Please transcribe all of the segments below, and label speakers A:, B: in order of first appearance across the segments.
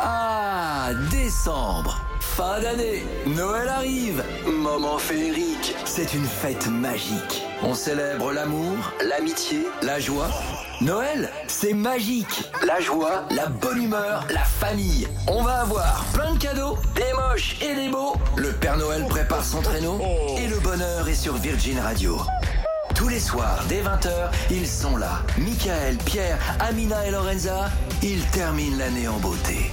A: Ah, décembre. Fin d'année. Noël arrive. Moment féerique. C'est une fête magique. On célèbre l'amour, l'amitié, la joie. Noël, c'est magique. La joie, la bonne humeur, la famille. On va avoir plein de cadeaux, des moches et des beaux. Le Père Noël prépare son traîneau et le bonheur est sur Virgin Radio. Tous les soirs, dès 20h, ils sont là. Michael, Pierre, Amina et Lorenza, ils terminent l'année en beauté.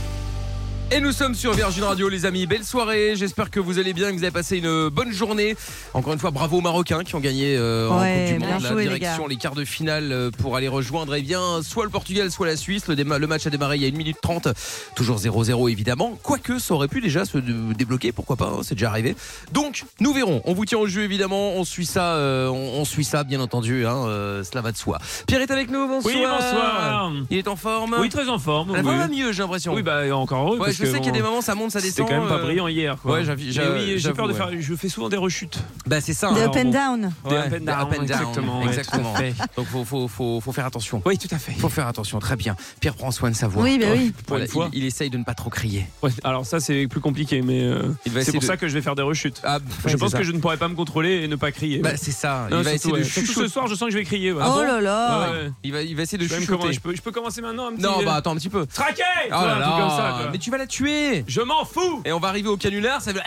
B: Et nous sommes sur Virgin Radio les amis, belle soirée, j'espère que vous allez bien, que vous avez passé une bonne journée. Encore une fois, bravo aux Marocains qui ont gagné euh, en
C: Ouais,
B: Coupe du
C: bien
B: Monde la
C: joué, les
B: direction
C: gars.
B: les, quarts de finale euh, pour aller rejoindre eh bien, soit le Portugal, soit la Suisse. Le, déma- le match a démarré il y a 1 minute 30, toujours 0-0 évidemment, quoique ça aurait pu déjà se dé- débloquer, pourquoi pas, hein, c'est déjà arrivé. Donc nous verrons, on vous tient au jeu évidemment, on suit ça, euh, on, on suit ça bien entendu, hein, euh, cela va de soi. Pierre est avec nous, bonsoir.
D: Oui, bonsoir.
B: Il est en forme
D: Oui, très en forme.
B: Ça va
D: oui.
B: mieux j'ai l'impression.
D: Oui, bah encore heureux.
B: Ouais,
D: parce
B: je sais
D: que
B: qu'il y a des moments, ça monte, ça
D: C'était
B: descend.
D: quand même pas
B: euh,
D: brillant hier. Quoi.
B: ouais, j'avi- j'a-
D: Mais oui, j'ai
B: j'avoue,
D: peur de faire.
B: ouais.
D: Je fais souvent des rechutes.
B: Bah, c'est ça.
C: The
B: hein.
D: Alors,
C: up and
D: bon.
C: down.
D: Des
B: Ouais,
D: up and
B: des
D: down,
B: up and down,
D: Exactement. ouais,
B: exactement.
D: tout à fait.
B: Donc, faut, faut, faut, faut faire attention.
D: Oui, tout à fait.
B: Faut faire attention, très bien. Pierre prend soin de sa voix.
C: Oui, bah oui.
D: Pour une
B: il-
D: fois.
B: il, essaye de ne pas trop crier.
D: Ouais, alors ça, c'est plus compliqué, mais euh,
B: Il va
D: c'est
B: essayer
D: pour
B: de-
D: ça que je vais faire des rechutes.
B: Ah, ouais,
D: je
B: c'est
D: pense
B: ça.
D: que je ne pourrais pas me contrôler et ne pas crier.
B: Bah, c'est ça.
D: Non,
B: il
D: surtout,
B: va essayer
D: ouais.
B: de
D: Surtout
B: chuchoter.
D: ce soir, je sens que je vais crier. ouais.
C: oh là là.
D: Ah ouais.
B: Il va, il va essayer de
D: Je vais me commen-
B: chuchoter.
D: je peux- je peux commencer maintenant un petit
B: Non, bah attends un petit peu.
D: Traquer
B: Oh
D: tu vois,
B: là
D: un truc
B: là.
D: comme ça, quoi.
B: Mais tu vas la tuer.
D: Je m'en fous
B: Et on va arriver au canular. Ça va.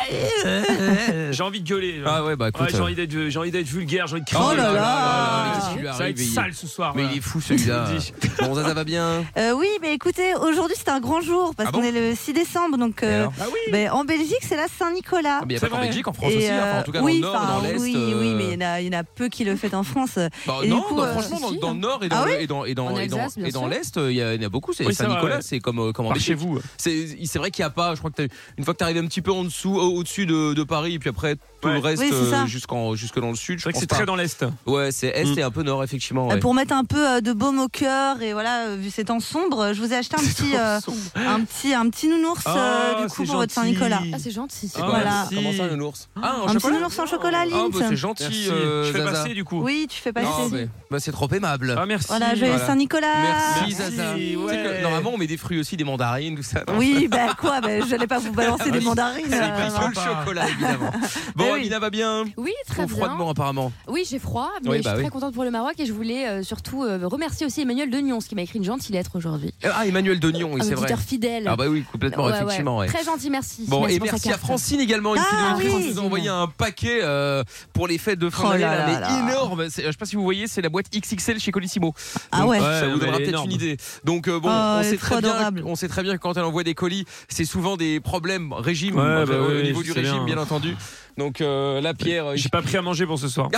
D: J'ai envie de gueuler. genre.
B: Ah ouais, bah écoute.
D: Ouais, j'ai
B: euh,
D: envie d'être j'ai envie d'être vulgaire, j'ai envie de crier.
C: Oh là là.
B: Mais qu'est-ce qui lui
D: Ça va
B: arrive
D: être
B: il-
D: sale ce soir.
B: Mais
D: voilà.
B: il est fou celui-là.
D: Je vous le dis.
B: Bon, Zaza va bien.
C: Euh, oui, mais écoutez, aujourd'hui c'est un grand jour parce
B: Ah bon
C: qu'on est le 6 décembre, donc
B: Et
C: euh,
B: alors
D: Ah oui
C: ben, en Belgique c'est la Saint-Nicolas.
B: Ah, mais il n'y a
D: C'est
B: pas qu'en
D: vrai.
B: Belgique, en France aussi. hein,
C: Et,
B: enfin, en
C: euh,
B: tout cas,
C: oui,
B: dans le nord,
C: enfin,
B: dans l'est.
C: Oui,
B: euh,
C: oui, mais il y, en a, il y en a peu qui le fêtent en France.
B: Bah,
C: Et
B: non,
C: du coup,
B: non,
C: euh,
B: franchement, dans,
C: si,
B: dans le nord et dans,
C: Ah
B: le-
C: ouais
B: et dans, et dans,
E: En
B: et dans,
E: Alsace, bien
B: et dans
E: sûr.
B: l'est, euh, il y, a- il y en a beaucoup. C'est
D: Oui, ça va,
B: Saint-Nicolas,
D: ouais.
B: c'est comme, euh, comme en
D: Par chez
B: Belgique.
D: vous.
B: C'est c'est vrai qu'il n'y a pas, je crois que t'as- une fois que tu arrives un petit peu en dessous, au- au-dessus de, de Paris, et puis après tout
D: Ouais.
B: le reste
C: Oui, c'est
B: euh,
C: ça.
B: jusqu'en jusque dans le sud.
D: C'est vrai que
B: je
D: c'est
B: pense
D: très
B: pas.
D: dans l'Est.
B: Ouais, c'est est
D: Mm.
B: et un peu nord, effectivement.
C: euh,
B: ouais.
C: Pour mettre un peu euh, de baume au cœur et voilà, euh, vu ces temps sombres, je vous ai acheté un petit, euh, un petit, un petit nounours euh,
D: Ah,
C: du coup
D: c'est
C: pour votre
D: gentil.
C: Saint-Nicolas.
E: Ah, c'est gentil.
B: C'est
D: Ah,
B: quoi,
C: voilà.
B: Comment ça, le nounours Ah,
C: Un petit nounours en chocolat,
B: Ah,
C: Lint.
B: bah, c'est gentil,
D: Merci.
B: euh,
D: je fais
B: Zaza.
D: passer du coup.
C: oui, tu fais passer.
B: Non, mais- bah, c'est trop aimable.
D: Ah merci.
C: Voilà, joyeux
B: Voilà.
C: Saint-Nicolas.
B: Merci,
D: Merci,
B: Zaza. Tu sais
D: ouais.
B: que normalement, on met des fruits aussi, des mandarines, tout ça. non
C: Oui, bah quoi, bah, j'allais pas vous balancer des
B: Oui.
C: mandarines.
B: C'est
C: euh,
B: pas que le chocolat, évidemment. Bon,
C: Mais oui.
B: Amina va bien.
E: Oui, très
B: Ou
E: bien.
B: froidement, apparemment.
E: Oui, j'ai froid, mais
B: Oui,
E: je
B: bah
E: suis
B: oui.
E: très contente pour le Maroc et je voulais euh, surtout euh, remercier aussi Emmanuel de Nyons qui m'a écrit une gentille lettre aujourd'hui.
B: Ah, Emmanuel Donion, oui,
E: un
B: c'est vrai.
E: auditeur fidèle.
B: Ah bah oui, complètement,
E: Ouais, ouais.
B: effectivement. ouais.
E: Très gentil, merci.
B: Bon, et
E: pour sa
B: merci à
E: carte.
B: Francine également, une
C: Ah
B: fidèle auditrice,
C: oui.
B: qui nous a envoyé un paquet euh, pour les fêtes de fin
C: Oh
B: d'année,
C: là
B: là,
C: là
B: mais
C: là.
B: énorme. C'est- euh, Je sais pas si vous voyez, c'est la boîte XXL chez Colissimo.
C: Ah
B: Donc,
C: ouais.
D: Ouais, non,
B: ça vous
D: mais elle
B: donnera
D: est
B: peut-être
D: énorme.
B: une idée. Donc euh, bon,
C: Oh,
B: on
C: elle
B: sait
C: est
B: très
C: trop
B: bien,
C: adorable.
B: on sait très bien que quand elle envoie des colis, c'est souvent des problèmes régime,
D: Ouais,
B: euh,
D: bah
B: au
D: oui,
B: niveau
D: je
B: du
D: sais
B: régime,
D: bien.
B: bien entendu. Donc euh, la Pierre. euh,
D: J'ai pas pris à manger pour ce soir.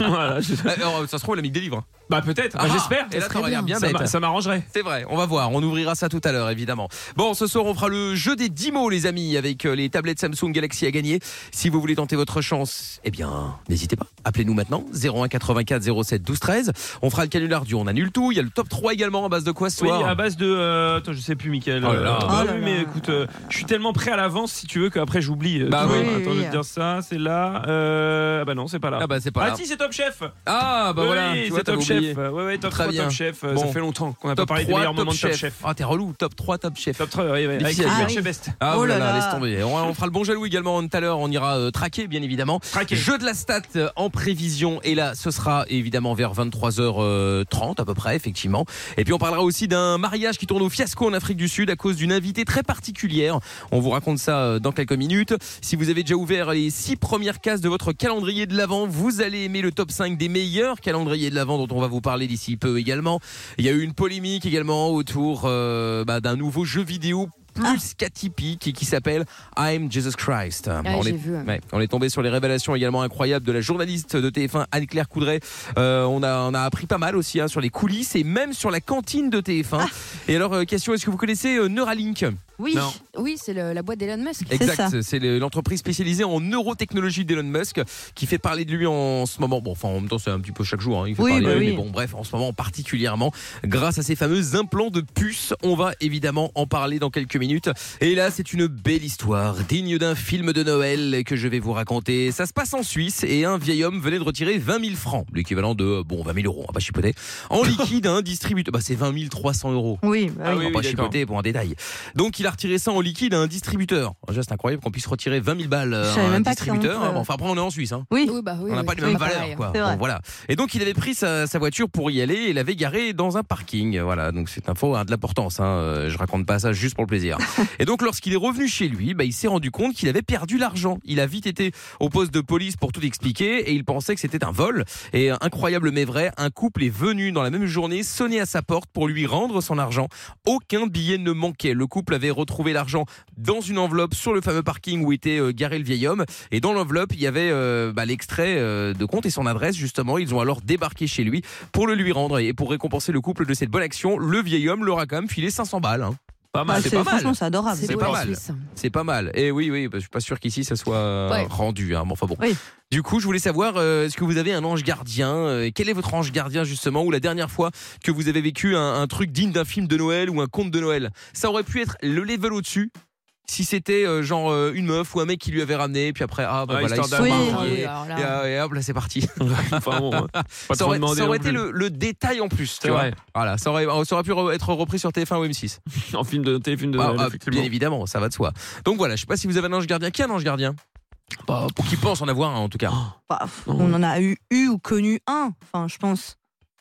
D: voilà, je-
B: alors, ça se trouve, elle a mis que des livres.
D: Bah peut-être, bah,
B: Ah,
D: j'espère.
B: Et là, t'aurais l'air bien
D: ça
B: bête.
D: m'a- ça m'arrangerait.
B: C'est vrai, on va voir, on ouvrira ça tout à l'heure évidemment. Bon, ce soir on fera le jeu des 10 mots les amis avec euh, les tablettes Samsung Galaxy à gagner. Si vous voulez tenter votre chance, eh bien n'hésitez pas, appelez-nous maintenant 01 84 07 12 13. On fera le canular du on annule tout, il y a le top 3 également à base de quoi ce
D: Oui,
B: soir
D: à base de. euh, attends, je sais plus, Michael.
B: Oh là là.
D: Euh, bah
C: Oh là
D: oui, mais
C: là.
D: écoute, euh, je suis tellement prêt à l'avance si tu veux qu'après j'oublie. euh,
B: Bah
D: tu vois.
B: oui.
C: Oui,
D: Attends, je
C: oui.
D: vais te dire ça, c'est là. Euh, ah bah non, c'est pas là.
B: Ah bah c'est pas
D: Ah
B: là.
D: si, c'est Top Chef.
B: Ah bah
D: Oui,
B: voilà, tu vois,
D: c'est Top
B: t'avais
D: Chef.
B: oublié.
D: Ouais, ouais, Top
B: Très
D: 3,
B: bien.
D: Top Chef. euh,
B: Bon.
D: Ça fait longtemps qu'on n'a pas
B: Top
D: parlé des
B: 3,
D: meilleurs
B: top
D: moments de Top
B: chef.
D: Chef.
B: Ah t'es relou, top 3, top chef.
D: Top 3, ouais, ouais, avec
B: filles, elles
D: Merche
C: meurent.
D: Best.
B: Ah
C: Oh
B: là
C: là
B: là,
C: là.
B: laisse tomber. On, on fera le bon jaloux également tout à l'heure. On ira euh, traquer, bien évidemment.
D: Traquer.
B: Jeu de la stat euh, en prévision. Et là, ce sera évidemment vers 23h30 à peu près, effectivement. Et puis on parlera aussi d'un mariage qui tourne au fiasco en Afrique du Sud à cause d'une invitée très particulière. On vous raconte ça euh, dans quelques minutes. Si vous avez déjà ouvert les six premières cases de votre calendrier de l'Avent, vous allez aimer le top 5 des meilleurs calendriers de l'Avent dont on va vous parler d'ici peu également. Il y a eu une polémique également autour euh, bah, d'un nouveau jeu vidéo
C: Ah.
B: plus qu'atypique et qui s'appelle I'm Jesus Christ.
C: Ah,
E: Ouais,
B: on,
E: j'ai
B: est,
E: vu.
C: hein.
B: ouais, on est tombé sur les révélations également incroyables de la journaliste de TF1 Anne-Claire Coudray. Euh, on, a, on a appris pas mal aussi hein, sur les coulisses et même sur la cantine de TF1.
C: Ah.
B: Et alors, euh, question, est-ce que vous connaissez euh, Neuralink
E: Oui,
D: Non.
E: oui c'est le- la boîte d'Elon Musk.
C: C'est ça.
B: Exact, c'est le- l'entreprise spécialisée en neurotechnologie d'Elon Musk qui fait parler de lui en ce moment. Bon, enfin en même temps c'est un petit peu chaque jour, hein, il fait
C: Oui,
B: parler de
C: bah
B: lui,
C: oui.
B: mais bon bref, en ce moment particulièrement grâce à ces fameux implants de puces, on va évidemment en parler dans quelques minutes. Et là, c'est une belle histoire digne d'un film de Noël que je vais vous raconter. Ça se passe en Suisse et un vieil homme venait de retirer 20 000 francs, l'équivalent de euh, bon 20 000 euros, on va pas chipoter, en liquide à un distributeur. Bah c'est 20 300 euros.
C: Oui, bah
D: Ah
C: oui.
D: oui,
B: on va pas
D: d'accord.
B: chipoter pour un détail. Donc il il a retiré ça en liquide à un distributeur. Un geste incroyable qu'on puisse retirer 20 000 balles
C: Je
B: euh,
C: savais
B: à un
C: même pas qu'on
B: distributeur.
C: peut-
B: Bon, Enfin, après, on est en Suisse. hein.
C: Oui.
E: Oui, bah oui,
B: On n'a
E: oui,
B: pas les
E: c'est
B: mêmes
E: pas
B: valeurs,
E: pareil.
B: quoi.
C: C'est
B: Bon,
C: vrai.
B: voilà. Et donc, il avait pris sa, sa voiture pour y aller et l'avait garée dans un parking. Voilà. Donc, cette info a de l'importance. Hein. Euh, Je raconte pas ça juste pour le plaisir. et donc, lorsqu'il est revenu chez lui, bah, il s'est rendu compte qu'il avait perdu l'argent. Il a vite été au poste de police pour tout expliquer et il pensait que c'était un vol. Et euh, incroyable mais vrai, un couple est venu dans la même journée sonner à sa porte pour lui rendre son argent. Aucun billet ne manquait. Le couple avait retrouvé l'argent dans une enveloppe sur le fameux parking où était euh, garé le vieil homme. Et dans l'enveloppe, il y avait euh, bah, l'extrait euh, de compte et son adresse, justement. Ils ont alors débarqué chez lui pour le lui rendre. Et pour récompenser le couple de cette bonne action, le vieil homme leur a quand même filé 500 balles. hein.
D: Pas
C: Bah,
D: mal.
B: c'est
C: c'est-
B: pas mal.
C: Franchement, c'est adorable.
E: C'est
B: C'est
E: beau,
B: pas
E: la
B: mal.
E: Suisse.
B: C'est pas mal. Et oui, oui, bah, je suis pas sûr qu'ici ça soit euh,
E: Ouais.
B: rendu. Hein. Bon, enfin bon.
C: Oui.
B: Du coup, je voulais savoir, euh, est-ce que vous avez un ange gardien Euh, Quel est votre ange gardien justement Ou la dernière fois que vous avez vécu un, un truc digne d'un film de Noël ou un conte de Noël Ça aurait pu être le level au-dessus. Si c'était euh, genre euh, une meuf ou un mec qui lui avait ramené, puis après ah bah
D: Ouais,
B: voilà, ils
D: histoire
B: se
C: Oui.
B: sont
E: Ah,
C: d'apprendre.
B: mariés.
E: oui, alors là.
B: Et, euh, et hop là c'est parti.
D: Enfin, bon, hein. Pas
B: ça
D: trop
B: aurait,
D: demandé
B: ça aurait
D: non
B: été
D: plus.
B: le, le détail en plus, tu
D: C'est
B: vois.
D: vrai.
B: Voilà, ça aurait, ça aurait pu re- être repris sur TF1 ou M6.
D: En film de téléfilm de
B: Ah,
D: Noël,
B: ah,
D: effectivement.
B: bien évidemment, ça va de soi. Donc voilà, je sais pas si vous avez un ange gardien. Qui a un ange gardien Bah, pour qui pense en avoir un en tout cas.
C: Bah, pff,
D: Non.
C: on en a eu, eu ou connu un. Enfin, je pense.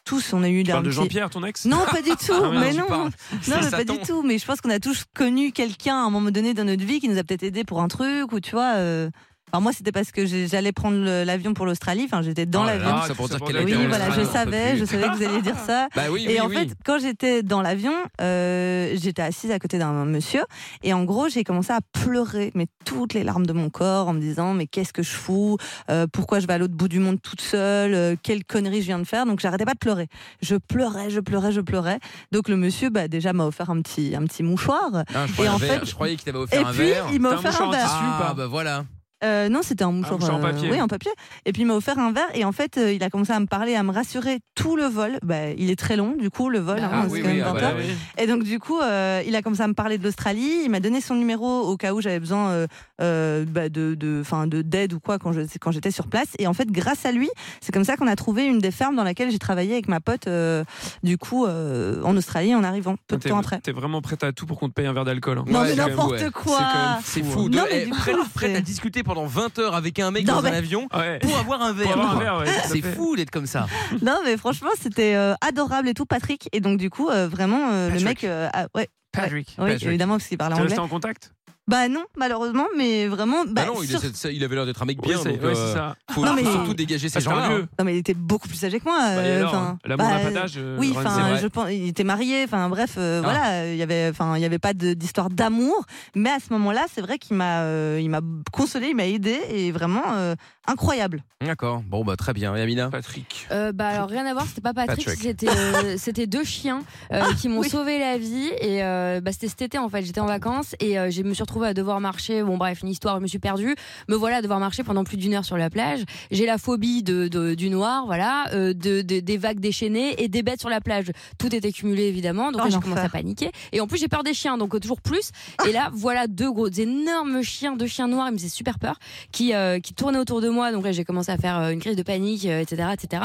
C: Tous, on a eu
D: Tu
C: d'un
D: parles de
C: petit-
D: Jean-Pierre, ton ex
C: Non, pas du tout.
D: Ah, merde,
C: mais
D: tu
C: non.
B: parles.
C: Non,
B: C'est
C: mais pas
B: Satan.
C: du tout. Mais je pense qu'on a tous connu quelqu'un à un moment donné dans notre vie qui nous a peut-être aidé pour un truc ou tu vois. euh, Enfin, moi, c'était parce que j'ai- j'allais prendre le- l'avion pour l'Australie. Enfin, j'étais dans
D: Oh là
C: l'avion.
D: là,
B: ça pour dire
D: ça
B: qu'elle
D: pour
B: était
C: Oui,
D: était
B: en
C: voilà, je
B: Australie, on peut
C: savais,
B: plus.
C: je savais que vous alliez dire ça.
B: Bah oui, oui,
C: Et en
B: oui.
C: fait, quand j'étais dans l'avion, euh, j'étais assise à côté d'un monsieur. Et en gros, j'ai commencé à pleurer, mais toutes les larmes de mon corps, en me disant Mais qu'est-ce que je fous Euh, Pourquoi je vais à l'autre bout du monde toute seule Euh, Quelle connerie je viens de faire Donc, j'arrêtais pas de pleurer. Je pleurais, je pleurais, je pleurais. Donc, le monsieur, bah, déjà, m'a offert un petit, un petit mouchoir.
B: Ah, je, croyais
C: en
B: un verre.
C: fait-
B: Je croyais qu'il t'avait offert
C: Et
B: un
C: puis,
B: verre.
C: il m'a
D: T'as un
C: offert un
D: mouchoir en
C: verre.
D: tissu ou
B: Ah
D: pas
B: bah voilà.
C: Euh, non, c'était un mouchoir,
D: mouchoir en
C: euh,
D: papier.
C: oui, en papier. Et puis il m'a offert un verre. Et en fait, euh, il a commencé à me parler, à me rassurer tout le vol. Bah, il est très long, du coup, le vol.
E: Bah,
C: hein,
E: Ah,
C: c'est
E: oui,
C: quand même
B: ah
C: 20
B: bah,
C: heures.
B: oui.
C: Et donc, du coup, euh, il a commencé à me parler de l'Australie. Il m'a donné son numéro au cas où j'avais besoin euh, euh, bah, de, de, 'fin, de- d'aide ou quoi quand, je, quand j'étais sur place. Et en fait, grâce à lui, c'est comme ça qu'on a trouvé une des fermes dans laquelle j'ai travaillé avec ma pote, euh, du coup, euh, en Australie, en arrivant peu de
D: T'es-
C: temps après.
D: T'es vraiment prête à tout pour qu'on te paye un verre d'alcool. hein.
C: Non,
B: Ouais,
C: mais
B: c'est quand même-
C: n'importe
B: ouais.
C: quoi
D: C'est quand même
B: C'est
D: Fou,
B: fou.
C: hein.
B: de-
C: Non, mais
B: eh,
C: du
B: prête,
C: coup,
B: prête
C: c'est-
B: à discuter pendant 20 heures avec un mec
C: Non,
B: dans un
C: mais-
B: avion
D: Ouais.
B: pour avoir un verre.
D: Pour avoir un
B: quoi.
D: verre, ouais, tout à
B: C'est
D: fait.
B: fou d'être comme ça.
C: Non, mais franchement, c'était euh, adorable et tout, Patrick. Et donc, du coup, euh, vraiment, euh, le
D: Patrick.
C: mec. euh, ah, ouais,
D: Patrick.
C: oui,
B: Patrick.
C: évidemment, parce qu'il parlait
D: T'es
C: anglais.
D: resté en contact
C: Bah non, malheureusement, mais vraiment. Bah,
B: Ah non, il,
C: sur-
B: était- il avait l'air d'être un mec
D: Oui,
B: bien.
D: c'est
B: donc,
D: ouais,
B: euh,
D: c'est ça.
B: faut
C: Non, mais-
B: surtout dégager ces
D: Parce qu'un
B: gens-là.
D: vieux.
B: hein.
C: Non, mais il était beaucoup plus âgé que moi.
D: Ah, Bah, et
C: euh,
D: alors,
C: enfin,
D: L'amour n'a
C: bah,
D: pas d'âge. euh,
C: Oui,
D: Lorenz.
B: c'est
C: enfin,
B: vrai.
C: je pense, il était marié. Enfin, bref, euh,
B: Ah.
C: voilà, euh, il y avait, enfin, il y avait pas de- d'histoire d'amour. Mais à ce moment-là, c'est vrai qu'il m'a, euh, il m'a consolé, il m'a aidé et vraiment euh, incroyable.
B: D'accord. Bon bah très bien. Yamina. Patrick.
E: Euh, bah alors rien à voir, c'était pas Patrick,
B: Patrick. Ah.
E: c'était euh, c'était deux chiens euh, qui m'ont
C: oui.
E: sauvé la vie et euh, bah, c'était cet été en fait, j'étais en vacances et euh, je me suis retrouvée à devoir marcher, bon bref une histoire, je me suis perdue, me voilà à devoir marcher pendant plus d'une heure sur la plage, j'ai la phobie de, de- du noir, voilà, euh, de, de- des vagues déchaînées et des bêtes sur la plage, tout était cumulé évidemment, donc
C: Oh,
E: là, j'ai
C: l'enfer. Ah.
E: commencé à paniquer et en plus j'ai peur des chiens donc euh, toujours plus et là voilà deux gros des énormes chiens, deux chiens noirs, ils me faisaient super peur qui, euh, qui tournaient autour de moi. Donc là, j'ai commencé à faire euh, une crise de panique, euh, etc., etc.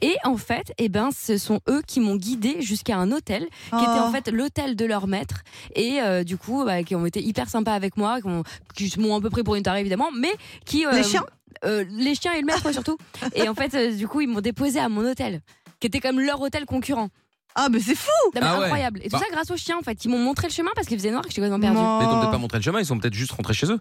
E: Et en fait, eh ben, ce sont eux qui m'ont guidée jusqu'à un hôtel qui était
C: Oh.
E: en fait l'hôtel de leur maître et euh, du coup, bah, qui ont été hyper sympas avec moi, qui m'ont- qui m'ont un peu pris pour une tarée évidemment, mais qui euh,
C: Les chiens
E: euh, les chiens et le maître ouais, surtout. Et en fait, euh, du coup, ils m'ont déposé à mon hôtel qui était comme leur hôtel concurrent.
C: Ah, mais c'est fou.
E: Non, mais
B: Ah ouais.
E: incroyable. Et tout
B: Bah.
E: ça grâce aux chiens en fait, qui m'ont montré le chemin parce qu'il faisait noir et que j'étais complètement perdue.
C: Non.
B: Ils t'ont peut-être pas montré le chemin. Ils sont peut-être juste rentrés chez eux.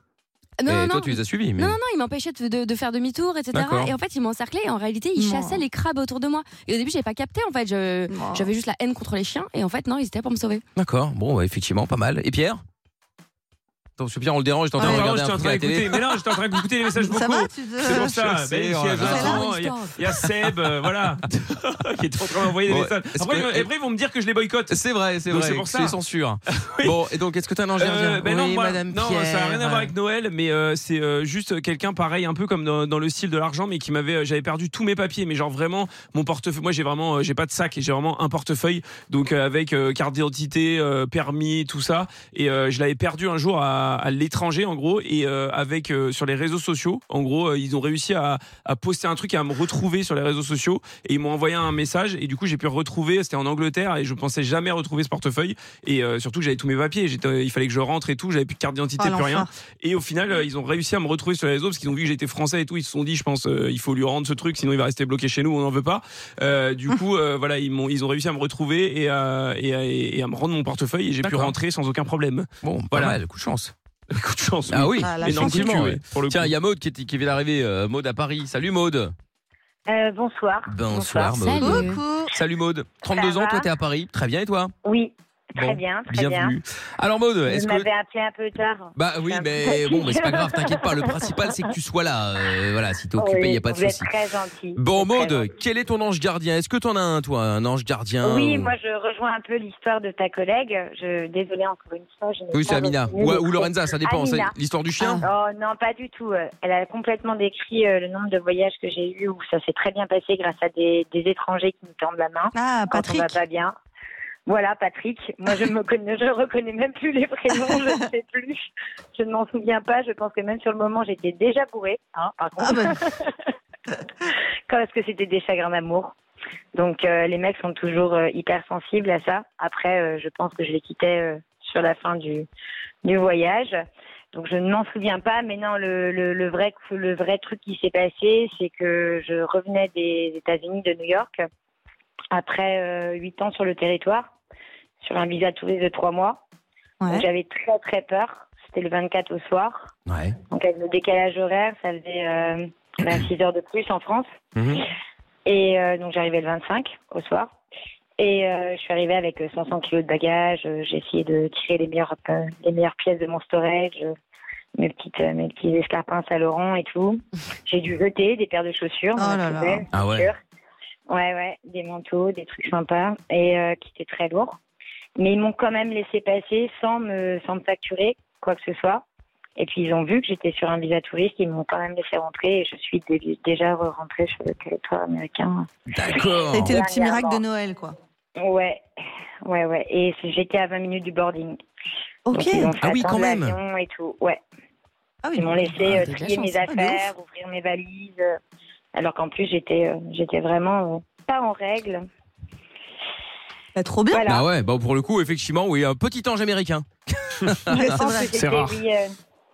E: Non,
B: et
E: non,
B: toi
E: non.
B: tu les as suivis. Mais...
E: Non, non, non, il m'empêchait de, de- de faire demi-tour, etc.
B: D'accord.
E: Et en fait, il m'encerclait et en réalité, il
C: Non.
E: chassait les crabes autour de moi. Et au début, j'avais pas capté, en fait. je-
C: Non.
E: J'avais juste la haine contre les chiens. Et en fait, non, ils étaient là pour me sauver.
B: D'accord, bon, ouais, effectivement, pas mal. Et Pierre Attends, parce que Pierre, on le dérange, j'étais en train
D: Non,
B: de
D: Ah, pardon,
B: regarder un
D: j'étais en
B: truc
D: train
B: à la
D: d'écouter.
B: télé.
D: Mais non, j'étais en train d'écouter les messages
C: Ça
D: vocaux.
C: va, tu te-
D: C'est pour ça.
B: Je sais,
D: Ben,
B: oh
D: si elle
B: là
D: veut
B: là.
C: C'est là
E: une
D: absolument, Il y a-
E: histoire.
D: il y a Seb, euh, voilà, qui est en train d'envoyer des
B: Ouais.
D: messages.
B: Est-ce
D: Après,
B: que-
D: ils me- après, ils vont me dire que je les boycotte.
B: C'est vrai, c'est
D: Donc,
B: vrai,
D: c'est pour
B: c'est
D: ça.
B: censure. Bon, et donc, est-ce que t'as un ange gardien
D: Euh, ben non,
B: Oui,
D: moi,
B: madame
D: non,
B: Pierre.
D: ça n'a rien à voir avec Noël, mais euh, c'est euh, juste quelqu'un pareil, un peu comme dans, dans le style de l'argent, mais qui m'avait, euh, j'avais perdu tous mes papiers, mais genre vraiment mon portefeuille. Moi, j'ai vraiment, euh, j'ai pas de sac et j'ai vraiment un portefeuille, donc euh, avec euh, carte d'identité, euh, permis, tout ça, et euh, je l'avais perdu un jour à, à, à l'étranger en gros et euh, avec euh, sur les réseaux sociaux. En gros, euh, ils ont réussi à, à poster un truc et à me retrouver sur les réseaux sociaux et ils m'ont envoyé un message et du coup j'ai pu retrouver. C'était en Angleterre et je pensais jamais retrouver ce portefeuille et euh, surtout que j'avais tous mes papiers. J'étais- il fallait que je rentre et tout. J'avais plus de carte d'identité,
C: Ah,
D: plus rien.
C: l'enfer.
D: Et au final, euh, ils ont réussi à me retrouver sur les réseaux parce qu'ils ont vu que j'étais français et tout. Ils se sont dit, je pense, euh, il faut lui rendre ce truc, sinon il va rester bloqué chez nous, on n'en veut pas. Euh, du coup, euh, voilà, ils, m'ont- ils ont réussi à me retrouver et, à- et à- et à me rendre mon portefeuille et j'ai pu
B: D'accord.
D: rentrer sans aucun problème.
B: Bon, pas
D: Voilà.
B: mal, coup de chance.
D: Coup de chance.
B: Ah oui,
C: Ah, la
D: Mais dans le
C: chance,
D: cul,
B: effectivement.
D: oui,
B: ouais.
D: pour le
B: Tiens,
D: coup.
B: il y a Maude qui, est- qui vient d'arriver. euh, Maude à Paris. Salut Maude.
F: Euh, bonsoir.
B: Bonsoir, Maude.
D: bah,
E: Salut.
C: Coucou.
B: Salut Maude. 32
F: Ça
B: ans,
F: va
B: toi t'es à Paris. Très bien et toi
F: Oui, très
B: Bon,
F: bien, très bien.
B: Bienvenue. Alors Maude, Euh, est-ce
F: Vous
B: que
F: m'avez appelé un peu tard.
B: bah oui,
F: Je suis un
B: mais
F: peu
B: bon, mais c'est
F: fatiguée.
B: pas grave, t'inquiète pas. Le principal, c'est que tu sois là. euh, voilà, si t'es occupé, il
F: Oui,
B: n'y a pas de
F: vous êtes
B: souci.
F: très gentil.
B: Bon,
F: Vous êtes très
B: Maude, quel est ton ange gardien Est-ce que t'en as un, toi, un ange gardien
F: Oui,
B: ou-
F: moi je rejoins un peu l'histoire de ta collègue. Je désolée encore une fois. Je n'ai
B: Oui,
F: pas
B: c'est Amina.
F: retenu
B: Ou,
F: les
B: ou Lorenza, ça dépend. ça-
F: Amina.
B: L'histoire du chien
F: Oh non, pas du tout. Euh, Elle a complètement décrit euh, le nombre de voyages que j'ai eu où ça s'est très bien passé grâce à des, des étrangers qui nous tendent la main
C: Ah, Patrick.
F: quand on va pas bien. Voilà, Patrick. Moi, je me connais, je reconnais même plus les prénoms, je ne sais plus. Je ne m'en souviens pas. Je pense que même sur le moment, j'étais déjà bourrée. Hein, par contre,
C: Ah, bah,
F: Quand- parce que c'était des chagrins d'amour. Donc, euh, les mecs sont toujours euh, hyper sensibles à ça. Après, euh, je pense que je les quittais euh, sur la fin du, du voyage. Donc je ne m'en souviens pas, mais non, le, le, le vrai, le vrai truc qui s'est passé, c'est que je revenais des États-Unis, de New York, après euh, huit ans sur le territoire, sur un visa tous les deux trois mois.
C: ouais.
F: Donc, J'avais très très peur. C'était le 24 au soir.
B: Ouais.
F: Donc avec le décalage horaire, ça faisait euh, 26 heures de plus en France.
B: Mhm.
F: Et euh, donc j'arrivais le 25 au soir. Et euh, je suis arrivée avec euh, 500 kilos de bagages. Euh, J'ai essayé de tirer les meilleures, euh, les meilleures pièces de mon storage, euh, mes, petites, euh, mes petits escarpins Saint Laurent et tout. J'ai dû jeter des paires de chaussures. dans
C: Oh
F: la
C: là là.
F: poubelle,
B: Ah
F: bien
B: ouais.
F: sûr. Ouais, ouais, des manteaux, des trucs sympas et euh, qui étaient très lourds. Mais ils m'ont quand même laissé passer sans me, sans me facturer quoi que ce soit. Et puis ils ont vu que j'étais sur un visa touriste, ils m'ont quand même laissé rentrer et je suis dé- déjà re- rentrée sur le territoire américain.
B: D'accord.
C: Ça a été le petit miracle
F: Dernièrement.
C: de Noël, quoi.
F: Ouais, ouais, ouais. Et c'est- j'étais à 20 minutes du boarding.
C: Ok.
F: Donc, ils ont
B: Ah
F: fait
B: oui, quand
F: attendre
B: même.
F: l'avion Et tout. Ouais.
C: Ah oui.
F: Ils m'ont laissé
E: Ah,
F: euh,
E: t'as de la
F: trier
E: chance,
F: mes
E: c'est pas de
F: affaires, ouvrir mes valises, euh, alors qu'en plus j'étais euh, j'étais vraiment euh, pas en règle.
C: Bah, trop bien.
F: Voilà.
B: Ah ouais, bah pour le coup, effectivement, oui, un petit ange américain.
C: Ouais,
F: Je
C: c'est
F: pense
C: vrai.
F: que
D: C'est
F: j'étais,
D: rare.
F: oui, euh,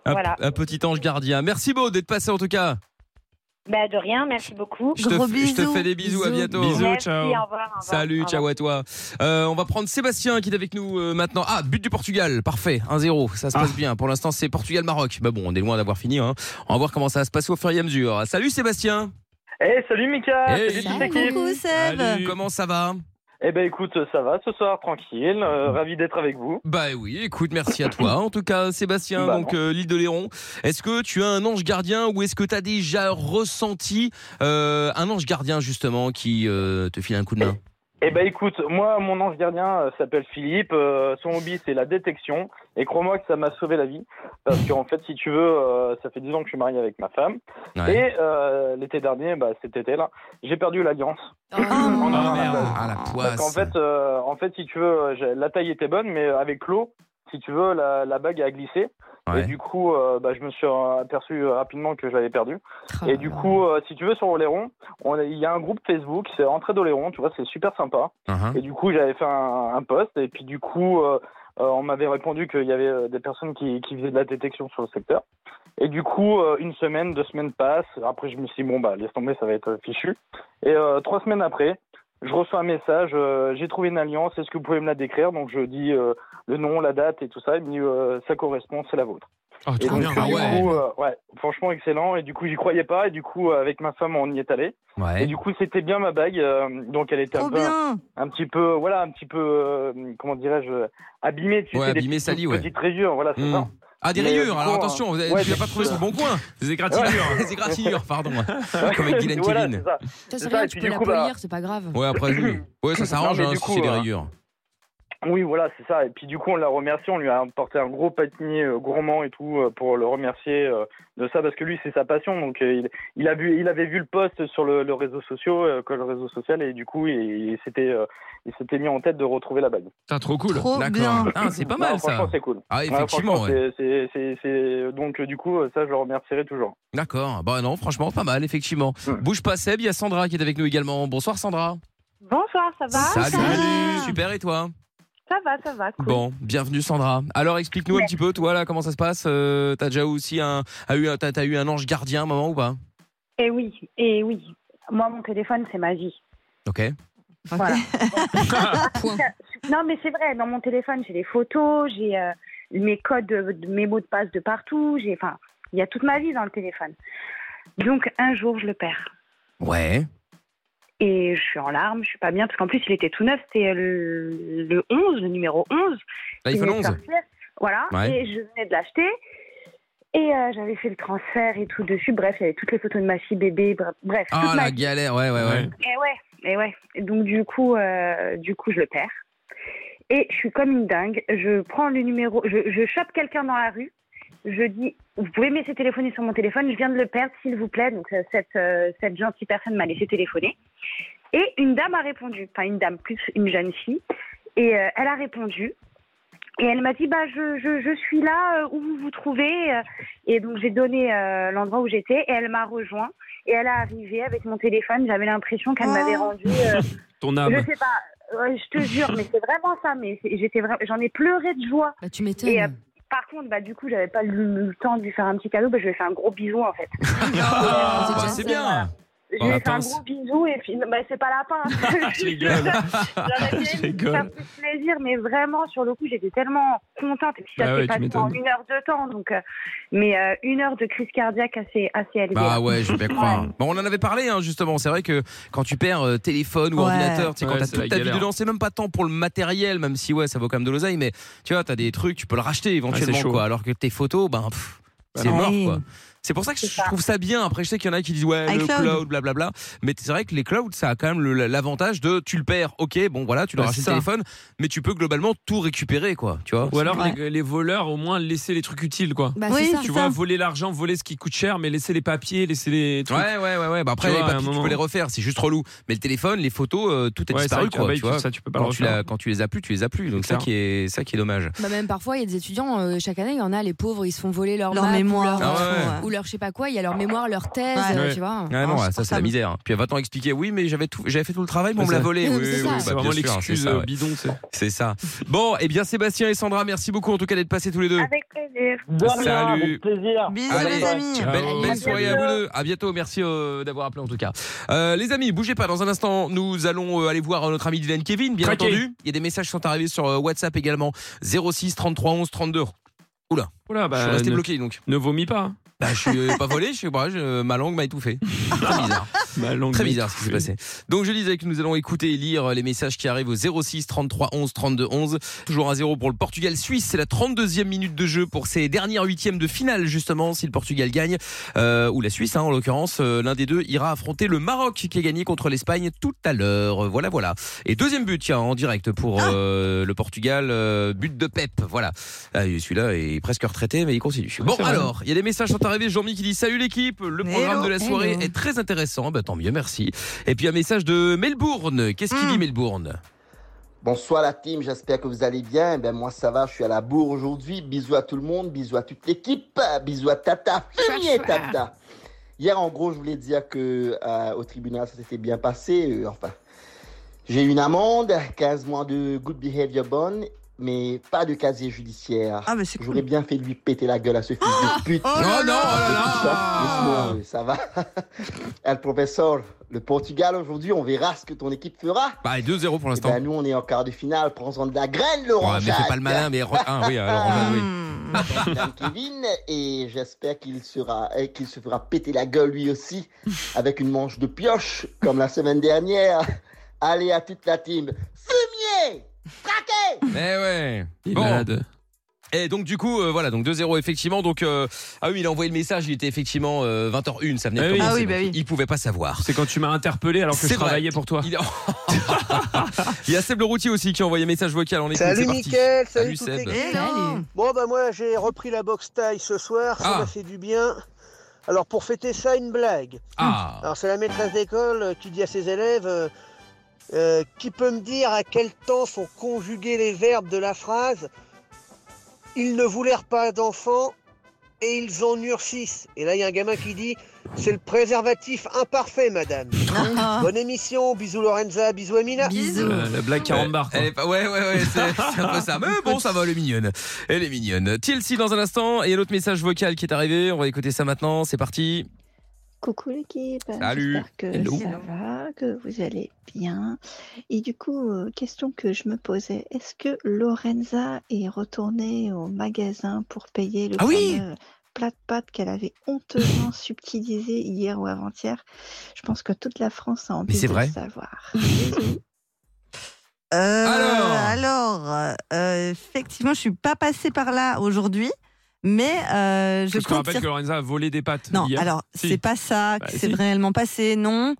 B: Un,
F: Voilà.
B: un petit ange gardien. Merci Maude d'être passé en tout cas.
F: bah, de rien, merci beaucoup.
B: Je te,
C: Gros
B: f- je te
C: bisous.
B: fais des bisous, à
E: Bisous.
B: bientôt.
D: Bisous,
F: merci,
D: ciao.
F: Au revoir, au revoir, au
B: Salut,
F: revoir.
B: ciao à toi. Euh, on va prendre Sébastien qui est avec nous euh, maintenant. Ah, but du Portugal, parfait, 1-0, ça se passe bien. Pour l'instant, c'est Portugal-Maroc. Bah bon, on est loin d'avoir fini. Hein. On va voir comment ça va se passer au fur et à mesure. Salut Sébastien,
F: Eh,
B: Eh,
G: Hey, salut Mika
B: Hey.
G: Salut toute
E: Salut.
G: l'équipe
C: Coucou Seb.
D: Salut.
B: comment ça va
G: Eh ben écoute, ça va ce soir, tranquille, euh, ravi d'être avec vous.
B: Bah oui, écoute, merci à toi. En tout cas, Sébastien,
G: Bah
B: donc euh, l'île de Léron. Est-ce que tu as un ange gardien ou est-ce que tu as déjà ressenti euh, un ange gardien justement qui euh, te file un coup de main
G: Eh ben écoute, moi mon ange gardien euh, s'appelle Philippe, euh, son hobby c'est la détection et crois-moi que ça m'a sauvé la vie parce qu'en fait si tu veux, euh, ça fait 10 ans que je suis marié avec ma femme
B: Ouais.
G: et euh, l'été dernier, bah cet été là, j'ai perdu l'alliance.
E: Oh,
C: non.
G: Ah,
D: merde.
B: Ah la
G: Parce
B: poisse.
G: qu'en fait, euh, en fait si tu veux, j'ai- la taille était bonne mais avec l'eau, si tu veux, la, la bague a glissé
B: Ouais.
G: et du coup, euh, bah, je me suis euh, aperçu rapidement que je l'avais perdue.
E: Oh
G: Et
E: là
G: du
E: là.
G: coup, euh, si tu veux, sur Oléron, on a- il y a un groupe Facebook, c'est Entrée d'Oléron, tu vois, c'est super sympa.
B: Uh-huh.
G: Et du coup, j'avais fait un, un post, et puis du coup, euh, euh, on m'avait répondu qu'il y avait euh, des personnes qui, qui faisaient de la détection sur le secteur. Et du coup, euh, une semaine, deux semaines passent, après je me suis dit, bon, bah, laisse tomber, ça va être euh, fichu. Et euh, trois semaines après, je reçois un message, euh, j'ai trouvé une alliance, est-ce que vous pouvez me la décrire Donc je dis euh, le nom, la date et tout ça, il me dit, euh, ça correspond, c'est la vôtre.
D: Ah,
G: Et donc,
D: trop bien.
G: euh,
B: Ah
G: du
B: ouais.
G: coup, euh, ouais, franchement excellent. Et du coup, j'y croyais pas. Et du coup, euh, avec ma femme, on y est allé.
B: Ouais.
G: Et du coup, c'était bien ma bague. euh, donc, elle était un,
C: Trop
G: peu,
C: bien.
G: un petit peu, voilà, un petit peu, euh, comment dirais-je, abîmée. Tu
B: Ouais,
G: sais, des
B: abîmée,
G: petites-
B: salie, ouais.
G: Petites rayures, voilà, c'est
B: Mm.
G: ça.
B: Ah, des
G: Mais, euh, du
B: rayures,
G: coup,
B: alors
G: euh,
B: attention, vous avez-
G: ouais,
B: tu l'as
G: des-
B: pas trouvé sur le bon coin.
D: Des égratignures.
B: Des égratignures, pardon. Comme
G: Ouais,
B: avec Dylan
G: voilà,
B: Kevin.
G: c'est ça.
E: Ça, c'est
G: ça,
E: rien,
G: et
E: tu
G: puis
E: peux
G: du
E: la
G: coup, bah-
E: polir, c'est pas grave.
B: Ouais, après, oui. Ouais, ça
G: Non,
B: s'arrange,
G: mais
B: hein,
G: du
B: si
G: coup,
B: c'est des
G: euh,
B: rayures.
G: Oui, voilà, c'est ça. Et puis du coup, on l'a remercié, on lui a apporté un gros panier euh, gourmand et tout euh, pour le remercier euh, de ça parce que lui, c'est sa passion. Donc euh, il, il a vu, il avait vu le post sur le, le réseau social, euh, que le réseau social, et du coup, il, il s'était, euh, il s'était mis en tête de retrouver la bague.
B: Putain, trop cool.
C: Trop
B: D'accord.
C: bien.
B: Ah, c'est pas
G: Non,
B: mal
G: franchement,
B: ça.
G: c'est cool.
B: Ah,
G: Ouais,
B: effectivement.
G: franchement,
B: ouais.
G: c'est- c'est- c'est- c'est- Donc euh, du coup, euh, ça, je le remercierai toujours.
B: D'accord. Bah non, franchement, pas mal, effectivement.
G: Mm.
B: Bouge pas, Seb. Il y a Sandra qui est avec nous également. Bonsoir, Sandra.
H: Bonsoir, ça va
B: Salut. Super. Et toi
H: Ça va, ça va. Cool.
B: Bon, bienvenue, Sandra. Alors, explique-nous un petit peu, toi, là, comment ça se passe Euh, T'as déjà aussi un, as eu, un- t'as, t'as eu un ange gardien, maman, ou pas
H: Et Eh oui, et oui. Moi, mon téléphone, c'est ma vie.
B: Ok.
H: Voilà.
E: Point.
H: Non, mais c'est vrai. Dans mon téléphone, j'ai les photos, j'ai euh, mes codes, de- de- mes mots de passe de partout. J'ai, enfin, il y a toute ma vie dans le téléphone. Donc un jour, je le perds.
B: Ouais.
H: Et je suis en larmes, je suis pas bien, parce qu'en plus, il était tout neuf, c'était le, le 11, le numéro 11. qui
B: L'iPhone
H: venait de
B: 11.
H: sortir. Voilà,
B: Ouais.
H: et je venais de l'acheter. Et euh, j'avais fait le transfert et tout dessus. Bref, il y avait toutes les photos de ma fille bébé. br- Bref,
B: Ah,
H: toute ma
B: la galère. Ouais, ouais, ouais.
D: Ouais.
H: Et ouais, et ouais. Et Donc du coup, euh, du coup, je le perds. Et je suis comme une dingue. Je prends le numéro, je, je chope quelqu'un dans la rue. Je dis, vous pouvez me laisser téléphoner sur mon téléphone. Je viens de le perdre, s'il vous plaît. Donc euh, cette euh, cette gentille personne m'a laissé téléphoner. Et une dame a répondu, enfin une dame plus une jeune fille. Et euh, elle a répondu. Et elle m'a dit, bah, je, je, je suis là euh, où vous vous trouvez. euh. Et donc j'ai donné euh, l'endroit où j'étais. Et elle m'a rejoint. Et elle est arrivée avec mon téléphone. J'avais l'impression qu'elle
C: Oh.
H: m'avait
E: Ah.
H: rendu. euh,
D: Ton
H: je
D: âme.
H: sais pas. euh, je te jure, mais c'est vraiment ça. Mais c'est- j'étais vra- j'en ai pleuré de joie.
E: Bah, tu
H: Et, euh,
E: m'étonnes.
H: Par contre, bah du coup, j'avais pas le, le temps de lui faire un petit cadeau. Bah, je lui ai fait un gros bisou en fait.
B: Ah, bah, c'est bien.
H: Je
B: Oh,
H: lui ai
B: la
H: fait un
B: pince.
H: gros bisou et puis, bah, c'est pas lapin.
D: Ah, Je rigole. Ah,
H: J'aurais
D: Je
H: bien aimé
D: rigole.
H: faire plus plaisir, mais vraiment, sur le coup, j'étais tellement contente. Et puis, ça
D: Bah
H: s'est
B: Ah
D: ouais, tu
H: passé en
D: m'étonnes.
H: une heure de temps. Donc, euh, mais euh, une heure de crise cardiaque assez, assez élevée.
B: Bah ouais, je vais bien croire. Bon, on en avait parlé hein, justement. C'est vrai que quand tu perds euh, téléphone ou
C: Ouais.
B: ordinateur, tu sais, quand
D: Ouais,
B: t'as
D: c'est
B: toute
D: la
B: ta vie
D: galère.
B: dedans, c'est même pas tant pour le matériel, même si ouais, ça vaut quand même de l'oseille, mais tu vois, t'as des trucs, tu peux le racheter éventuellement
D: Ouais, c'est chaud.
B: quoi. Alors que tes photos, ben. pff,
D: Bah
B: c'est
D: non.
B: mort
C: Oui.
B: quoi. C'est pour ça que
H: C'est
B: je
H: ça.
B: trouve ça bien. Après, je sais qu'il y en a qui disent ouais, le
C: iCloud.
B: cloud, blablabla. Mais c'est vrai que les clouds, ça a quand même le- l'avantage de tu le perds, ok, bon voilà, tu dois
D: Bah,
B: racheter
D: c'est
B: le
D: ça.
B: téléphone, mais tu peux globalement tout récupérer quoi, tu vois.
D: Ou alors
C: Ouais.
D: les, les voleurs, au moins laisser les trucs utiles, quoi.
E: Bah,
C: oui,
E: c'est ça.
D: Tu
C: c'est
D: vois,
C: ça.
D: voler l'argent, voler ce qui coûte cher, mais laisser les papiers, laisser les trucs.
B: Ouais, ouais, ouais, ouais. Bah après,
D: Tu
B: les
D: vois, à un
B: papiers, tu
D: moment.
B: peux les refaire, c'est juste relou. Mais le téléphone, les photos, euh, tout est
D: Ouais, c'est
B: disparu,
D: vrai que
B: quoi.
D: la
B: tu
D: bague,
B: vois.
D: ça, tu peux pas le
B: Quand tu,
D: refaire.
B: l'as- quand tu les as plus, tu les as plus. Donc,
D: C'est
B: ça
D: ça.
B: qui est, ça qui est dommage.
E: Bah, même parfois, il y a des étudiants, euh, chaque année, il y en a, les pauvres, ils se font voler leur,
C: Leur
E: map ou
C: mémoire.
E: leur-
B: Ah ouais.
C: ouais.
E: Ou leur, je sais pas quoi, il y a leur mémoire, leur thèse,
C: Ouais.
E: euh,
D: Ouais.
E: tu vois.
B: Ah
C: Ah,
B: non,
C: je
B: ça,
C: trouve
B: c'est
C: ça
B: la
C: me-
B: misère. Puis, à 20 ans, expliquer, oui, mais j'avais tout, j'avais fait tout le travail, mais on
D: Ouais,
B: me l'a
D: ça-
B: volé.
E: Non,
B: Oui,
E: mais
B: oui,
E: c'est
B: oui,
E: ça.
B: bah,
D: C'est
B: bien
D: vraiment
B: sûr,
D: l'excuse
B: ça,
D: euh,
B: ouais.
D: bidon, c'est.
B: C'est ça. Bon, et bien, Sébastien et Sandra, merci beaucoup, en tout cas, d'être passés tous les deux.
H: Avec plaisir.
B: Salut.
G: avec plaisir.
C: Bisous
B: Allez.
C: les amis.
D: Ciao.
B: Belle,
D: Allez,
B: belle
D: à
B: soirée à vous
H: bientôt.
B: deux. À bientôt. Merci euh, d'avoir appelé en tout cas. Euh, les amis, bougez pas. Dans un instant, nous allons euh, aller voir euh, notre ami Dylan Kevin. Bien
D: Craqué.
B: entendu. Il y a des messages qui sont arrivés sur euh, WhatsApp également. 06 33 11 32.
D: Oula,
B: je suis
D: bah,
B: resté
D: ne,
B: bloqué donc.
D: ne vomis pas.
B: Bah, je suis euh, pas volé. Je sais pas. je- ma langue m'a étouffé. Très bizarre.
D: Ma langue
B: Très
D: m'est
B: bizarre ce qui s'est
D: touchée.
B: passé. Donc je disais que nous allons écouter et lire euh, les messages qui arrivent au 06 33 11 32 11. Toujours à 0 pour le Portugal Suisse. C'est la 32e minute de jeu pour ces dernières huitièmes de finale justement. Si le Portugal gagne euh, ou la Suisse hein, en l'occurrence, euh, l'un des deux ira affronter le Maroc qui a gagné contre l'Espagne tout à l'heure. Euh, Voilà voilà. Et deuxième but tiens en direct pour
D: Ah
B: euh, le Portugal, euh, but de Pep. Voilà. Ah, Celui-là est presque retraité mais il continue. Bon
D: Ah, c'est vrai.
B: alors il y a des messages qui sont arrivés. Jean-Mi qui dit salut l'équipe. Le programme
C: Hello.
B: de la soirée
E: Hello.
B: est très intéressant. Bah, tant mieux merci. Et puis un message de Melbourne. Qu'est-ce qu'il
C: Mm.
B: dit Melbourne
I: Bonsoir la team, j'espère que vous allez bien. Ben moi ça va, je suis à la bourre aujourd'hui. Bisous à tout le monde, bisous à toute l'équipe, bisous à Tata, Fini et Tata. Hier en gros, je voulais dire que euh, au tribunal ça s'était bien passé. euh, enfin, j'ai eu une amende, 15 mois de good behavior bonne, mais pas de casier judiciaire.
C: Ah mais c'est cool.
I: J'aurais bien fait lui péter la gueule à ce fils de pute.
C: Oh là
B: Oh
C: là.
B: non, oh là là.
I: Ça, mais sinon, euh, ça va. El professeur, le Portugal aujourd'hui, on verra ce que ton équipe fera.
B: Bah 2-0 pour
I: Eh
B: l'instant.
I: ben, nous, on est en quart de finale. Prends-en de la graine, Laurent.
B: Ouais, mais fais pas le malin mais re- ah, oui alors Rosanne, oui.
C: Hmm.
I: Madame Kevin, et j'espère qu'il sera, eh, qu'il se fera péter la gueule lui aussi avec une manche de pioche comme la semaine dernière. Allez à toute la team. Fumier, traqué.
B: Eh ouais.
D: Il est
B: Bon.
D: malade.
B: Et donc du coup euh, voilà donc 2-0 effectivement donc euh, ah oui il a envoyé le message il était effectivement euh, 20h01 ça venait de
D: Ah oui.
B: commencer,
C: Ah oui,
B: donc
C: bah oui.
B: il pouvait pas savoir.
D: C'est quand tu m'as interpellé alors que
B: C'est
D: je
B: vrai.
D: travaillais pour toi.
B: Il, il y a Seb le routier aussi qui a envoyé un message vocal en écoute, c'est
J: Salut
B: parti.
J: Mickaël,
B: Salut
J: salut, toute
B: Seb.
J: l'équipe.
C: Hello.
E: Salut.
J: Bon bah moi j'ai repris la boxe taille ce soir, ça
B: Ah.
J: m'a fait du bien. Alors pour fêter ça, une blague.
B: Ah
J: Alors c'est la maîtresse d'école euh, qui dit à ses élèves, euh, euh, qui peut me dire à quel temps sont conjugués les verbes de la phrase Ils ne voulèrent pas d'enfants et ils en eurent six. Et là il y a un gamin qui dit, c'est le préservatif imparfait madame.
C: Ah,
J: Bonne émission, bisous Lorenza, bisous Amina.
C: Bisous.
D: Euh, la blague 40 bars. quoi.
B: Elle est pas- ouais, ouais, ouais, c'est c'est un peu ça. Mais bon, ça va, elle est mignonne. Elle est mignonne. TLC dans un instant, et il y a l'autre message vocal qui est arrivé. On va écouter ça maintenant, c'est parti.
K: Coucou l'équipe,
B: Salut.
K: j'espère que
B: Hello.
K: ça va, que vous allez bien. Et du coup, euh, question que je me posais, est-ce que Lorenza est retournée au magasin pour payer le
B: Ah oui
K: fameux plat de pâtes qu'elle avait honteusement subtilisé hier ou avant-hier Je pense que toute la France a envie
B: c'est
K: de
B: vrai.
K: le savoir.
C: Euh,
B: Alors.
C: alors, euh, effectivement, je suis pas passée par là aujourd'hui, mais euh, je
D: Parce qu'on
C: compte.
D: rappelle
C: dire-
D: que Lorenza a volé des pattes.
C: Non,
D: hier.
C: alors
D: Si.
C: c'est pas ça
D: Bah,
C: qui
D: si.
C: s'est réellement passé, non.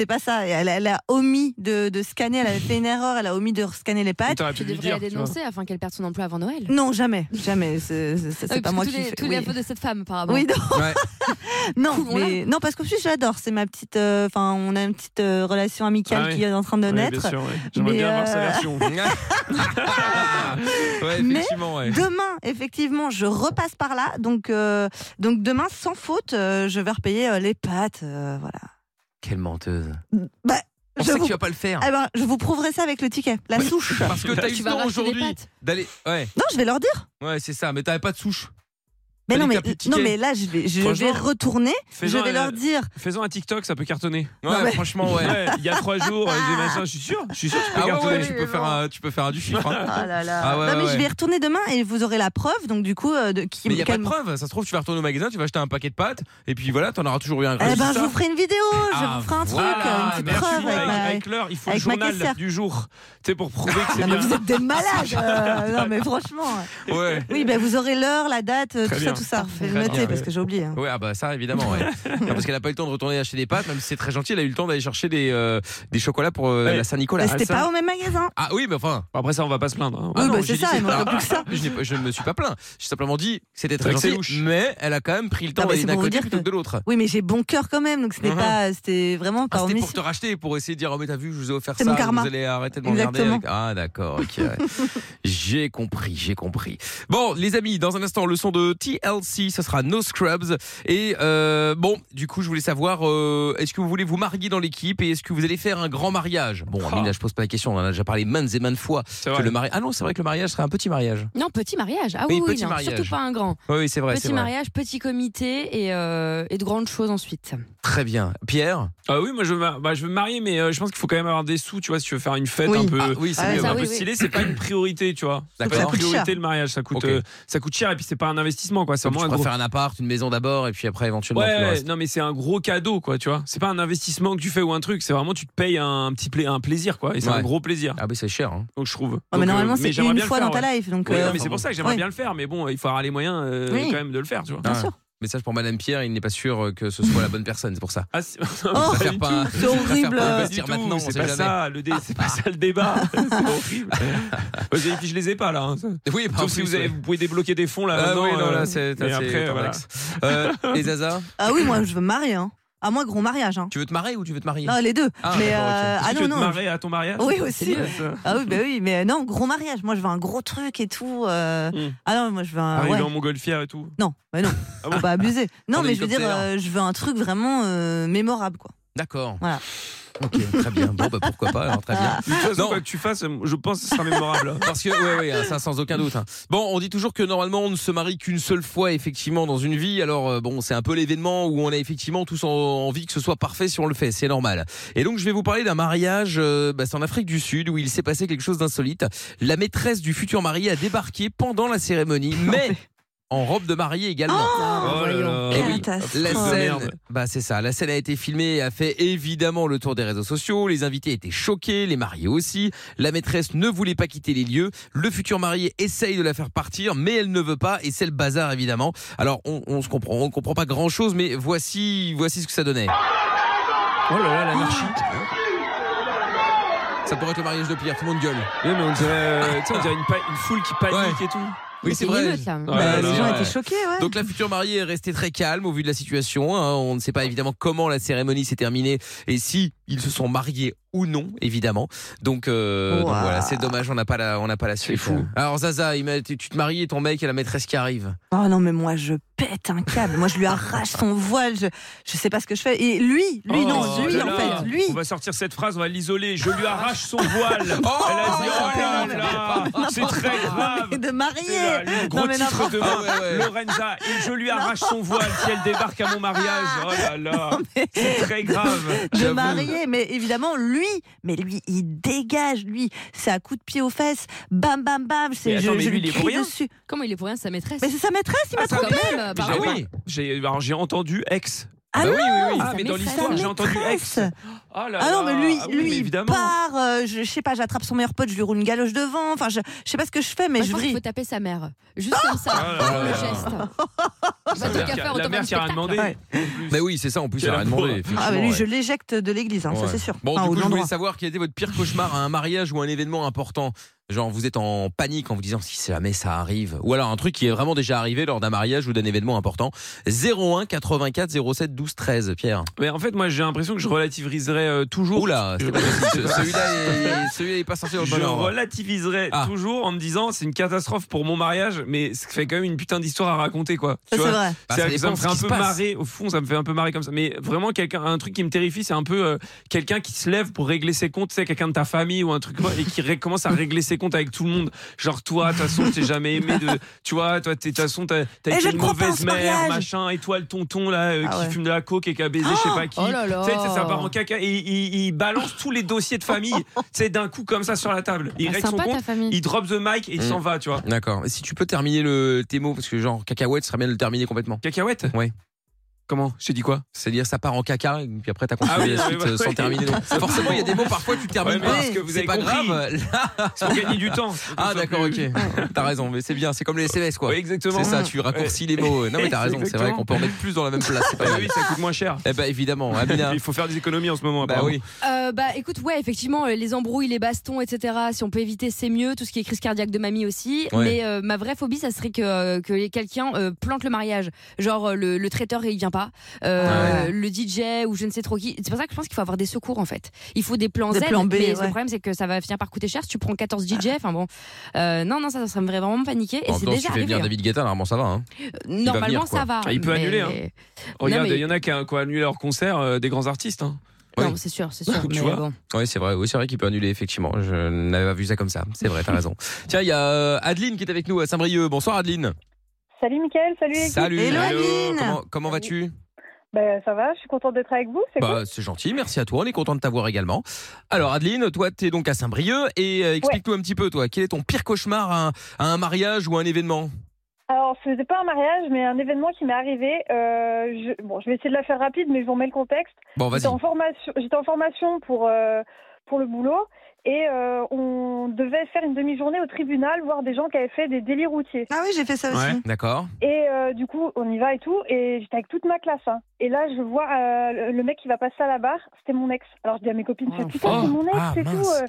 C: C'est pas ça. Elle, elle a omis de, de scanner. Elle avait fait une erreur. Elle a omis de rescanner les pattes.
D: T'aurais
E: Tu
D: pu lui
E: devrais
D: dire.
E: la
D: tu vois.
E: dénoncer afin qu'elle perde son emploi avant Noël.
C: Non, jamais, jamais. C'est c'est- c'est
E: Ah oui,
C: pas
E: parce
C: moi
E: que
C: qui.
E: tous les-
C: fais-
E: Tous les
C: oui.
E: infos de cette femme, apparemment.
C: Oui, non.
B: Ouais.
C: Non,
E: Couvre-la.
C: mais- non, parce qu'en plus, j'adore. C'est ma petite. euh, Enfin, on a une petite euh, relation amicale
D: Ah oui.
C: qui est en train de
D: Oui, bien
C: naître.
D: sûr, ouais. J'aimerais
C: Mais,
D: bien avoir sa
C: euh,
D: version.
B: ouais,
C: Mais
B: effectivement, ouais.
C: Demain, effectivement, je repasse par là. Donc, euh, donc demain, sans faute, euh, je vais repayer euh, les pattes. euh, voilà.
B: Quelle menteuse.
C: Bah,
B: On
C: je
B: sait que
C: vous...
B: tu vas pas le faire.
C: Eh ben, je vous prouverai ça avec le ticket, la
B: Ouais.
C: souche.
B: Parce que t'as eu
E: Tu
B: le
E: vas
B: temps
E: racheter des
B: aujourd'hui
E: pattes.
B: d'aller. Ouais,
C: Non, je vais leur dire.
B: ouais, c'est ça, mais t'avais pas de souche.
C: Mais
B: Allez,
C: non, mais,
B: t'as plus de ticket.
C: non, mais là, je vais, je
D: Franchement,
C: vais retourner. Je
D: fais-en
C: vais
D: un-
C: leur dire.
D: Faisons un TikTok, ça peut cartonner.
B: Ouais,
C: Non, mais- Ah.
B: franchement, ouais.
D: Ouais, il y a trois jours, euh, j'ai machin, je suis sûr, je suis sûr que tu peux
B: Ah ouais,
D: cartonner.
B: ouais, tu peux faire un, tu peux faire un du chiffre. hein.
C: Ah là là.
B: Ah ouais,
C: non,
B: ouais,
C: mais
B: ouais.
C: je vais y retourner demain et vous aurez la preuve. Donc, du coup, euh, de, qui
B: Mais il n'y a pas de
C: calme-
B: preuve. Ça se trouve, tu vas retourner au magasin, tu vas acheter un paquet de pâtes, et puis voilà, t'en auras toujours eu un.
C: Eh
B: C'est
C: ben, je
B: ça
C: vous ferai une vidéo.
B: Ah,
C: je vous ferai un truc,
B: voilà,
C: une petite
B: merci,
C: preuve.
D: avec,
C: Avec ma-
D: avec l'heure, il faut le
C: avec ma
D: journal
C: caissière.
D: du jour. Tu sais, pour prouver que c'est
C: Non, mais
D: bien.
C: vous êtes des malades. euh, non, mais franchement.
B: Ouais.
C: Oui, ben, vous aurez l'heure, la date, euh,
D: Très
C: tout
D: bien.
C: ça, tout ça. Je vais
B: Très
C: le noter
B: bien.
C: parce que j'ai oublié. hein.
B: Ouais, ah bah ça évidemment. ouais. Non, parce qu'elle a pas eu le temps de retourner acheter des pâtes, même si c'est très gentil, elle a eu le temps d'aller chercher des, euh, des chocolats pour euh,
D: Ouais.
B: la Saint-Nicolas.
C: Bah, C'était
D: ça-
C: pas au même magasin.
B: Ah oui, mais enfin.
D: Après ça, on va pas se plaindre. hein.
C: Oui,
D: non,
C: bah,
D: j'ai
C: c'est
D: dit
C: ça,
D: que
C: il
D: c'était-
C: manquerait plus que ça.
B: Je, n'ai pas- je ne me suis pas plaint. J'ai simplement dit que c'était très
D: C'est vrai que c'est
B: gentil,
D: louche.
B: mais elle a quand même pris le temps
C: Non, mais
B: d'aller
C: Ah bah, c'est
B: d'un
C: pour vous
B: côté
C: dire
B: plutôt que de l'autre.
C: Oui, mais j'ai bon cœur quand même, donc c'était
B: Mhm.
C: pas, c'était vraiment pas
B: Ah, c'était
C: omis.
B: pour te racheter, pour essayer de dire Oh, mais t'as vu, je vous ai offert
C: C'est
B: ça,
C: mon karma.
B: vous allez arrêter de m'emmerder.
C: Exactement.
B: avec- Ah, d'accord, ok. ouais. j'ai compris, j'ai compris. Bon, les amis, dans un instant, le son de TLC, ce sera No Scrubs. Et euh, bon, du coup, je voulais savoir euh, est-ce que vous voulez vous marier dans l'équipe et est-ce que vous allez faire un grand mariage Bon, Amina, je pose pas la question, on en a déjà parlé maintes et maintes fois.
D: Ah. C'est
B: Que
D: vrai.
B: le mari... Ah non, c'est vrai que le mariage serait un petit mariage.
E: Non, petit mariage. Ah
B: Oui,
E: oui, oui,
B: petit
E: non,
B: mariage.
E: surtout pas un grand.
B: Oui, oui, c'est vrai, c'est
E: petit
B: vrai.
E: mariage, petit comité et, euh, et de grandes choses ensuite.
B: Très bien. Pierre
D: Ah oui, moi je veux, ma- bah, je veux me marier, mais euh, je pense qu'il faut quand même avoir des sous, tu vois, si tu veux faire une fête
C: Oui.
D: un peu. euh,
B: Ah, Oui, c'est
C: Ah,
B: mieux,
E: ça,
B: hein.
D: un peu
E: oui, oui.
D: stylé, c'est pas une priorité, tu vois. C'est
B: D'accord.
D: pas
C: Ça
D: une
C: coûte
D: priorité
C: cher.
D: le mariage, ça coûte,
B: Ok.
D: euh, ça coûte cher et puis c'est pas un investissement, quoi. C'est
B: Donc,
D: vraiment
B: tu
D: un
B: préfères
D: gros.
B: un appart, une maison d'abord, et puis après, éventuellement, tout le
D: Ouais,
B: reste.
D: non mais c'est un gros cadeau, quoi, tu vois. C'est pas un investissement que tu fais ou un truc, c'est vraiment tu te payes un petit pla- un plaisir, quoi. Et c'est
B: Ouais.
D: un gros plaisir,
B: Ah, bah, c'est cher, hein.
D: donc je trouve.
C: Oh, mais
D: Donc, euh,
C: normalement, c'est
D: j'aimerais
C: une
D: bien le
C: fois
D: faire,
C: dans ta
D: ouais.
C: life. Donc,
D: Ouais,
C: euh,
D: non, mais c'est pour ça que j'aimerais
C: Ouais.
D: bien le faire, mais bon, il faut avoir les moyens euh,
C: Oui.
D: quand même de le faire, tu vois.
C: Bien
B: Ah.
C: sûr.
B: Message pour Madame Pierre, il n'est pas sûr euh, que ce soit la bonne personne, c'est pour ça.
D: Ah, c'est-
C: Oh,
B: Je préfère pas-
C: c'est
B: je préfère
C: horrible.
B: pas
C: Pas
D: Pas du
B: investir
D: tout,
B: maintenant, on
D: c'est
B: sait
D: pas
B: jamais. Ah.
D: ça le dé- c'est pas ça le débat. c'est horrible. Parce que les filles, je les ai pas là. hein.
B: Oui, bah, en
D: Sauf si
B: plus,
D: vous, avez-
B: ouais.
D: vous pouvez débloquer des fonds là.
B: Ah
D: maintenant,
B: oui, non,
D: euh,
B: là, c'est
D: mais
B: c'est-
D: après,
B: ton
D: voilà.
B: ex. Euh, et Zaza,
C: Ah oui, moi, je veux me marier. Hein. À moi, gros mariage. Hein.
B: tu veux te marier ou tu veux te marier
C: Non, les deux.
B: Ah,
C: mais
B: d'accord, ok.
C: euh,
D: Est-ce
C: ah
D: que
C: non,
D: tu veux te
C: non.
D: marier à ton mariage
C: Oui, aussi.
D: C'est bien, ça.
C: Ah oui, bah oui, mais euh, non, gros mariage. Moi, je veux un gros truc et tout. euh,
D: Hmm.
C: Ah non, moi, je veux un.
D: Arriver
C: ouais.
D: en montgolfière et tout.
C: Non, bah non,
D: Ah bon
C: faut pas abuser.
B: En
C: Non, mais je veux dire,
B: hélicoptère.
C: euh, je veux un truc vraiment euh, mémorable, quoi.
B: D'accord.
C: Voilà.
B: Ok, très bien. Bon, bah, pourquoi pas, alors, très bien.
D: De toute façon,
B: Non.
D: quoi que tu fasses, je pense que ce sera mémorable.
B: Parce que, oui, oui, ça sans aucun doute. hein. Bon, on dit toujours que normalement on ne se marie qu'une seule fois, effectivement, dans une vie. Alors, euh, bon, c'est un peu l'événement où on a effectivement tous en- envie que ce soit parfait si on le fait, c'est normal. Et donc, je vais vous parler d'un mariage, euh, bah, c'est en Afrique du Sud, où il s'est passé quelque chose d'insolite. La maîtresse du futur mari a débarqué pendant la cérémonie, mais en robe de mariée également.
C: Oh
B: là là.
C: Quelle
B: Eh oui.
C: catastrophe.
B: La scène,
D: merde.
B: bah c'est ça. La scène a été filmée et a fait évidemment le tour des réseaux sociaux. Les invités étaient choqués, les mariés aussi. La maîtresse ne voulait pas quitter les lieux. Le futur marié essaye de la faire partir, mais elle ne veut pas et c'est le bazar évidemment. Alors on, on se comprend, on ne comprend pas grand chose, mais voici, voici ce que ça donnait. Ah.
D: Oh là là, l'anarchie.
B: Ça pourrait être le mariage de Pierre, tout le monde gueule.
D: Oui, mais on dirait, euh, tu sais, on dirait une, pa- une foule qui panique et tout.
B: Oui, c'est vrai.
E: émeute, là.
D: Ouais,
C: Bah,
D: là,
C: les
D: là,
C: gens
B: ouais.
C: étaient choqués, ouais.
B: Donc la future mariée est restée très calme au vu de la situation. hein. On ne sait pas évidemment comment la cérémonie s'est terminée et si ils se sont mariés ou non, évidemment. Donc, euh, donc
C: Ouah.
B: voilà, c'est dommage, on n'a pas la, on n'a pas la suite.
D: fou.
B: Alors Zaza, il m'a- tu tu te maries et ton mec et la maîtresse qui arrive.
C: Oh non, mais moi, je pète un câble. Moi, je lui arrache son voile. Je, je sais pas ce que je fais. Et lui, lui,
D: Oh
C: non, lui,
D: là
C: en
D: là.
C: fait, lui.
D: On va sortir cette phrase, on va l'isoler. Je lui arrache son voile.
B: Oh,
D: Elle a dit,
B: ça
D: oh là
B: fait
D: là, c'est très grave.
C: Et de marier.
D: C'est là, le gros
C: mais
D: titre
C: n'importe-
D: de
B: Ah ouais, ouais.
D: Lorenza, et je lui arrache son voile si elle débarque à mon mariage. Oh là là, c'est très grave.
C: de
B: J'avoue.
C: marier, mais évidemment lui, mais lui il dégage, lui, c'est à coup de pied aux fesses, bam bam bam, c'est
D: Mais
C: je,
D: attends, mais
C: je
D: lui,
C: lui,
D: il est pour
C: crie
D: rien.
C: dessus.
E: Comment il est pour rien, sa maîtresse
C: Mais c'est sa maîtresse, il m'a
E: Quand
C: trompé.
E: même, euh,
B: Ah
E: pardon.
B: oui.
D: J'ai alors, j'ai entendu ex.
C: Ah
B: Bah
C: non,
B: oui, oui, oui.
D: Ah, mais
E: sa
D: dans
E: maîtresse.
D: l'histoire, j'ai entendu ex.
C: maîtresse.
D: Ah, là
C: Ah non,
D: là.
C: mais lui,
D: Ah oui,
C: lui,
D: mais
C: il
D: évidemment.
C: part, euh, je, je sais pas, j'attrape son meilleur pote, je lui roule une galoche devant, enfin je, je sais pas ce que je fais, mais
E: Moi,
C: je
E: pense qu'il
C: vrille.
E: faut taper sa mère. Juste comme ça,
D: Ah là
E: Oh, le
D: là.
E: geste. Bah, tant qu'à faire,
D: La
E: autant
D: mère qui
E: faire
D: a
E: un
D: rien demandé.
C: Ouais.
B: Mais oui, c'est ça. En plus,
D: Quel
B: elle a rien
D: amour.
B: demandé.
C: Ah
B: effectivement,
C: mais lui,
B: ouais.
C: je l'éjecte de l'église, hein, ça
B: Ouais.
C: c'est sûr.
B: Bon,
C: Enfin,
B: du
C: ou de
B: coup, je
C: l'endroit.
B: voulais savoir quel était votre pire cauchemar, un mariage ou un événement important. Genre, vous êtes en panique en vous disant si jamais ça arrive. Ou alors un truc qui est vraiment déjà arrivé lors d'un mariage ou d'un événement important. 01 84 07 12 13, Pierre.
D: Mais en fait, moi, j'ai l'impression que je relativiserai euh, toujours.
B: Oula, c'est pas possible. Ce- celui-là est, celui est pas sorti dans le
D: Je
B: bon ordre.
D: relativiserai
B: Ah.
D: toujours en me disant c'est une catastrophe pour mon mariage, mais ça fait quand même une putain d'histoire à raconter quoi.
C: Ça,
D: Tu vois
C: c'est vrai.
B: Bah,
D: ça,
B: ça
D: ça
B: dépend
D: me
B: ce
D: fait un
B: qui se
D: peu
B: passe.
D: marrer au fond ça me fait un peu marrer comme ça mais vraiment quelqu'un un truc qui me terrifie c'est un peu euh, quelqu'un qui se lève pour régler ses comptes tu sais quelqu'un de ta famille ou un truc comme ça, et qui ré- commence à régler ses comptes avec tout le monde genre toi de toute façon je t'ai jamais aimé de tu vois toi t'es- de toute façon t'as t'as
C: Et je
D: été
C: ne
D: une
C: crois pas en
D: mauvaise
C: ce
D: mère
C: mariage.
D: machin et toi le tonton là euh,
C: Ah
D: qui
C: ouais.
D: fume de la coke et qui a baisé je sais pas qui
E: Oh là là.
D: Tu sais, ça part en caca et il, il balance tous les dossiers de famille tu sais d'un coup comme ça sur la table il
E: Ah,
D: règle son
E: sympa ta
D: compte
E: famille.
D: il drop the mic et il
B: Mm.
D: s'en va tu vois
B: D'accord. Si tu peux terminer le, tes mots, parce que genre cacahuète, ce serait bien de le terminer complètement.
D: cacahuète
B: Ouais.
D: comment j'ai dit quoi
B: C'est-à-dire, ça part en caca, et puis après, t'as compris
D: Ah oui,
B: la
D: oui,
B: suite
D: oui,
B: euh, sans
D: oui.
B: terminer. Donc, forcément, il y a des mots, parfois, tu termines
D: Ouais, mais
B: pas.
D: est-ce que vous
B: C'est
D: avez
B: pas
D: compris
B: grave.
D: C'est pour gagner du temps. c'est pour
B: Ah
D: ça
B: d'accord,
D: que-
B: ok. T'as raison, mais c'est bien, c'est comme les SMS quoi.
D: Oui, exactement.
B: c'est ça, tu raccourcis les mots. Non mais t'as raison, c'est vrai
D: Exactement.
B: qu'on peut en mettre plus dans la même place. C'est pas
D: Bah
B: mal.
D: oui, ça coûte moins cher.
B: Eh ben évidemment, Amina.
D: Il faut faire des économies en ce moment.
B: Bah
D: apparemment.
B: oui.
E: Euh, bah écoute, ouais, effectivement, euh, les embrouilles, les bastons, etc. Si on peut éviter, c'est mieux. Tout ce qui est crise cardiaque de mamie aussi.
B: Ouais.
E: Mais euh, ma vraie phobie, ça serait que, euh, que quelqu'un euh, plante le mariage. Genre euh, le, le traiteur, il vient pas. Euh,
C: Ah ouais.
E: Le DJ ou je ne sais trop qui. C'est pour ça que je pense qu'il faut avoir des secours en fait. Il faut des plans
C: Des
E: Z.
C: plans B,
E: mais
C: ouais.
E: le problème, c'est que ça va finir par coûter cher. Si tu prends 14 DJ, enfin bon. Euh, non, non, ça, ça me ferait vraiment paniquer. Et
B: En
E: c'est
B: même temps, si
E: déjà
B: tu fais
E: arrivé.
B: bien
E: hein. Euh,
B: David Guetta, normalement ça va. Hein.
E: Normalement,
B: venir, quoi.
E: ça va.
D: Ah, il peut
E: mais-
D: annuler, hein. Regarde, il
E: mais-
D: y en a qui ont qui ont annulé leur concert, euh, des grands artistes. hein.
E: Non,
B: Oui.
E: c'est sûr, c'est sûr.
D: Tu
E: mais
D: vois.
E: bon.
B: Oui, c'est vrai. Oui, c'est vrai qu'il peut annuler effectivement. Je n'avais pas vu ça comme ça. C'est vrai, t'as raison. Tiens, il y a euh, Adeline qui est avec nous à Saint-Brieuc. Bonsoir Adeline.
L: Salut Mickaël, salut l'équipe.
B: Salut.
C: Hello, Adeline.
B: Comment, comment vas-tu
L: Bah, ça va, je suis contente d'être avec vous, c'est cool.
B: Bah c'est gentil. Merci à toi. On est content de t'avoir également. Alors Adeline, toi t'es donc à Saint-Brieuc et euh, explique-nous un petit peu toi. Quel est ton pire cauchemar à un- à un mariage ou à un événement
L: Alors, ce n'était pas un mariage, mais un événement qui m'est arrivé. Euh, je, bon, je vais essayer de la faire rapide, mais je vous remets le contexte.
B: Bon vas-y.
L: J'étais en formation, j'étais en formation pour, euh, pour le boulot et euh, on devait faire une demi-journée au tribunal voir des gens qui avaient fait des délits routiers.
C: Ah oui, j'ai fait ça
D: Ouais.
C: aussi.
B: D'accord.
L: Et euh, du coup, on y va et tout. Et j'étais avec toute ma classe. hein. Et là, je vois euh, le- le mec qui va passer à la barre. C'était mon ex. Alors je dis à mes copines,
E: Oh,
L: putain,
B: oh,
L: c'est mon ex
B: ah,
L: et tout.
B: mince.
L: euh.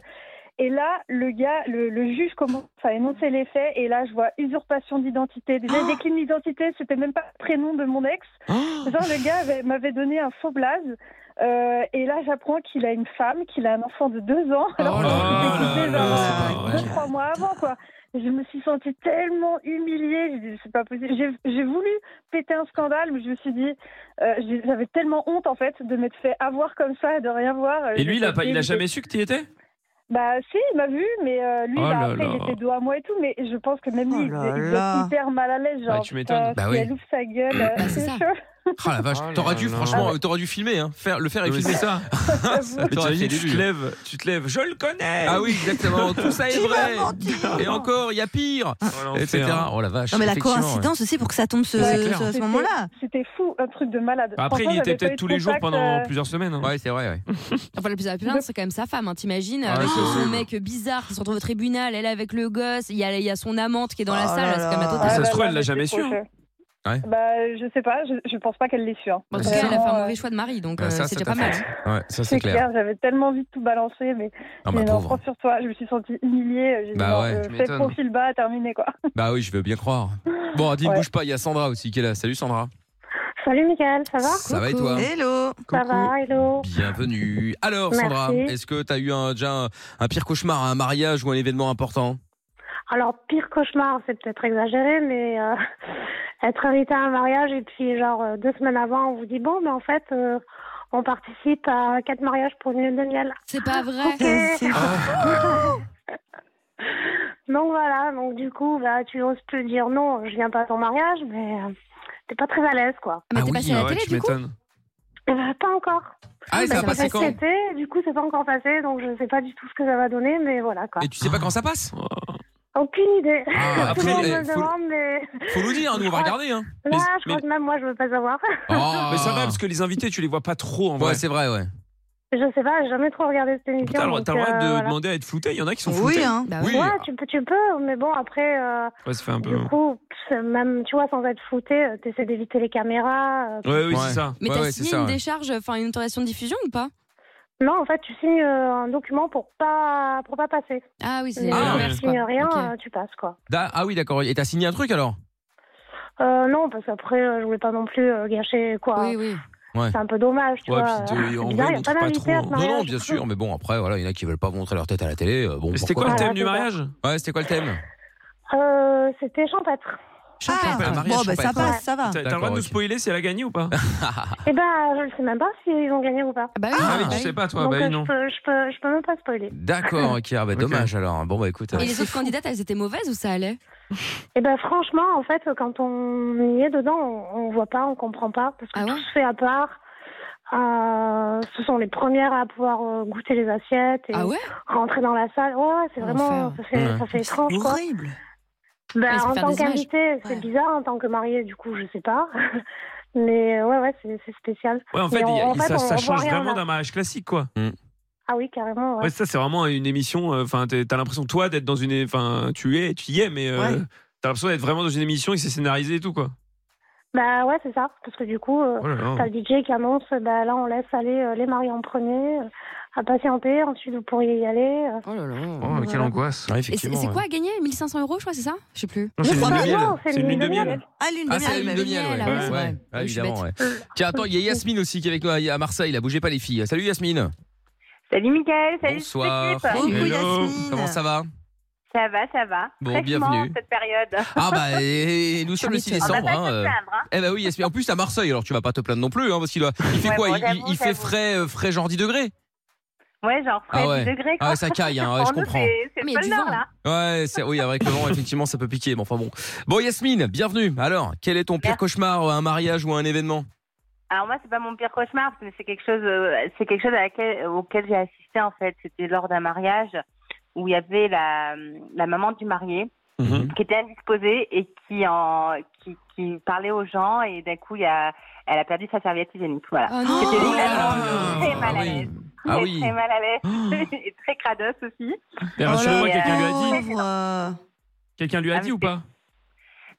L: Et là, le gars, le, le juge commence à énoncer les faits. Et là, je vois usurpation d'identité. Déjà,
B: Ah.
L: il décline l'identité. C'était même pas le prénom de mon ex. Genre, le gars avait- m'avait donné un faux blaze. Euh, et là, j'apprends qu'il a une femme, qu'il a un enfant de deux ans.
B: Oh
L: Alors,
D: là
L: qu'on s'était quittés,
D: là là,
L: genre,
D: c'est Ah, pas
L: euh, deux, trois mois avant, quoi. Je me suis sentie tellement humiliée. J'ai dit, c'est pas possible. J'ai, j'ai voulu péter un scandale, mais je me suis dit, euh, j'ai- j'avais tellement honte, en fait, de m'être fait avoir comme ça et de rien voir. Euh,
D: Et lui, il a,
L: j'étais
D: pas, il a
L: dégoûtée.
D: jamais su que tu y étais
L: Bah, si, il m'a vu, mais euh, lui,
D: Oh
L: bah,
D: là
L: après,
D: là.
L: il était dos à moi et tout, mais je pense que même
C: Oh
L: lui, il
C: là
L: était il
C: là.
L: était hyper mal à l'aise. Genre,
D: Bah, tu m'étonnes.
L: putain,
B: Bah
L: si
B: oui.
L: elle ouvre sa gueule, euh,
E: Bah, c'est
L: c'est
E: ça.
L: sûr.
B: Ah la vache,
D: Oh là
B: t'aurais dû
D: là.
B: franchement, euh, t'aurais dû filmer, hein. faire, le faire et
D: Oui,
B: filmer
D: c'est
B: ça.
D: Mais
B: T'aurais
D: t'aurais
B: fait
D: dit,
B: des
D: tu te
B: vues.
D: lèves, tu te lèves, je le connais.
B: Ah oui, exactement. Tout ça est
C: Qui
B: vrai.
C: m'a menti
B: Et encore, il y a pire,
D: Oh, l'enfer.
B: etc. Oh la vache.
C: Non, mais la
B: effectivement,
C: coïncidence aussi pour que ça tombe ce,
B: Ouais, c'est clair.
C: ce- ce moment-là.
M: C'était fou, un truc de malade.
D: Bah, Après,
M: Franchement,
D: il y était
M: j'avais pas eu
D: peut-être
M: de
D: tous les jours
M: contact,
D: pendant
M: euh,
D: plusieurs semaines. hein.
B: Ouais, Ouais, c'est vrai. ouais.
E: Enfin, le plus à plaindre, c'est quand même sa femme, hein, t'imagines
D: Ah,
E: Avec
D: c'est
E: son
D: horrible.
E: mec bizarre qui se retrouve au tribunal, elle avec le gosse, il y a, il y a son amante qui est dans la
C: Oh
E: salle,
C: là
E: c'est quand même
C: là.
E: la
M: ah,
E: totale.
D: Ça se
M: bah,
D: trouve,
M: bah,
D: elle l'a
M: c'est
D: jamais
M: trop
D: su, hein.
M: cher.
B: Ouais.
M: Bah, je sais pas, je, je pense pas qu'elle l'ait su. hein.
D: Bah,
E: Bon, en tout cas, elle a fait
M: Vraiment,
E: un
M: euh,
E: mauvais choix de mari, donc
B: Bah,
E: euh,
B: ça,
E: c'est
B: ça
E: déjà pas
B: t'a
E: mal. hein.
B: fait. Ouais, ça
M: C'est
B: c'est
M: clair,
B: clair.
M: j'avais tellement envie de tout balancer, mais,
B: Ah
M: mais
B: ma
M: non,
B: pauvre.
M: franchement, sur toi, je me suis sentie humiliée. J'ai
B: Bah
M: dit, non,
B: ouais,
M: euh,
D: tu
M: fais
D: m'étonnes.
M: profil bas, terminé quoi.
B: Bah oui, je veux bien croire. Bon, Adine,
M: Ouais.
B: bouge pas, il y a Sandra aussi qui est là. Salut Sandra.
M: Salut Michael, ça va
B: Ça va et toi
C: Hello
B: Coucou.
M: hello.
B: Bienvenue. Alors Sandra,
M: Merci.
B: est-ce que t'as eu un, déjà un, un pire cauchemar, un mariage ou un événement important
M: Alors, pire cauchemar, c'est peut-être exagéré, mais euh, être invité à un mariage et puis, genre, euh, deux semaines avant, on vous dit bon, mais en fait, euh, on participe à quatre mariages pour une demi-heure.
E: C'est pas vrai.
M: Ok.
C: C'est-
M: Donc voilà, donc du coup, bah, tu oses plus dire non, je viens pas à ton mariage, mais euh, t'es pas très à l'aise, quoi.
E: Mais
B: Ah
E: t'es
B: oui,
E: passé
B: ah
E: à la
D: ouais,
E: télé
D: tu
E: du coup
D: m'étonnes.
M: Et bah, pas encore.
B: Ah, et ça
E: bah,
B: va
E: ça
B: passer
M: C'est
B: quand
M: été, du coup, c'est pas encore passé, donc je sais pas du tout ce que ça va donner, mais voilà, quoi.
B: Et tu sais pas quand ça passe
M: Aucune idée.
B: Ah,
M: tout le
B: après,
M: monde me
B: eh,
M: le
B: faut,
M: demande, mais
B: faut nous dire, nous on va regarder. Hein.
M: là,
D: Mais-
M: Ah, je crois que même moi, je veux pas savoir.
B: Ah.
D: Mais ça va parce que les invités, tu les vois pas trop en vrai.
B: Ouais, c'est vrai, ouais.
M: Je sais pas, j'ai jamais trop regardé cette émission.
D: T'as le droit
M: donc,
D: t'as le droit
M: euh,
D: de
M: voilà.
D: demander à être flouté. Il y en a qui sont floutés.
C: Oui, hein.
E: Bah
B: Oui.
M: Ouais, tu, peux- tu peux, mais bon, après, euh,
D: Ouais, ça fait un peu.
M: du coup, c'est même, tu vois, sans être flouté, euh, t'essaies d'éviter les caméras. euh.
D: Ouais, oui,
B: Ouais.
D: c'est ça.
E: Mais
B: Ouais,
E: t'as
B: ouais,
E: signé
B: c'est ça,
E: une
B: ouais.
E: décharge, enfin une autorisation de diffusion ou pas
M: Non, en fait, tu signes euh, un document pour pas, pour pas passer.
E: Ah oui, c'est
M: Mais
B: Ah,
M: si
E: l'inverse,
M: tu signes
E: quoi.
M: rien,
E: Ok.
M: euh, tu passes, quoi.
B: Da- ah oui, d'accord. Et t'as signé un truc alors
M: Euh, non, parce qu'après, euh, je voulais pas non plus euh, gâcher, quoi.
E: Oui, oui.
M: C'est un peu dommage, tu
D: Ouais,
M: vois.
D: puis t'es-
M: C'est bizarre,
D: en vrai,
M: y a
D: montre
M: pas
D: pas
M: d'invité
D: trop,
M: à
D: hein.
M: ce
B: Non, non,
M: mariage.
B: bien sûr. Mais bon, après, voilà, il y en a qui veulent pas montrer leur tête à la télé. euh, Bon,
D: Et C'était quoi
B: pourquoi
D: le
M: pas.
D: thème du
M: Ouais, c'est
D: mariage
B: Ouais, c'était quoi le thème
M: Euh, C'était champêtre.
C: Ah,
B: Champêtre, un mariage
C: bon, bah, ça
B: champêtre.
M: Ouais.
C: passe, ça va.
D: T'as t'as le
B: D'accord,
D: droit de nous
B: ok.
D: spoiler si elle a gagné ou pas
M: Eh ben, je ne sais même pas s'ils ont gagné ou pas.
E: Ah Bah
D: Ah
E: oui,
D: oui,
E: bah
D: tu sais
E: oui.
D: pas toi,
M: Donc,
D: bah
M: euh,
D: oui, non.
M: je, peux, je, peux, je peux même pas spoiler.
B: D'accord, ok. Ah, bah,
D: Ok.
B: dommage alors. Bon, bah écoute.
E: Et les autres candidates, elles étaient mauvaises ou ça allait
M: Eh ben, franchement, en fait, quand on y est dedans, on, on voit pas, on comprend pas, parce que
E: Ah ouais
M: tout se fait à part. Euh, ce sont les premières à pouvoir euh, goûter les assiettes et
E: Ah ouais
M: rentrer dans la salle. Ouais, ouais, c'est vraiment,
E: Enfer.
M: ça fait,
B: Ouais.
M: ça fait
C: Mais C'est
M: étrange, quoi.
C: horrible.
M: Ben,
E: Ouais, se
M: en
E: faire
M: tant
E: des images.
M: qu'invité, c'est
C: Ouais.
M: bizarre. En tant que marié, du coup, je sais pas. Mais euh, ouais, ouais, c'est c'est spécial.
D: Ouais, en fait,
M: Mais
D: il y a-
M: en
D: il-
M: fait,
D: ça,
M: on-
D: ça
M: on voit
D: change
M: rien,
D: vraiment
M: là.
D: d'un mariage classique, quoi.
B: Mm.
M: Ah oui, carrément. Ouais.
D: Ouais, ça, c'est vraiment une émission. euh, Enfin, t'es- t'as l'impression, toi, d'être dans une. Enfin, tu es, tu y es, mais. euh,
C: Ouais.
D: T'as l'impression d'être vraiment dans une émission et que c'est scénarisé et tout, quoi.
M: Bah ouais, c'est ça. Parce que du coup, euh,
D: Oh là là.
M: t'as le DJ qui annonce, bah là, on laisse aller euh, les mariés en premier, euh, à patienter. Ensuite, vous pourriez y aller. euh.
E: Oh là là.
D: Oh, mais quelle angoisse.
B: Ouais,
E: Et c'est
B: effectivement.
E: c'est
B: ouais.
E: quoi à gagner 1500 euros, je crois, c'est ça Je sais plus.
D: Non, c'est
M: Mais
D: une lune de
M: c'est-
D: miel.
M: non,
D: C'est une lune de miel.
C: Ah, lune
B: Ah,
C: de
B: c'est
C: miel.
B: une
C: mais
B: lune
C: oui.
B: de miel, ouais.
E: Ah oui, c'est vrai.
B: Ouais,
E: Ah, je suis
B: évidemment, ouais. Tiens, attends, il y a Yasmine aussi qui est avec nous à à Marseille. La bougez pas, les filles. Salut Yasmine.
N: Salut Mickaël, salut
B: Bonsoir.
N: toute l'équipe.
C: Coucou,
D: Hello.
C: Yasmine.
B: Comment ça va
N: Ça va, ça va.
B: Bon,
N: Fraîchement,
B: bienvenue.
N: cette période.
B: Ah, bah, et- et nous sommes le 6
N: On va
B: décembre.
N: pas
B: hein,
N: se
B: euh.
N: plaindre, hein.
B: Eh bah oui, Yasmine. En plus, à Marseille, alors tu vas pas te plaindre non plus, hein, parce qu'il doit- il fait
N: Ouais,
B: quoi
N: bon,
B: Il- il-
N: j'avoue,
B: Il fait
N: j'avoue.
B: frais, euh, frais genre 10 degrés
N: Ouais, genre, frais
B: Ah ouais.
N: 10 degrés,
B: Ah
N: quoi.
B: ouais, ça caille, hein, ouais,
N: Pour
B: je
N: nous,
B: comprends.
N: c'est- C'est
E: Mais
N: le pôle
E: du
N: Nord,
E: vent.
N: là.
B: Ouais, c'est, oui, avec le vent, effectivement, ça peut piquer, mais enfin bon. Bon, Yasmine, bienvenue. Alors, quel est ton pire
N: Merci.
B: cauchemar, un mariage ou un événement
N: Alors moi, c'est pas mon pire cauchemar, parce que c'est quelque chose, euh, c'est quelque chose à laquelle- auquel j'ai assisté en fait. C'était lors d'un mariage où il y avait la, la maman du marié
D: Mhm.
N: qui était indisposée et qui en qui, qui parlait aux gens et d'un coup, il y a, elle a perdu sa serviette hygiénique. Voilà.
C: Ah
E: Oh non
N: C'était
B: là
N: vraiment
B: là.
N: très mal
B: Ah
N: à
B: oui.
N: l'aise.
B: Ah
N: Très,
B: oui. Ah.
N: Très mal à l'aise et très crados aussi. euh,
D: Mais
C: Oh là
D: rassure-moi,
N: là.
D: quelqu'un lui a dit
C: Pauvre.
D: Quelqu'un lui a
N: Ah,
D: dit
N: mais
D: ou pas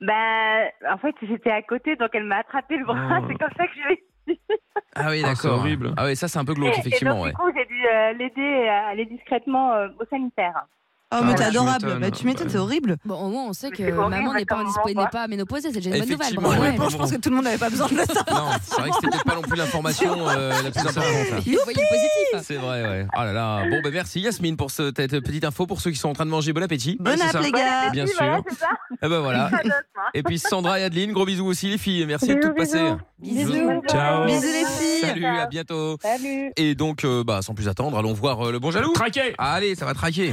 N: Ben, en fait, j'étais à côté, donc elle m'a attrapé le bras.
D: Oh.
N: C'est comme ça que je l'ai
B: Ah oui,
D: Ah,
B: d'accord.
D: c'est horrible.
B: Ah oui, ça, c'est un peu glauque,
N: Et
B: effectivement,
N: donc,
B: ouais.
N: du coup, j'ai dû euh, l'aider à aller discrètement euh, au sanitaire.
C: Oh,
D: ouais,
C: mais
D: tu
C: t'es adorable.
D: m'étonnes.
C: Bah, tu m'étonnes,
D: Bah,
C: c'est horrible.
E: Bon, au moins, on sait que
N: C'est horrible,
E: maman n'est pas
N: comme moment,
E: indispo-
N: quoi.
E: n'est pas ménopausée, c'est déjà une bonne nouvelle.
B: Effectivement,
E: bravo,
B: ouais.
E: ouais.
C: Honnêtement, je pense que tout le monde n'avait pas besoin de le savoir.
B: Non, c'est vrai que c'était peut-être pas non plus l'information euh, la plus importante. là.
E: Vous voyez le positif.
B: C'est vrai, ouais. Ah là là. Bon, ben merci Yasmine pour cette cette petite info pour ceux qui sont en train de manger. Bon appétit.
C: Bon
B: c'est
C: app,
B: ça.
C: les gars.
B: Bien
N: Oui,
B: sûr.
N: voilà, c'est ça.
B: Et ben voilà.
N: Pas d'autre, hein.
B: Et puis Sandra et Adeline, gros bisous aussi les filles. Merci de
M: Bisous,
B: toutes passer.
M: bisous.
E: Bisous.
D: Ciao.
C: Bisous, les filles.
B: Salut, à bientôt.
M: Salut.
B: Et donc, euh, bah, sans plus attendre, allons voir euh, le bon jaloux.
D: Traqué
B: Allez, ça va traquer.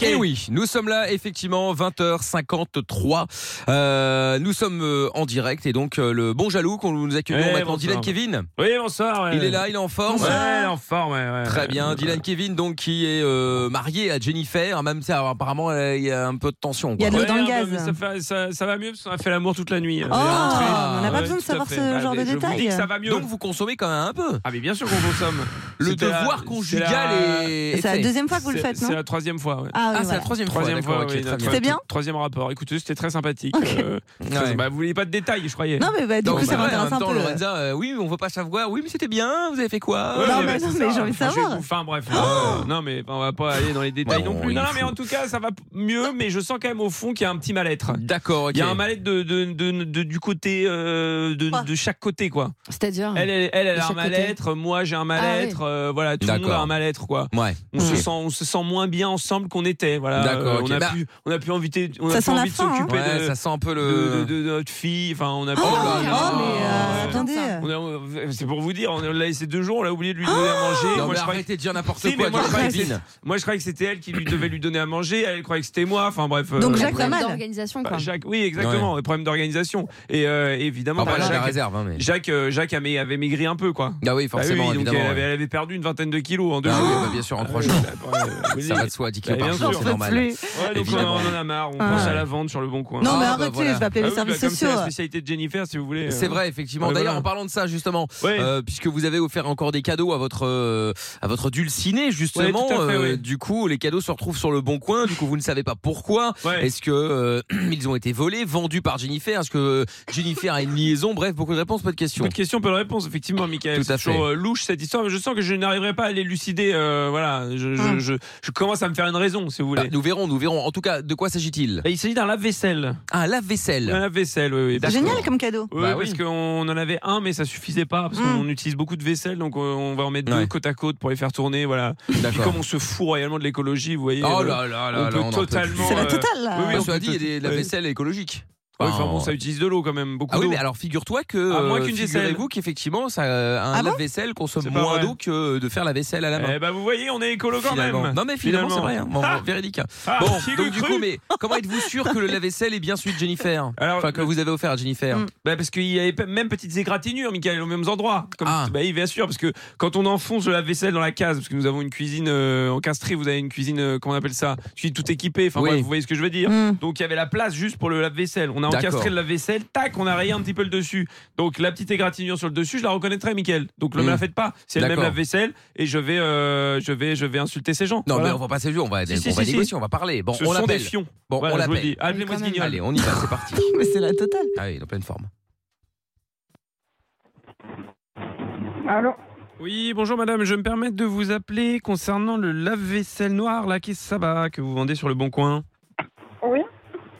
B: Et Eh oui, nous sommes là effectivement 20h53. Euh, nous sommes euh, en direct et donc euh, le bon jaloux qu'on nous accueillons
D: Eh,
B: maintenant,
D: bonsoir.
B: Dylan Kevin.
D: Oui, bonsoir. ouais.
B: Il est là, il est en forme.
D: Ouais, il est en forme, ouais, ouais.
B: Très bien, Dylan Kevin donc qui est euh, marié à Jennifer, hein, même ça apparemment euh, il y a un peu de tension. quoi.
D: Ouais, non, mais ça, fait- ça- ça va mieux parce qu'on a fait l'amour toute la nuit. hein.
B: Ah,
C: Oh, on n'a pas besoin de savoir ce genre
D: Bah,
C: de détails.
B: Donc vous consommez quand même un peu.
D: Ah mais bien sûr qu'on consomme.
B: Le
D: C'était la-
B: devoir
D: c'est
B: conjugal
D: la-
B: est-
C: C'est la est fait. deuxième fois que vous le
D: C'est-
C: faites, non
D: C'est la troisième fois. ouais.
C: Ah, oui, Ah, c'est la voilà.
B: troisième fois,
D: Troisième
B: d'accord,
D: fois.
B: ok,
D: oui,
B: très
D: notre
B: bien.
C: C'était bien
D: Troisième rapport. Écoutez, c'était très sympathique. euh, très-
B: Ouais.
D: bah, vous vouliez pas de détails, je croyais.
C: Non, mais bah, du
B: Non,
C: coup, ça
B: bah, ouais, en
C: m'intéresse
B: même
C: un
B: temps,
C: peu.
B: Lorenza, euh, oui, on veut pas savoir. Oui, mais c'était bien. Vous avez fait quoi
D: Ouais,
C: Non,
D: ouais,
C: mais
D: c'est
C: non,
D: ça.
C: mais j'ai envie de
D: Enfin, je vais
C: savoir.
D: vous- Enfin bref, euh, non mais on va pas aller dans les détails
B: Bon,
D: non plus.
B: il
D: Non, non,
B: faut-
D: mais en tout cas, ça va p- mieux, mais je sens quand même au fond qu'il y a un petit mal-être.
B: D'accord. ok.
D: Il y a un mal-être de, de- de- de- du côté euh, de, de chaque côté quoi.
C: Ah.
E: C'est-à-dire.
D: Elle, elle, elle, elle
E: De
D: a un
E: chaque côté.
D: mal-être, moi j'ai un mal-être, euh, voilà, tout le monde a
B: D'accord.
D: un mal-être quoi.
B: Ouais.
D: On se sent, on se sent moins bien ensemble qu'on était, voilà.
B: D'accord,
D: Euh,
B: ok.
D: On a
B: Bah-
D: pu, on a pu inviter, on
C: Ça
D: a plus
C: sent la
D: envie de
C: fin, hein.
D: s'occuper
B: Ouais,
D: de,
B: ça sent un peu
D: de,
B: le.
D: de- de notre fille. Enfin, on a.
C: Oh
B: là là.
C: non, mais
B: Ah,
C: euh, attendez.
D: On a- c'est pour vous dire, on l'a laissé deux jours, on l'a oublié de lui donner à manger.
B: Oh Non,
D: Moi,
B: mais
D: je croyais-
B: arrêtez de dire n'importe
D: Si, mais
B: quoi.
D: moi, je
B: Dylan
D: croyais que
B: Kevin.
D: Moi, je croyais que c'était elle qui lui devait lui donner à manger. Elle croyait que c'était moi. Enfin bref. euh,
C: Donc,
E: Un
C: Jacques
E: problème
C: Lamal.
E: d'organisation,
D: bah,
E: quoi.
D: Jacques- oui, exactement. Problème d'organisation. Et euh, évidemment,
B: Ah, bah,
D: bah,
B: là, la
D: Jacques,
B: réserve. hein, mais-
D: Jacques, euh, Jacques avait avait maigri un peu, quoi.
B: Ah oui,
D: Bah oui,
B: forcément,
D: donc
B: évidemment.
D: elle, avait,
B: ouais.
D: elle avait perdu une vingtaine de kilos en deux
B: Ah
D: jours.
B: oui, bah, bien sûr, en trois jours. Ça va de soi, 10 kilos
D: Bah,
B: par
D: bien
B: jour,
D: sûr.
B: c'est normal.
D: Ouais, donc on
B: Évidemment.
D: en a marre, on
C: Ah.
D: pense à la vente sur le bon coin.
C: Non,
B: Ah,
C: mais
B: bah,
C: arrêtez,
B: voilà.
C: je vais appeler
D: Ah
C: les
D: oui, bah,
C: services
D: comme c'est
C: sociaux.
D: la spécialité de Jennifer, si vous voulez. euh,
B: C'est vrai, effectivement.
D: Ouais,
B: D'ailleurs,
D: voilà.
B: en parlant de ça, justement,
D: Ouais.
B: euh, puisque vous avez offert encore des cadeaux à votre euh, à votre dulciné, justement, euh,
D: Ouais, tout à fait, ouais.
B: du coup, les cadeaux se retrouvent sur le bon coin. Du coup, vous ne savez pas pourquoi.
D: Ouais.
B: Est-ce que euh, ils ont été volés, vendus par Jennifer Est-ce que euh, Jennifer a une liaison Bref, beaucoup de réponses, pas de questions.
D: Peu de questions, peu de réponses, effectivement, Michael.
B: Tout à
D: C'est toujours euh, louche cette histoire, mais je sens que je n'arriverai pas à l'élucider. euh, voilà, je, je,
C: Hmm.
D: je- je commence à me faire une raison, si vous
B: Bah,
D: voulez.
B: nous verrons, nous verrons. En tout cas, de quoi s'agit-il
D: Bah, il s'agit d'un lave-vaisselle.
B: Un lave-vaisselle.
D: Un lave-vaisselle, oui, oui. parce-
C: Génial comme cadeau.
D: Oui,
B: Bah
D: parce
B: oui.
D: qu'on en avait un, mais ça suffisait pas, parce
C: Hmm.
D: qu'on utilise beaucoup de vaisselle, donc euh, on va en mettre
B: Ouais.
D: deux côte à côte pour les faire tourner, voilà. Puis
B: D'accord.
D: comme on se fout royalement de l'écologie, vous voyez.
B: Oh
D: euh,
B: là là là
D: on
B: là,
D: peut
B: en peut
D: totalement,
B: plus.
C: C'est la
D: euh,
C: totale. là.
D: oui, oui, on
B: Cela
D: peut
B: dit, il y a des- la
D: ouais.
B: vaisselle est écologique.
D: ouais, enfin bon,
B: Enfin,
D: ça utilise de l'eau quand même, beaucoup
B: Ah oui,
D: d'eau.
B: mais alors figure-toi que.
D: À Ah, moins
B: euh,
D: qu'une vaisselle.
B: Figurez-vous qu'effectivement, ça, euh, un
C: Ah bon
B: lave-vaisselle consomme
D: C'est pas
B: moins
D: vrai.
B: d'eau que de faire la vaisselle à la main.
D: Eh ben vous voyez, on est écolo quand
B: Finalement.
D: même.
B: Non mais finalement, c'est vrai, hein. Bon,
D: Ah
B: véridique.
D: Ah,
B: bon,
D: qui l'eût
B: donc du
D: cru
B: coup, mais comment êtes-vous sûr que le lave-vaisselle est bien celui de Jennifer
D: Alors,
B: Enfin, que vous avez offert à Jennifer.
C: Mm.
D: Bah parce qu'il y avait pe- même petites égratignures, Michael, aux mêmes endroits. Comme,
B: Ah.
D: Bah oui, bien sûr, parce que quand on enfonce le lave-vaisselle dans la case, parce que nous avons une cuisine euh, en castré, vous avez une cuisine, euh, comment on appelle ça Je suis tout équipé, enfin
B: Oui.
D: bref, vous voyez ce que je veux dire.
C: Mm.
D: Donc il y avait la place juste pour le lave-vaisselle. On a
B: D'accord.
D: encastré le lave-vaisselle, tac, on a rayé un petit peu le dessus. Donc la petite égratignure sur le dessus, je la reconnaîtrai, Michael. Donc ne
B: Mm.
D: me la faites pas. C'est le même
B: D'accord.
D: lave-vaisselle et je vais, euh, je vais, je vais insulter ces gens.
B: Non
D: Voilà.
B: mais on va pas séduire, on va,
D: Si, si,
B: on va
D: si,
B: négocier, on va parler. Bon,
D: Ce
B: on
D: sont des
B: l'appelle.
D: fions.
B: Bon,
D: Voilà,
B: on
D: je vous le dis.
B: l'appelle.
D: Appelez-moi ce
E: quand même.
D: guignol.
B: Allez, on y va, c'est parti.
C: Mais c'est la totale.
B: Ah oui, il est en pleine forme.
H: Alors,
D: Oui, bonjour madame, je me permets de vous appeler concernant le lave-vaisselle noir, là, qu'est-ce que ça va, que vous vendez sur le Bon Coin
O: Oui.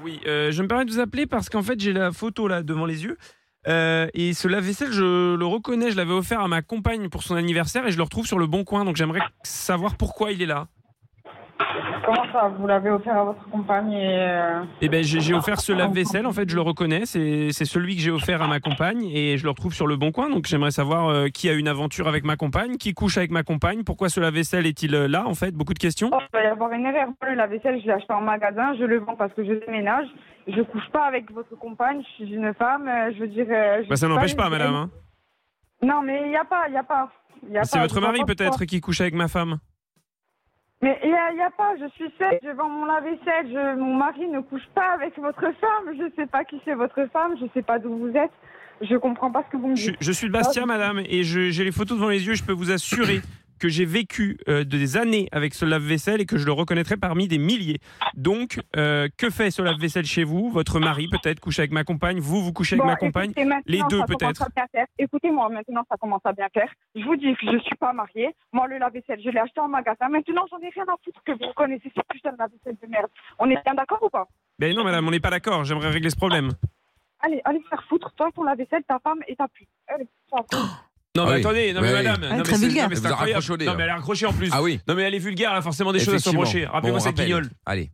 D: Oui, euh, je me permets de vous appeler parce qu'en fait, j'ai la photo là devant les yeux. Euh, et ce lave-vaisselle, je le reconnais, je l'avais offert à ma compagne pour son anniversaire et je le retrouve sur le Bon Coin, donc j'aimerais savoir pourquoi il est là.
H: comment ça Vous l'avez offert à votre compagne et. euh,
D: Eh ben, j'ai j'ai offert ce lave-vaisselle, en fait, je le reconnais, c'est c'est celui que j'ai offert à ma compagne et je le retrouve sur le bon coin. Donc, j'aimerais savoir euh, qui a une aventure avec ma compagne, qui couche avec ma compagne, pourquoi ce lave-vaisselle est-il euh, là, en fait Beaucoup de questions.
H: Oh, il va y avoir une erreur. Moi, Le lave-vaisselle, je l'ai acheté en magasin, je le vends parce que je déménage. Je couche pas avec votre compagne, je suis une femme, euh, je veux dire. euh, je
D: Bah, ça
H: suis
D: n'empêche pas,
H: une-
D: madame. hein.
H: Non, mais il n'y a pas, il n'y a pas. y a
D: C'est
H: pas,
D: votre
H: je vois
D: mari,
H: pas
D: peut-être,
H: pourquoi.
D: qui couche avec ma femme.
H: Mais il n'y a, y a pas, je suis seule, je vends mon lave-vaisselle, je- mon mari ne couche pas avec votre femme, je sais pas qui c'est votre femme, je sais pas d'où vous êtes, je comprends pas ce que vous me
D: Je,
H: dites.
D: je suis de
H: Oh.
D: Bastia, madame, et je- j'ai les photos devant les yeux. Je peux vous assurer que j'ai vécu euh, des années avec ce lave-vaisselle et que je le reconnaîtrai parmi des milliers. Donc, euh, que fait ce lave-vaisselle chez vous Votre mari, peut-être, couche avec ma compagne. Vous, vous couchez avec
H: Bon,
D: ma compagne.
H: écoutez, maintenant,
D: les deux,
H: ça commence
D: peut-être.
H: à bien faire. Écoutez-moi, maintenant ça commence à bien faire. Je vous dis que je suis pas mariée. Moi, le lave-vaisselle, je l'ai acheté en magasin. Maintenant, j'en ai rien à foutre que vous connaissez ce putain de lave-vaisselle de merde. On est bien d'accord ou pas
D: Ben non, madame, on n'est pas d'accord. J'aimerais régler ce problème.
H: Allez, allez faire foutre. Toi, ton lave-vaisselle, ta femme et ta pute. Allez, ciao.
D: Non, mais
B: Ah oui.
D: attendez, non, mais
B: Oui, oui.
D: madame, non, mais c'est- non, mais c'est
B: Elle vous a
D: incroyable.
B: raccroché,
D: Non,
B: là.
D: mais elle a raccroché en plus.
B: Ah oui.
D: Non, mais elle est vulgaire, elle a forcément des choses à se
B: Effectivement.
D: reprocher. Rappelez-moi
B: Bon,
D: cette
B: rappel.
D: guignole.
B: Allez.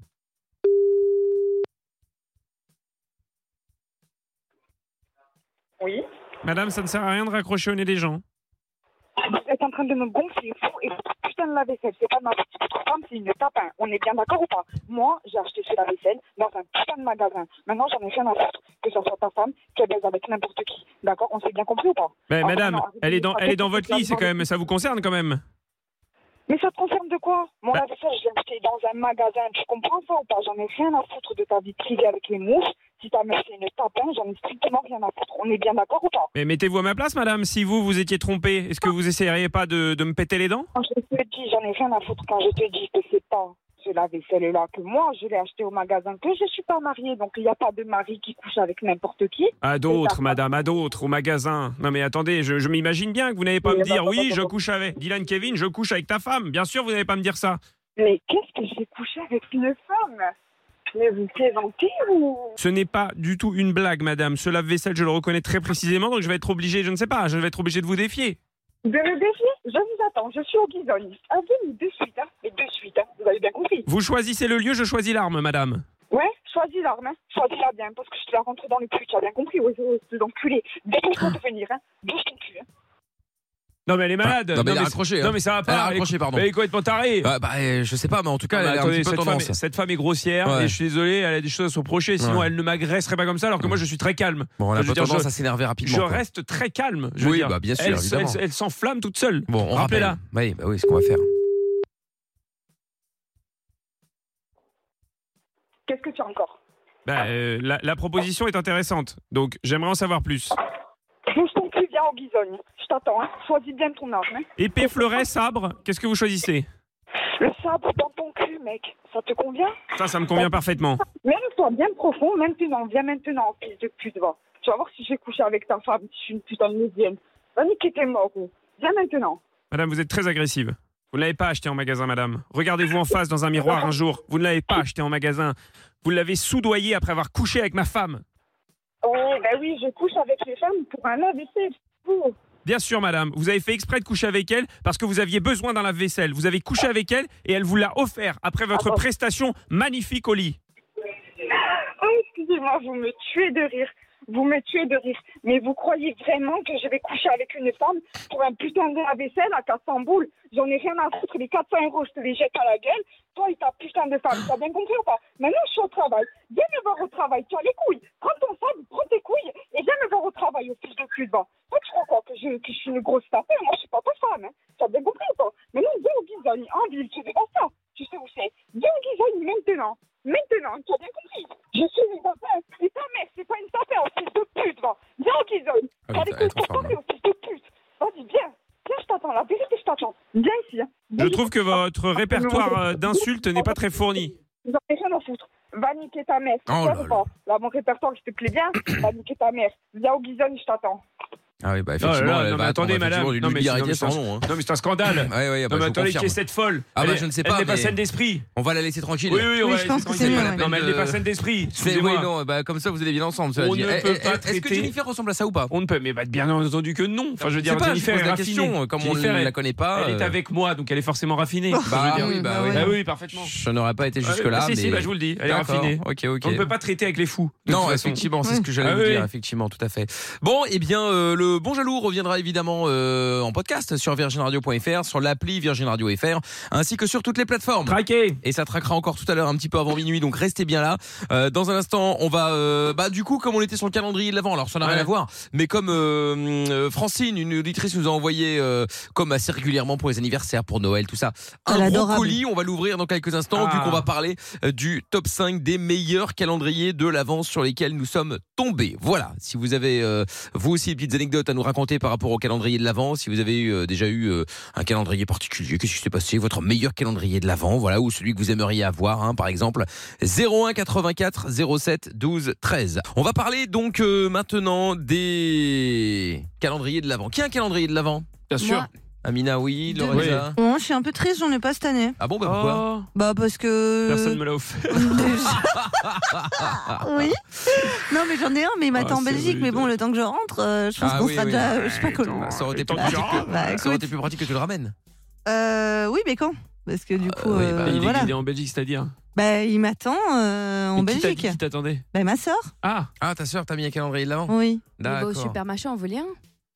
O: Oui.
D: Madame, ça ne sert à rien de raccrocher au nez des gens.
O: Vous êtes en train de me gonfler, fou, et cette putain de la vaisselle, c'est pas de ma petite femme, c'est une tapin. On est bien d'accord ou pas Moi, j'ai acheté ce la vaisselle dans un putain de magasin. Maintenant, j'en ai rien à foutre que ce soit ta femme qui baise avec n'importe qui. D'accord On s'est bien compris ou pas
D: Mais
O: Ah,
D: madame,
O: non, arrêtez
D: elle
O: de
D: est dans,
O: me
D: elle est dans
O: raconter
D: votre lit, c'est quand même, ça vous concerne quand même.
O: Mais ça te concerne de quoi Moi,
D: Bah-
O: la vaisselle, je l'ai acheté dans un magasin. Tu comprends ça ou pas J'en ai rien à foutre de ta vie privée avec les mouches. Si ta meuf, c'est une tapin, j'en ai strictement rien à foutre. On est bien d'accord ou pas
D: Mais mettez-vous à ma place, madame. Si vous, vous étiez trompée, est-ce que vous essayeriez pas de, de me péter les dents
O: Quand je te dis, j'en ai rien à foutre quand je te dis que c'est pas ce lave-vaisselle-là que moi, je l'ai acheté au magasin, que je suis pas mariée, donc il n'y a pas de mari qui couche avec n'importe qui.
D: À Ah, d'autres, madame, à d'autres, au magasin. Non mais attendez, je, je m'imagine bien que vous n'allez pas
O: Oui,
D: me dire
O: attends,
D: oui,
O: attends,
D: je
O: attends.
D: couche avec Dylan Kevin, je couche avec ta femme. Bien sûr, vous n'allez pas me dire ça.
O: Mais qu'est-ce que j'ai couché avec une femme Mais vous plaisantez ou
D: Ce n'est pas du tout une blague, madame. Ce lave-vaisselle, je le reconnais très précisément, donc je vais être obligé, je ne sais pas, je vais être obligé de vous défier.
O: De me défier Je vous attends, je suis au guidon. Ah oui, de suite, hein, et de suite, hein, vous avez bien compris.
D: Vous choisissez le lieu, je choisis l'arme, madame.
O: Ouais, choisis l'arme, hein. choisis-la bien, parce que je te la rentre dans le cul, tu as bien compris, ouais, ouais, c'est enculé. Dès qu'on peut venir, hein, bouge ton cul, hein.
D: Non mais elle est malade.
B: Ah, non, mais elle a
D: c'est-
B: raccroché, hein.
D: Non mais ça va
B: Elle a
D: pas.
B: raccroché,
D: est-
B: pardon.
D: Elle est complètement tarée.
B: Bah, bah, euh, je sais pas, mais en tout cas,
D: Ah, mais
B: elle a un
D: attendez,
B: petit peu
D: cette, femme
B: tendance.
D: est, cette femme est grossière
B: Ouais.
D: et je suis désolé, elle a des choses à se reprocher. Sinon,
B: Ouais.
D: elle ne m'agresserait pas comme ça, alors que moi, je suis très calme.
B: Bon, elle a
D: Enfin, je veux
B: pas
D: dire,
B: tendance
D: je-
B: à s'énerver rapidement.
D: Je
B: quoi.
D: reste très calme. Je veux
B: Oui,
D: dire.
B: bah, bien sûr,
D: Elle, s-
B: évidemment.
D: elle, elle s'enflamme toute seule.
B: Bon, on rappelle.
D: Rappelez-la.
B: Oui, bah oui, ce qu'on va faire.
O: Qu'est-ce que tu as encore
D: Bah, euh, la, la proposition est intéressante, donc j'aimerais en savoir plus.
O: Bouge ton cul, viens au guisogne. Je t'attends, hein. Choisis bien ton arme, hein.
D: Épée, fleuret, sabre, qu'est-ce que vous choisissez
O: Le sabre dans ton cul, mec. Ça te convient
D: Ça, ça me convient parfaitement.
O: Mène-toi bien profond maintenant. Viens maintenant, fils de pute, va. Tu vas voir si j'ai couché avec ta femme, si je suis une putain de lesbienne. Va niquer tes morts, ou. Viens maintenant.
D: Madame, vous êtes très agressive. Vous ne l'avez pas acheté en magasin, madame. Regardez-vous en face dans un miroir un jour. Vous ne l'avez pas acheté en magasin. Vous l'avez soudoyé après avoir couché avec ma femme.
O: Oui, bah oui, je couche avec les femmes pour un AVC. fou.
D: Bien sûr, madame, vous avez fait exprès de coucher avec elle parce que vous aviez besoin d'un lave-vaisselle. Vous avez couché avec elle et elle vous l'a offert après votre prestation magnifique au lit.
O: Oh, excusez-moi, vous me tuez de rire. Vous me tuez de rire. Mais vous croyez vraiment que je vais coucher avec une femme pour un putain de vaisselle à 400 boules J'en ai rien à foutre. Les 400 euros, je te les jette à la gueule. Toi et ta putain de femme, t'as bien compris ou pas Maintenant, je suis au travail. Viens me voir au travail. Tu as les couilles. Prends ton sable, prends tes couilles et viens me voir au travail au fils de cul devant. Toi, tu crois quoi que je, que je suis une grosse tapée Moi, je suis pas ta femme. Hein. T'as bien compris ou pas Maintenant, viens au Guizogne, en ville. Tu sais pas ça. Tu sais où c'est. Viens au Guizogne maintenant. Maintenant, tu as bien compris. Je suis une tapée. Et ta mère, c'est pas une tapée au fils de pute. Va. Viens au Guizogne.
B: Ah
O: T'as les couilles pour taper au fils de pute. Vas-y, viens. Viens, je t'attends. La vérité, je t'attends. Viens ici. hein.
D: Je trouve que votre répertoire euh, d'insultes n'est pas très fourni.
O: J'en ai rien à foutre. Va niquer ta mère.
D: Oh
O: Toi,
D: là
O: ou pas Là, mon répertoire, je te plaît bien. Va niquer ta mère. Viens au Guizogne, je t'attends.
B: Ah oui, bah
D: Non,
B: effectivement,
D: là, là,
B: elle
D: non,
B: va
D: mais
B: attendre
D: attendez,
B: effectivement
D: madame.
B: d'une
D: Non, mais c'est- non, mais
B: vulgarité
D: c'est
B: sans
D: un-
B: nom. hein.
D: non, mais c'est un scandale.
B: Ouais, ouais,
D: non, mais
B: bah, je vous
D: attendez, qui est
B: confirme.
D: cette folle
B: Ah bah,
D: Elle est-
B: je ne sais
D: Elle
B: pas,
D: n'est pas
B: mais-
D: saine d'esprit.
B: On va la laisser tranquille.
D: Oui, oui, on va la laisser tranquille.
B: pas la peine
D: Non, mais elle
B: de-
D: n'est pas saine d'esprit.
B: C'est-
D: excusez-moi.
B: Oui, non, bah, comme ça, vous allez bien ensemble. cela
D: On
B: dit.
D: ne
B: Eh,
D: peut
B: eh,
D: pas
B: Est-ce que
D: traiter-
B: Jennifer ressemble à ça ou pas
D: On ne peut, mais bah, bien entendu que non. Enfin, je veux
B: Je
D: dire,
B: sais pas, je
D: Jennifer
B: pose
D: est
B: la
D: raffinée.
B: question, comme on
D: Jennifer
B: ne la
D: est-
B: connaît pas,
D: Elle est
B: euh.
D: avec moi, donc elle est forcément raffinée.
B: Bah
D: Je veux
B: oui,
D: dire.
B: bah oui.
D: Bah oui, parfaitement.
B: Je n'aurais pas été
D: Ah oui,
B: jusque-là.
D: bah, si, si,
B: mais-
D: bah, je vous le dis, elle est
B: D'accord,
D: raffinée.
B: Ok, ok.
D: On ne peut pas traiter avec les fous. de
B: Non,
D: toute façon.
B: effectivement, c'est ce que j'allais
D: Ah
B: vous
D: oui,
B: dire,
D: oui.
B: effectivement, tout à fait. Bon, et eh bien, euh, le Bon Jaloux reviendra évidemment euh, en podcast sur virginradio.fr, sur l'appli Virgin Radio FR, ainsi que sur toutes les plateformes.
D: Traqué
B: Et ça traquera encore tout à l'heure, un petit peu avant minuit, donc restez bien là. Euh, dans un instant, on va... euh, bah, du coup, comme on était sur le calendrier de l'avant, alors ça n'a rien
D: Ouais.
B: à voir, mais comme euh, euh, Francine, une auditrice, nous a envoyé, euh, comme assez régulièrement pour les anniversaires, pour Noël, tout ça,
C: Elle est
B: un gros
C: adorable.
B: colis, on va l'ouvrir dans quelques instants,
D: Ah.
B: vu qu'on va parler euh, du top 5 des meilleurs calendriers de l'avance sur lesquels nous sommes tombés. Voilà, si vous avez euh, vous aussi des petites anecdotes à nous raconter par rapport au calendrier de l'avant, si vous avez eu, euh, déjà eu euh, un calendrier particulier, qu'est-ce qui s'est passé, votre meilleur calendrier de l'avant, voilà, ou celui que vous aimeriez avoir, hein, par exemple, 01 84 07 12 13. On va parler donc euh, maintenant des calendriers de l'avant. Qui a un calendrier de l'avant
D: Bien sûr.
E: Moi,
B: Amina, oui,
C: De-
B: Lorenza.
C: Non, je suis un peu triste, j'en ai pas cette année.
B: Ah bon, bah
D: Oh.
B: pourquoi
C: Bah parce que.
D: Personne me l'a offert.
C: euh, Oui. Non, mais j'en ai un, mais il m'attend
B: Ah,
C: en
B: c'est
C: Belgique. Mais bon, le temps que je rentre, euh, je pense
B: Ah
C: qu'on
B: oui,
C: sera
B: oui.
C: déjà. euh, je sais pas comment.
B: Ça aurait été plus
C: Tant
B: pratique
C: pis. Bah,
B: que- ça aurait
C: écoute.
B: été plus pratique que tu le ramènes.
C: Euh, oui, mais quand Parce que du coup, euh,
B: bah,
D: il, est,
C: voilà.
D: il est en Belgique, c'est-à-dire.
C: Bah, il m'attend euh, en
D: Et qui t'a dit
C: Belgique.
D: Qui t'attendait
C: Bah, ma soeur.
D: Ah
B: Ah, bah, ta soeur, t'as mis un calendrier de l'avant
C: Oui.
E: va au
B: D'accord.
E: supermarché, on veut lien.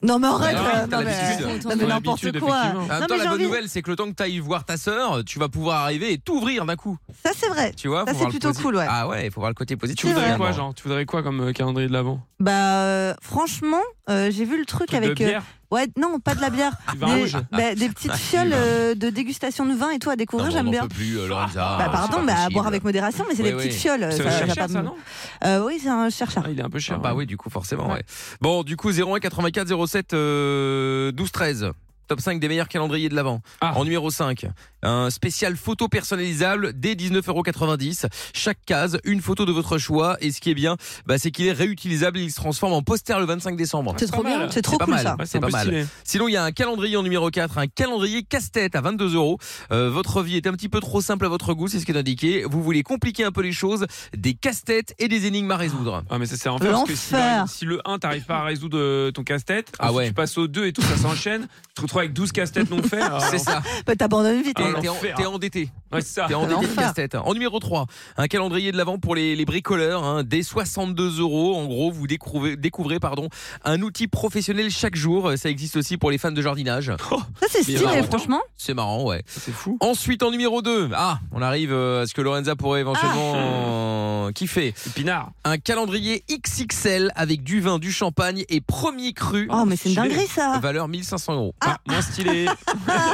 C: Non, mais arrête
B: Bah oui,
C: euh,
B: t'as
C: non, mais-
B: l'habitude.
C: non, mais
B: T'as
C: n'importe
B: l'habitude,
C: quoi
B: effectivement. En
C: Non,
B: même temps,
C: mais
B: la
C: j'ai
B: bonne
C: envie.
B: nouvelle, c'est que le temps que t'ailles voir ta sœur, tu vas pouvoir arriver et t'ouvrir d'un coup.
C: Ça, c'est vrai.
B: Tu vois,
C: Ça,
B: faut
C: c'est
B: voir le
C: plutôt
B: posi-
C: cool, ouais.
B: Ah ouais, il faut voir le côté positif.
D: Tu voudrais
B: finalement.
D: quoi, genre Tu voudrais quoi comme euh, calendrier de l'avant
C: Bah, euh, franchement, euh, j'ai vu le truc,
D: Truc de
C: avec. euh,
D: bière
C: ouais, non, pas de la bière.
D: Du vin
C: mais-
D: rouge. Ah,
C: bah, des petites fioles euh, de dégustation de vin et tout à
B: Non,
C: découvrir,
B: mais on
C: j'aime
B: n'en
C: bien.
B: peut plus, euh,
D: Ah,
B: Lorenza.
C: Bah,
B: c'est
C: pardon,
B: pas
C: bah, à
B: possible.
C: boire avec modération, mais c'est des
B: Oui,
C: petites
B: oui.
C: fioles.
D: C'est
C: ça,
D: cher,
C: ça
D: cher,
C: pas
D: ça,
C: me-
D: non
C: Euh, Oui, c'est un cher-cher.
D: Ah, Il est un peu
B: Ah
D: cher.
B: bah
D: ouais.
B: oui, du coup, forcément, ouais. Bon, du coup, 01 84 07 euh, 12 13. Top 5 des meilleurs calendriers de l'Avent.
D: Ah.
B: En numéro 5, un spécial photo personnalisable dès 19,90€. Chaque case, une photo de votre choix. Et ce qui est bien, bah, c'est qu'il est réutilisable et il se transforme en poster le 25 décembre.
C: C'est trop
D: pas mal.
C: bien, c'est trop
B: C'est pas
C: cool
B: mal.
C: ça.
D: Ouais,
B: C'est
D: un peu
B: pas mal.
D: stylé.
B: Sinon, il y a un calendrier en numéro 4, un calendrier casse-tête à 22 euros. Euh, Votre vie est un petit peu trop simple à votre goût, c'est ce qui est indiqué. Vous voulez compliquer un peu les choses, des casse-têtes et des énigmes à résoudre.
D: Ah mais ça c'est
C: Euh,
D: enfer parce que si,
C: L'enfer.
D: par exemple, si le 1 t'arrives pas à résoudre euh, ton casse-tête,
B: Ah
D: ensuite,
B: ouais.
D: tu passes au 2 et tout ça s'enchaîne, tu te retrouves avec 12 casse-têtes non faits. alors-
B: C'est ça,
C: Bah, T'abandonnes vite.
B: t'es
D: Ah,
B: t'es en-
D: l'enfer.
B: t'es endetté.
D: Ouais, c'est ça.
B: T'es endetté de
C: L'enfer.
B: casse-tête. En numéro 3, un calendrier de l'avant pour les, les bricoleurs, hein, des 62 euros. En gros, vous découvrez, découvrez pardon, un outil professionnel chaque jour. Ça existe aussi pour les fans de jardinage.
C: Ça, c'est
B: Mais en
C: stylé,
B: même temps-
C: Ah, franchement.
B: C'est marrant, ouais.
D: Oh. C'est fou.
B: Ensuite, en numéro 2, ah, on arrive euh, à ce que Lorenza pourrait éventuellement euh, kiffer.
D: Et Ah. Pinard.
B: Un calendrier XXL avec du vin, du champagne et premier cru.
C: Oh, mais c'est une
D: Stylé.
C: dinguerie ça.
B: Valeur 1500 euros.
D: Ah, moins stylé.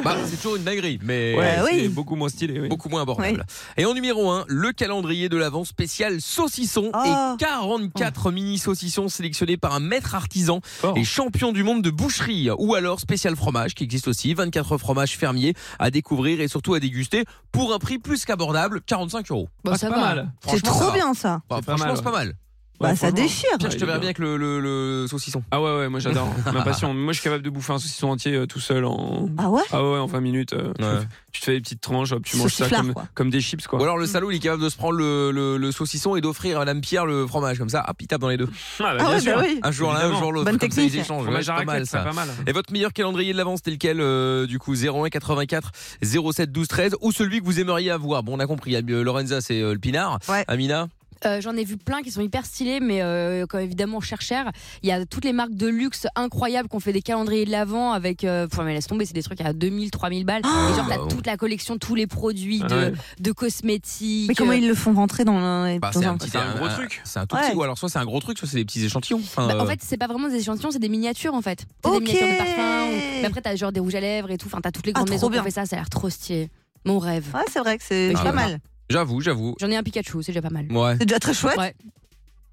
B: Bah, c'est toujours une dinguerie, mais
D: Ouais,
C: Euh, oui.
D: c'est beaucoup moins stylé. oui.
B: beaucoup moins abordable. Et en numéro 1, le calendrier de l'avant spécial saucisson
C: Oh.
B: et 44 mini saucissons sélectionnés par un maître artisan
D: Fort.
B: et champion du monde de boucherie ou alors spécial fromage qui existe aussi, 24 fromages fermiers à découvrir et surtout à déguster pour un prix plus qu'abordable, 45 euros.
E: Bon,
D: Ah,
E: ça
D: c'est
E: va.
D: pas mal.
C: C'est
B: Franchement, ça
C: trop
B: va.
C: bien ça.
B: Bah,
D: C'est pas
B: franchement,
D: mal,
B: c'est pas mal.
C: Bah, ça
D: franchement.
C: déchire.
B: Pierre, je te
D: il est
B: verrais bien
D: bien.
B: avec le, le- le saucisson.
D: Ah ouais, ouais, moi j'adore. Ma passion. Moi je suis capable de bouffer un saucisson entier euh, tout seul en.
C: Ah ouais
D: Ah ouais, en 20 minutes. euh, tu
B: Ouais.
D: te fais- Tu te fais des petites tranches, hop, tu manges ça
C: Sauciflard,
D: comme,
C: quoi.
D: comme des chips quoi.
B: Ou alors le salaud, il est capable de se prendre le, le- le saucisson et d'offrir à Madame Pierre le fromage comme ça. Ah, il tape dans les deux.
D: Ah, bah,
C: Ah
D: bien
C: ouais,
D: sûr.
C: bah oui.
B: Un jour l'un, un
D: Évidemment.
B: jour l'autre.
C: Bonne
B: Comme ça, ils
C: technique.
B: échangent. Ouais,
D: Fromage
B: c'est
D: à
B: pas
D: raclette,
B: mal
D: c'est
B: ça.
D: pas mal.
B: Et votre meilleur calendrier de l'avance, c'était lequel euh, Du coup, 01 84 07 12 13 ou celui que vous aimeriez avoir Bon, on a compris. euh, Lorenza, c'est euh, le pinard.
C: Ouais.
B: Amina
E: Euh, J'en ai vu plein qui sont hyper stylés, mais euh, quand évidemment cher cher. Il y a toutes les marques de luxe incroyables qu'on fait des calendriers de l'avant avec. euh, Enfin, mais laisse tomber, c'est des trucs à 2000, 3000 balles.
C: Ah.
E: et genre,
B: bah,
E: t'as
B: ouais.
E: toute la collection, tous les produits
D: Ah
E: de,
D: ouais.
E: de cosmétiques.
C: Mais comment
E: euh,
C: ils le font rentrer dans le.
B: Bah,
C: dans
B: c'est
C: un-
B: un petit,
D: c'est un gros truc.
B: C'est un tout
C: Ouais.
B: petit. Ou alors soit c'est un gros truc, soit c'est des petits échantillons. Enfin,
E: bah, en
B: euh,
E: fait, c'est pas vraiment des échantillons, c'est des miniatures en fait. C'est
C: Ok.
E: des miniatures de parfum. ou- Mais après, t'as genre des rouges à lèvres et tout. Enfin, t'as toutes les
C: Ah,
E: grandes
C: trop
E: maisons
C: bien.
E: qui ont fait ça. Ça a l'air trop stylé. Mon rêve.
C: Ouais, c'est vrai que c'est
E: Mais
B: je
C: pas
B: sais
C: mal.
B: j'avoue, j'avoue.
E: J'en ai un Pikachu, c'est déjà pas mal.
B: Ouais.
C: C'est déjà très chouette.
E: Ouais.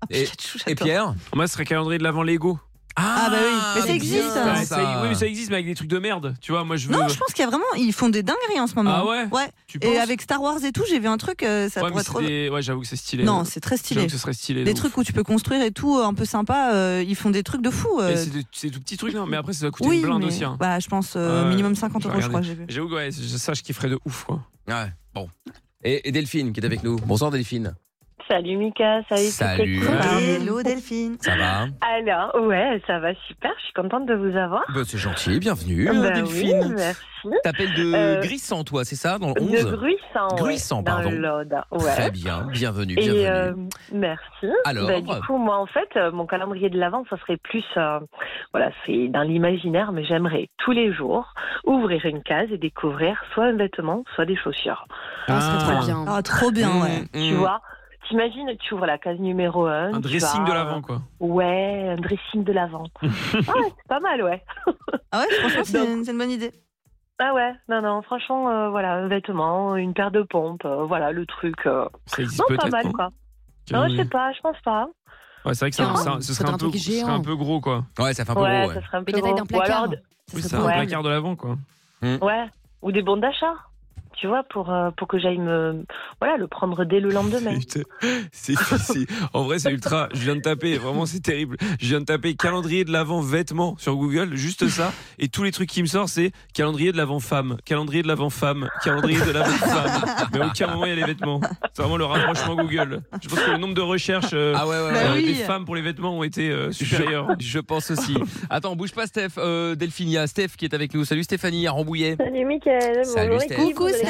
C: Ah,
B: Et-
C: Pikachu,
B: Et
C: j'adore.
B: Pierre
D: Moi, ce serait calendrier de l'avant Lego.
C: Ah, bah oui. Mais ça
B: bien,
C: existe,
B: ça.
C: hein.
D: Ouais, ça- Oui, mais ça existe, mais avec des trucs de merde. Tu vois, moi je veux.
C: Non, je pense qu'il y a vraiment. Ils font des dingueries en ce moment.
D: Ah ouais Tu penses
C: Et avec Star Wars et tout, j'ai vu un truc, euh, ça
D: Ouais, mais
C: pourrait
D: c'est
C: trop.
D: des- ouais, j'avoue que c'est stylé.
C: Non, c'est très
D: J'avoue
C: stylé.
D: que ce serait stylé.
C: Des
D: de ouf.
C: trucs où tu peux construire et tout, euh, un peu sympa. euh, ils font des trucs de fou. euh.
D: Et C'est des- c'est des tout petits trucs, non Mais après, ça va coûter
C: Oui,
D: une blinde
C: mais-
D: aussi. hein.
C: bah, je pense euh,
D: Ouais,
C: minimum 50
D: je vais
C: euros, je crois,
D: regarder.
C: j'ai vu.
D: J'avoue que ouais, c'est- ça, je kifferais de ouf, quoi.
B: Ouais, bon. Et, et Delphine qui est avec nous. Bonsoir Delphine.
F: Salut Mika, salut.
B: Salut.
F: toute l'équipe.
C: Hello Delphine.
B: Ça va hein
F: Alors, ouais, ça va super, je suis contente de vous avoir.
B: Bah, C'est gentil, bienvenue
F: Ben
B: Delphine.
F: oui, merci.
B: T'appelles de
F: Euh,
B: Grissant toi, c'est ça Dans le 11
F: De Gruissant, ouais,
B: Gruissant,
F: dans
B: pardon.
F: l'Aude, ouais.
B: Très bien, bienvenue, bienvenue.
F: Et euh, merci.
B: Alors
F: Bah, du coup, moi, en fait, euh, mon calendrier de l'avant, ça serait plus, euh, voilà, c'est dans l'imaginaire, mais j'aimerais tous les jours ouvrir une case et découvrir soit un vêtement, soit des chaussures. Mmh.
E: Ah, ce serait trop bien.
C: Ah, trop bien, ouais. Mmh.
B: mm,
F: Tu
B: mm.
F: vois, t'imagines, tu ouvres la case numéro 1.
D: Un dressing de l'avant, quoi.
F: Ouais, un dressing de l'avant. ah, ouais, c'est pas mal, ouais.
C: Ah ouais, franchement, c'est une, c'est une bonne idée.
F: Ah ouais, non, non, franchement, euh, voilà, un vêtement, une paire de pompes, euh, voilà, le truc. euh,
D: Ça existe
F: Non, pas
D: peut-être.
F: mal,
D: non
F: quoi. Non, je
D: Calendrier.
F: sais pas, je pense pas.
D: Ouais, c'est vrai que c'est un- c'est un- ce
E: Ça
D: serait
E: fait
D: un
E: un
D: peu-
E: truc
D: ce serait
E: géant.
D: un peu gros, quoi.
B: Ouais, ça fait un peu
F: ouais,
B: gros. Ouais.
F: ça serait un peu
E: Mais la taille
F: gros.
E: d'un
F: Ou alors
E: placard.
F: de-
E: Ça
D: Oui,
E: serait
D: c'est
E: trop
D: un
E: bien.
D: placard de l'avant, quoi.
F: ouais, ou des bons d'achat.
P: tu vois, pour, euh, pour que j'aille me, voilà, le prendre dès le lendemain.
D: Putain, c'est- c'est- c'est- En vrai, c'est ultra. Je viens de taper, vraiment, c'est terrible. Je viens de taper calendrier de l'avant vêtements sur Google, juste ça. Et tous les trucs qui me sortent, c'est calendrier de l'avant femme, calendrier de l'avant femme, calendrier de l'avant femme. Mais à aucun moment, il y a les vêtements. C'est vraiment le rapprochement Google. Je pense que le nombre de recherches euh,
B: Ah ouais, ouais, ouais.
D: euh,
B: Bah oui.
D: des femmes pour les vêtements ont été euh, supérieurs.
B: Je, je pense aussi. Attends, bouge pas, Steph. Euh, Delphine, il y a Steph qui est avec nous. Salut Stéphanie à Rambouillet.
Q: Salut Mickaël,
B: Salut,
Q: bonjour
B: Steph.
Q: équipe,
B: Coucou,
Q: vous allez bien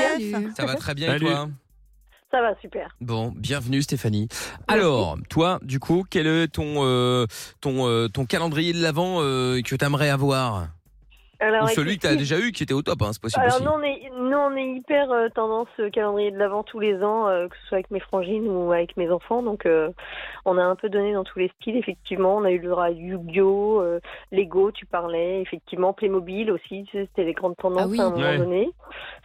B: Ça va très bien et toi
Q: Ça va super.
B: Bon, bienvenue Stéphanie. Alors, toi, du coup, quel est ton euh, ton euh, ton calendrier de l'avant euh, que t'aimerais avoir
Q: Alors,
B: Ou celui que t'as
Q: effectivement-
B: déjà eu qui était au top, hein, c'est possible
Q: Alors
B: aussi.
Q: nous on est, nous, on est hyper euh, tendance euh, calendrier de l'avant tous les ans, euh, que ce soit avec mes frangines ou avec mes enfants. Donc euh, on a un peu donné dans tous les styles. Effectivement, on a eu le droit à Yu-Gi-Oh, euh, Lego, tu parlais. Effectivement, Playmobil aussi, tu sais, c'était les grandes tendances
P: Ah oui.
Q: à un moment
P: Ouais.
Q: donné.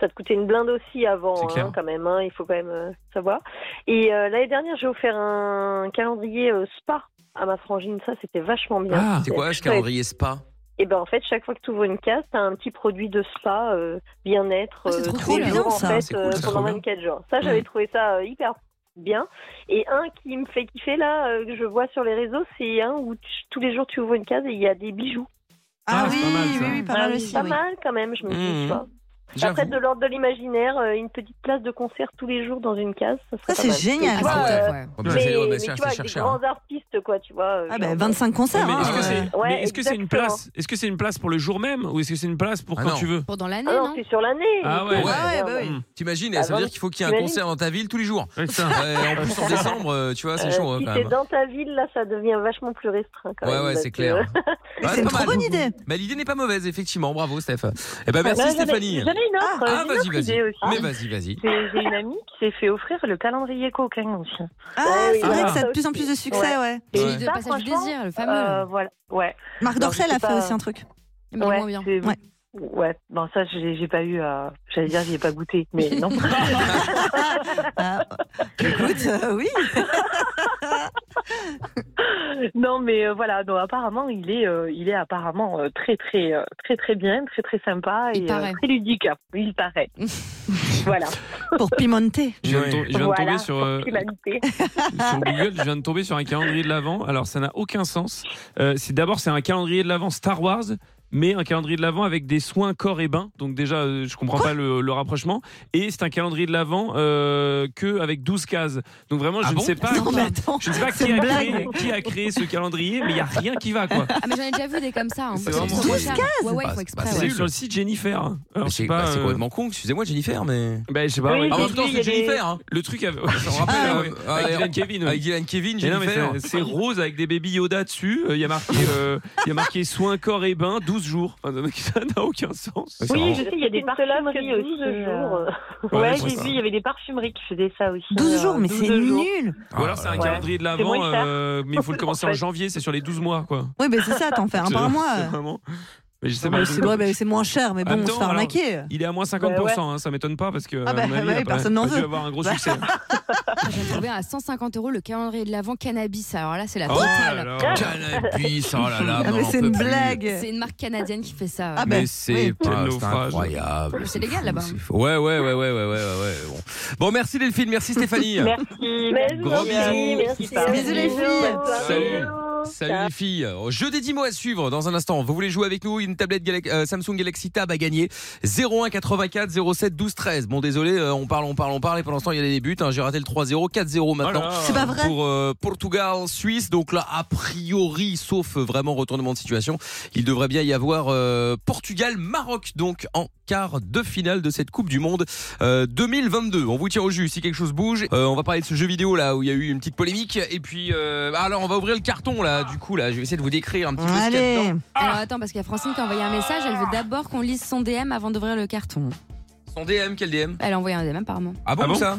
Q: Ça te coûtait une blinde aussi avant,
P: C'est clair.
Q: hein, quand même. hein, il faut quand même euh, savoir. Et euh, l'année dernière, j'ai offert un calendrier euh, spa à ma frangine. Ça, c'était vachement bien.
B: Ah, c'est quoi ce
Q: Ouais.
B: calendrier spa
Q: Et ben en fait, chaque fois que tu ouvres une case, t'as un petit produit de spa, euh, bien-être, euh, tous
C: cool,
Q: les
C: Ah, bien,
Q: jours, en
C: ça.
Q: fait,
C: C'est cool,
Q: euh,
C: c'est trop
Q: pendant
C: bien.
Q: 24 jours. Ça, j'avais
C: Mm.
Q: trouvé ça euh, hyper bien. Et un qui me fait kiffer là, euh, que je vois sur les réseaux, c'est un où tu- tous les jours tu ouvres une case et il y a des bijoux.
C: Ah, oui, oui, oui, pas
Q: Ah
C: mal
Q: oui,
C: aussi.
Q: Pas
C: oui.
Q: mal quand même, je me dis,
C: Mhm.
Q: tu vois. Après, de l'ordre de l'imaginaire, euh, une petite place de concert tous les jours dans une case, ça serait
C: Ça,
Q: pas
C: c'est
Q: mal.
C: génial.
Q: Et tu
C: Ah,
Q: vois,
C: c'est vrai,
Q: euh,
C: ouais.
Q: mais-
C: Ouais, c'est- ouais, mais
Q: mais
C: c'est
Q: tu
B: cher,
Q: vois,
B: c'est
Q: avec des
B: cher, hein.
Q: grands artistes, quoi, tu vois. euh,
C: Ah ben 25 concerts.
D: Mais
C: hein.
D: est-ce que c'est
Q: Ouais,
D: mais est-ce que c'est une
Q: exactement.
D: place Est-ce que c'est une place pour le jour même ou est-ce que c'est une place pour
B: Ah
D: quand
B: non.
D: tu veux
E: Pendant l'année,
Q: Ah non, c'est sur l'année.
D: Ah
Q: donc,
D: ouais, Ah.
Q: euh,
B: ouais,
Q: ouais, ouais.
B: Hmm. T'imagines,
Q: Ah,
B: ça veut
Q: vingt-
B: dire qu'il faut qu'il y ait un
Q: t'imagines
B: concert dans ta ville tous les jours.
D: Ouais, ça.
B: Ouais, en plus en décembre, euh, tu vois, c'est
Q: Euh,
B: chaud hein,
Q: si
B: quand
Q: c'est
B: même.
Q: dans ta ville, là, ça devient vachement plus restreint. Quand
B: Ouais,
Q: même,
B: ouais,
Q: parce
B: c'est
Q: que-
B: clair.
Q: Mais
B: Ouais,
Q: c'est une
B: pas
Q: trop
B: mal.
Q: bonne idée.
B: Bah, l'idée n'est pas mauvaise, effectivement. Bravo, Steph. Eh ben,
P: Ah,
B: merci
P: j'en ai-
B: Stéphanie.
P: j'en ai une autre,
B: Ah,
P: j'ai une
B: vas-y,
P: autre idée
B: vas-y.
P: aussi.
B: Mais vas-y, vas-y.
P: J'ai j'ai une amie qui s'est fait offrir le calendrier coquin aussi.
C: Ah, c'est
P: Ah.
C: vrai que ça a de plus en plus de succès, ouais.
P: Et
E: Celui de
P: ça,
E: Passage du
P: franchement,
E: Désir, le fameux.
P: euh, voilà, ouais.
C: Marc
P: Non,
C: Dorcel
P: je sais
C: a fait
P: pas.
C: aussi un truc.
E: Mais
P: ouais,
E: moins bien.
P: c'est- Ouais, bon ça j'ai j'ai pas eu à... J'allais dire j'ai pas goûté, mais non.
C: Ah, Écoute, euh, oui.
P: non mais euh, voilà, donc apparemment il est, euh, il est apparemment euh, très très euh, très très bien, très très sympa
E: Il
P: et euh,
E: paraît.
P: très ludique. Il paraît. voilà.
C: Pour pimenter.
D: Je viens de, tom- je viens de
P: Voilà,
D: tomber sur, euh,
P: Finalité.
D: sur Google, je viens de tomber sur un calendrier de l'avant. Alors ça n'a aucun sens. Euh, c'est d'abord c'est un calendrier de l'avant Star Wars, mais un calendrier de l'avant avec des soins corps et bain. Donc déjà euh, je comprends pas le, le rapprochement. Et c'est un calendrier de l'avant euh, que avec 12 cases. Donc vraiment je
B: Ah
D: ne
B: bon
D: sais pas.
C: Non, mais attends,
D: Je ne sais pas
C: c'est
D: qui a,
C: une
D: créé,
C: blague.
D: qui a créé ce calendrier, mais il n'y a rien qui va quoi.
E: Ah, mais j'en ai déjà vu des comme ça. Hein.
B: C'est vraiment- 12
E: Ouais, Ouais, ouais, il
B: Bah,
E: faut
B: c'est-
E: exprès.
B: bah,
E: ouais.
D: C'est
B: nul.
D: sur le site Jennifer. hein. Alors,
B: Bah,
D: je sais
B: C'est
D: pas,
B: bah, c'est
D: euh,
B: complètement con, excusez-moi, Jennifer, mais.
D: ben, je sais pas.
P: Oui,
D: ouais.
B: Ah, en
P: j'ai
B: même temps,
P: vu, il y
B: c'est
P: a des-
B: Jennifer, hein.
D: Le truc, avec- ouais, je me rappelle,
B: Ah,
D: ouais,
B: ouais.
D: avec
B: Ouais,
D: Dylan Kevin. ouais.
B: Avec Dylan Kevin,
D: Mais non, mais
B: Jennifer.
D: c'est- c'est rose avec des baby Yoda dessus. Euh, Il y a marqué, euh, il y a marqué soin, corps et bain, 12 jours. Enfin, donc, ça n'a aucun sens.
B: Ouais, c'est
P: Oui,
B: vraiment-
P: je sais, il y a des
Q: Parce que là, que
P: parfumeries
Q: 12
P: aussi.
Q: jours,
P: euh,
D: Ah, Ouais,
P: Ouais,
D: c'est
P: j'ai
D: ça.
P: vu, il y avait des parfumeries qui faisaient ça aussi.
C: 12 jours,
P: euh,
C: mais
P: 12
C: c'est
P: jours.
C: nul.
D: Ou alors c'est un
B: Ah,
P: Ouais.
D: calendrier de
P: C'est
D: l'avant,
P: moins cher.
D: euh, mais il faut le commencer en
P: fait.
D: janvier, c'est sur les 12 mois, quoi.
C: Oui, ben c'est ça, t'en fais un
D: C'est-
C: par
D: c'est
C: mois.
D: vraiment- Mais je sais
C: Ah,
D: pas.
C: bah,
D: je-
C: C'est ouais, bah, c'est moins cher, mais bon, on se
D: Attends,
C: fait
D: alors-
C: arnaquer. Bah
D: Il est à moins 50%, hein, ça m'étonne pas parce que.
C: Ah bah,
D: à mon avis,
C: ouais,
D: il a pas-
C: personne n'en
D: pas dû
C: veut.
D: avoir un gros
C: Bah.
D: succès.
E: J'ai trouvé à 150 euros le calendrier de l'avant cannabis. Alors là, c'est la
D: Oh là
E: totale.
D: là.
B: Cannabis, oh là là.
C: Ah,
B: on
C: mais
B: en
C: c'est
B: peut
C: une
B: plus.
C: blague.
E: C'est une marque canadienne qui fait ça. ouais.
C: Ah,
B: Mais
C: ben,
B: c'est
C: oui.
B: pas
D: Quel
B: c'est
D: naufrage.
B: incroyable.
E: C'est légal,
B: fou,
E: là-bas.
B: c'est fou. Ouais, ouais, ouais, ouais, ouais, ouais, ouais. ouais, Bon. bon, merci Delphine, merci Stéphanie.
R: Mmh,
P: Merci.
Q: Mais je vous
B: Gros
Q: en prie,
B: bisous.
Q: merci.
C: Bisous, les filles.
B: Salut.
Q: Bisous.
B: Salut les filles. Jeu des 10 mots à suivre dans un instant. Vous voulez jouer avec nous Une tablette Galax- euh, Samsung Galaxy Tab à gagner. 01 84 07 12 13. Bon désolé, euh, on parle, on parle, on parle et pendant ce temps il y a les buts. hein. J'ai raté le 3-0, 4-0 maintenant.
C: Oh C'est pas vrai.
B: Pour euh, Portugal, Suisse, donc là a priori, sauf vraiment retournement de situation, il devrait bien y avoir euh, Portugal, Maroc donc en quart de finale de cette Coupe du Monde euh, 2022. On vous tient au jus si quelque chose bouge. Euh, on va parler de ce jeu vidéo là où il y a eu une petite polémique et puis euh, ah, alors on va ouvrir le carton là. Du coup là, je vais essayer de vous décrire un petit peu ce qu'il y a dedans.
C: Allez.
E: Alors attends, parce qu'il y a Francine qui a envoyé un message. Elle veut d'abord qu'on lise son DM avant d'ouvrir le carton.
B: Son DM, quel DM
E: Elle a envoyé un DM apparemment.
B: Ah bon,
D: Ah bon
B: ça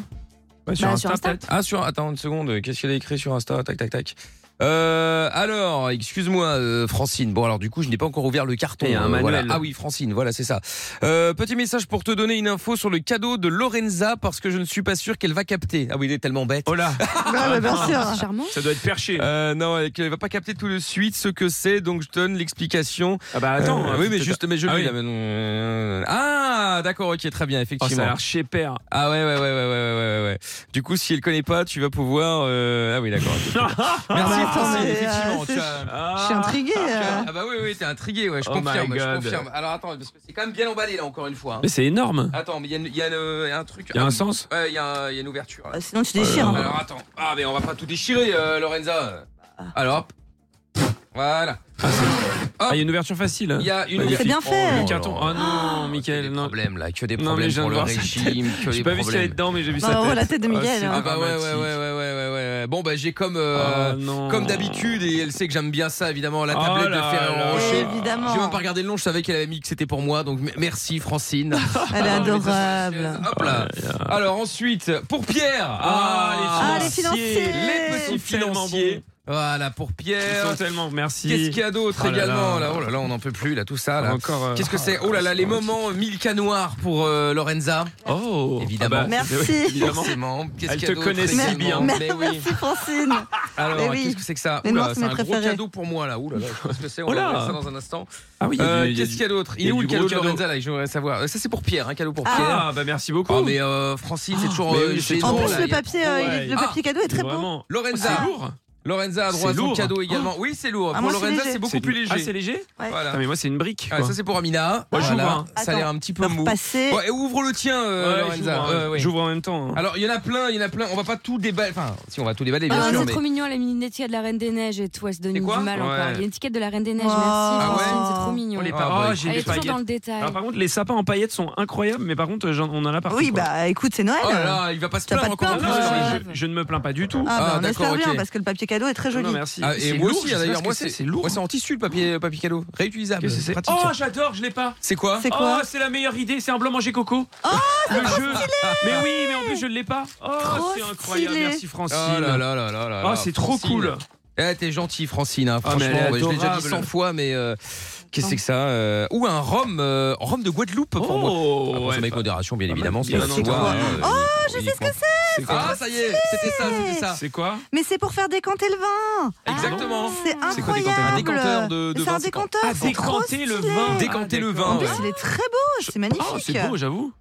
D: Ouais, sur
E: Bah,
D: Insta,
E: sur Insta.
D: peut-être.
B: Ah sur attends une seconde, qu'est-ce qu'elle a écrit sur Insta Tac tac tac. Euh, alors, excuse-moi, euh, Francine. Bon, alors du coup, je n'ai pas encore ouvert le carton.
D: Et un
B: euh,
D: manuel.
B: voilà. Ah oui, Francine, voilà, c'est ça. Euh, petit message pour te donner une info sur le cadeau de Lorenza parce que je ne suis pas sûr qu'elle va capter. Ah oui, elle est tellement bête. Oh là
D: bah, bien sûr.
E: C'est charmant.
B: Ça doit être perché. Euh, non, elle elle va pas capter tout de suite ce que c'est, donc je donne l'explication. Ah bah
D: attends,
B: oui, mais
D: peut-être-
B: juste, mais je
D: Ah
B: l'ai,
D: oui.
B: là, mais non. Ah, d'accord, ok, très bien, effectivement.
D: Oh, ça a l'air
B: chez père. Ah ouais, ouais, ouais, ouais, ouais, ouais, ouais, ouais. Du coup, si elle connaît pas, tu vas pouvoir. euh, Ah oui, d'accord. ok. Merci,
D: attends,
B: Francine,
D: mais, euh,
B: effectivement.
D: c'est-
B: tu as-
D: je suis intriguée,
B: tu as-
D: euh.
B: Ah bah oui, oui, t'es intrigué, ouais, je
D: Oh my
B: confirme, je
D: God.
B: confirme. Alors attends, parce que c'est quand même bien emballé là, encore une fois. hein.
D: Mais c'est énorme.
B: Attends, mais il y a une- il y, a le- il y a un truc. euh,
D: Il y a un sens Ah,
B: Ouais, il y, a un- il y a une ouverture. là. Euh,
C: sinon, tu déchires, hein.
B: Alors attends. Ah, mais on va pas tout déchirer, euh, Lorenza. Alors hop. Voilà.
D: Ah, il y a une ouverture facile.
B: Il y a une
D: Magnifique.
B: C'est bien fait.
D: Oh, le carton. Ah non, Michael, non.
B: problèmes là, que des
D: Non,
B: problèmes
D: mais je viens
B: pour
D: de
B: le
D: voir sa
B: régime,
D: tête.
B: que
D: J'ai
B: des
D: pas vu ce qu'il y avait
B: problèmes.
D: dedans, mais j'ai vu
B: Non,
D: sa
B: Bah, on
D: tête.
B: voit la tête de
D: Ah,
B: Miguel,
D: c'est
B: hein. Ah bah ouais, ouais,
D: dramatique.
B: ouais, ouais. Bon bah j'ai comme euh,
D: Ah, non.
B: comme d'habitude et elle sait que j'aime bien ça évidemment la
D: Oh
B: tablette de
D: là
B: Ferrero
D: là.
B: Rocher.
D: Évidemment.
B: J'ai même pas regardé le nom, je savais qu'elle avait mis que c'était pour moi donc m- merci Francine.
C: Elle est
B: Ah, non, mais ça,
C: adorable.
B: Hop là. Alors ensuite, pour Pierre.
D: Ah, les financiers.
B: Les petits
D: Ils sont tellement
B: financiers. Voilà, pour Pierre.
D: Ils sont tellement- merci.
B: Qu'est-ce qu'il y a d'autre
D: Oh là
B: également
D: là.
B: là, Oh là là, on n'en peut plus, là, tout ça. Là.
D: Encore, euh,
B: Qu'est-ce que
D: oh
B: c'est
D: là
B: Oh là
D: là,
B: là,
D: c'est
B: les moments Milka Noir pour euh, Lorenza. Oh Évidemment.
D: Ah bah, Merci. évidemment.
B: Forcément. Qu'est-ce
D: Elle
B: qu'il y a
D: te
B: d'autre,
D: connaît si
B: évidemment
D: bien.
B: Mais oui.
C: Merci Francine.
B: Alors,
C: Mais oui.
B: qu'est-ce que c'est que ça
C: Les
B: Ouh là,
C: noirs, c'est
B: C'est
C: mes
B: un gros
C: préférés.
B: cadeau pour moi, là. Ouh là là, je sais pas ce que c'est. On
D: Oh
B: va
D: là.
B: voir ça dans un instant.
D: Ah oui, il y a du-
B: Euh,
D: il y a
B: Qu'est-ce
D: du-
B: qu'il y a d'autre
D: il
B: Il
D: y
B: est
D: a
B: où
D: du
B: le cadeau
D: gros
B: de
D: cadeau.
B: Lorenza, là Je voudrais savoir. Euh, Ça, c'est pour Pierre, un cadeau pour
D: Ah,
B: Pierre.
D: bah, merci beaucoup.
B: Ah, mais euh, Francis, c'est toujours
D: mais
B: euh,
D: oui, c'est
B: gênant,
D: trop,
B: là,
D: là,
B: il y a
C: papier, euh, il est- le papier cadeau est très
D: Vraiment.
C: beau.
B: Lorenza.
C: Ah, c'est
D: lourd.
B: Lorenza a droit à
D: C'est
B: son
D: lourd.
B: cadeau également.
D: Oh.
B: Oui, c'est lourd.
D: Ah,
B: pour
D: moi, c'est
B: Lorenza,
D: léger.
B: c'est beaucoup
D: C'est-
B: plus léger.
D: Ah, c'est léger
B: Voilà.
D: Putain, mais moi, c'est une brique.
B: Ah,
D: quoi.
B: ça c'est pour Amina.
D: Moi, j'ouvre,
B: Voilà.
D: hein.
B: Ça a l'air un petit peu mou. Ouais, et ouvre le tien, euh,
D: Ouais,
B: Lorenza.
D: j'ouvre, hein.
B: Ouais, ouais.
D: J'ouvre en même temps. hein.
B: Alors il y en a plein, il y en a plein. On va pas tout déballer. Enfin, si on va tout déballer, bien
E: Ah,
B: sûr.
E: c'est
B: Mais...
E: trop mignon, elle a mis une étiquette de la Reine des Neiges et tout, elle se donne
B: C'est
E: du
B: quoi
E: mal encore.
D: Ouais.
E: Il y a une étiquette de la Reine des Neiges,
D: Oh.
E: merci
D: Ah ouais.
E: Francine, c'est trop mignon.
D: On les
E: Elle
D: pas-
C: bah,
D: oh, j'ai
E: est
D: des
E: toujours dans le
D: paillettes.
E: détail.
D: Alors, par contre, les sapins en paillettes sont incroyables, mais par contre, j'en- on en a partout.
C: Oui,
D: quoi.
C: bah écoute, c'est Noël.
D: Oh là là, il va pas se
C: T'as
D: plaindre
C: pas de
D: encore
C: plainte,
D: plus.
B: hein,
C: euh,
D: Je, je ne me plains pas du tout.
C: Ah, bah, on espère bien parce que le papier cadeau est très joli.
D: Non, merci.
B: Ah, et
D: C'est
B: moi
D: lourd,
B: aussi
D: je sais pas
B: d'ailleurs,
D: ce
B: moi
D: que
B: c'est
D: c'est, c'est lourd. hein.
B: Moi c'est en tissu le papier, papier cadeau, réutilisable.
D: Qu'est-ce que c'est
B: pratique.
D: Oh, j'adore, je l'ai pas.
B: C'est quoi
D: oh, c'est la meilleure idée, c'est un blanc manger coco. Oh,
C: Ah,
D: le jeu. Mais oui, mais en plus je l'ai pas. Oh,
B: Trop
D: c'est incroyable.
B: stylé.
D: Merci Francine.
B: Oh là là là là là
D: Oh,
B: là,
D: c'est trop
B: Francine.
D: cool.
B: Eh, t'es gentil, Francine. hein,
D: Ah, mais
B: franchement,
D: elle est
B: ouais, je l'ai déjà dit
D: adorable.
B: 100 fois, mais euh, qu'est-ce que c'est que ça euh, Ou un rhum, euh, rhum de Guadeloupe pour moi.
D: Oh,
B: Ah, bon, ça avec modération, bien évidemment.
D: bien
B: c'est
D: sûr.
B: un endroit, hein,
C: Oh,
B: euh,
C: je sais ce que c'est.
B: quoi Ah, ça y est, c'était ça, c'était ça.
D: C'est quoi
C: Mais c'est pour faire décanter le vin.
B: Ah,
C: Ah,
B: Exactement.
C: C'est
B: C'est quoi, décanter
C: incroyable.
B: Un décanteur de- de
C: C'est
B: vin,
C: un
B: c'est quand-
C: décanteur.
B: Ah,
C: c'est trop
B: décanter le
C: stylé.
B: vin. Décanter le vin,
C: En plus,
B: ouais.
C: il est très beau. C'est magnifique.
D: Oh, c'est beau, j'avoue.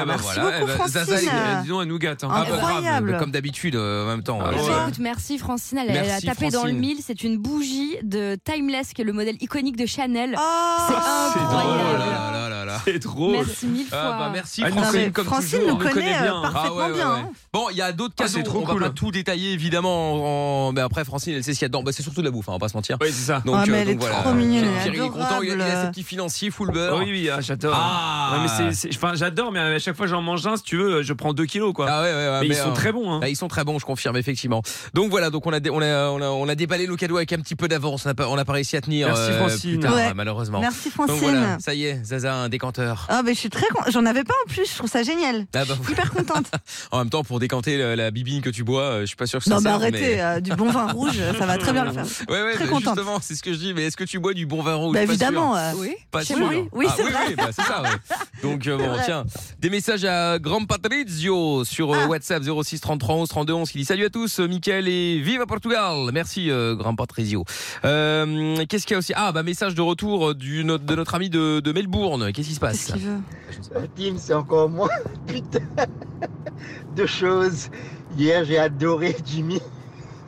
B: Ah, bah,
D: Merci
B: voilà, eh
D: beaucoup,
B: bah, Zaza,
D: Francine.
B: elle-
D: Dis donc, elle nous gâte, hein.
B: Ah, bah, grave,
D: Incroyable.
B: mais Comme d'habitude, euh, en même temps.
E: Eh
B: euh,
E: ben,
B: ouais.
E: écoute, merci Francine, elle, elle
B: Merci,
E: a tapé dans le
B: Francine.
E: mille. C'est une bougie de Timeless qui est le modèle iconique de Chanel.
D: Ah
C: c'est
E: incroyable.
B: Oh
D: C'est drôle.
E: Merci mille fois.
B: Ah, bah, merci
D: Ah, non,
B: Francine,
D: mais
B: comme
D: Francine nous
B: toujours.
D: connaît, euh, parfaitement
B: Ah
D: bien, hein.
B: Bon, il y a d'autres
D: Ah,
B: cadeaux.
D: c'est trop
B: on
D: cool.
B: va pas tout détailler évidemment. en- en- Mais après, Francine, elle sait ce qu'il y a dedans. Bah, c'est surtout de la bouffe, hein, on va pas se mentir.
D: Oui, c'est ça.
B: Donc,
D: Ah, mais
B: euh,
D: elle
B: donc
D: est
B: voilà.
D: trop mignonne, elle est
B: Pierre, il est content. Il a, il a
D: adorable.
B: ses petits financiers full beurre.
D: Oui, oui, ah, j'adore.
B: Ah.
D: Ouais, mais c'est- c'est- enfin, j'adore, mais à chaque fois j'en mange un, si tu veux, je prends 2 kilos, quoi.
B: Ah ouais, ouais, ouais,
D: mais, ils
B: mais,
D: sont
B: euh,
D: très bons, hein.
B: bah, ils sont très bons, je confirme effectivement. Donc voilà, donc on a dé- on a on a, on a déballé le cadeau avec un petit peu d'avance. On a pas on a pas réussi à tenir.
D: Merci,
B: euh,
D: Francine.
B: plus tard,
C: Ouais.
B: malheureusement.
C: Merci,
B: Donc
C: Francine.
B: voilà, ça y est, Zaza un décanteur.
C: Ah, mais je suis très contente. J'en avais pas en plus. Je trouve ça génial.
B: Ah bah,
C: Hyper contente.
B: en même temps, pour décanter la, la bibine que tu bois, euh, je suis pas sûr que ça
C: Non, mais
B: serve,
C: arrêtez. euh, du bon vin rouge, ça va très bien le faire.
B: Ouais, ouais,
C: Très
B: bah,
C: contente.
B: justement, c'est ce que je dis. Mais est-ce que tu bois du bon vin rouge
C: Bah,
B: Pas
C: évidemment,
B: sûr.
C: euh, oui.
B: Pas
C: Chez
B: sûr.
C: moi, oui. Oui,
B: Ah,
C: c'est
B: oui,
C: vrai.
B: oui, bah, c'est ça. ouais. Donc euh,
C: C'est
B: bon,
C: vrai.
B: tiens, des messages à Grand Patrizio sur
C: Ah.
B: euh, WhatsApp 06 33 11 32 11 qui dit salut à tous, euh, Mickaël et vive à Portugal. Merci euh, Grand Patrizio. Euh, Qu'est-ce qu'il y a aussi Ah, bah message de retour du notre- de notre ami de, de Melbourne. Qu'est-ce qui se passe
I: Tim, c'est encore moi. Putain. Deux choses. Hier, j'ai adoré Jimmy.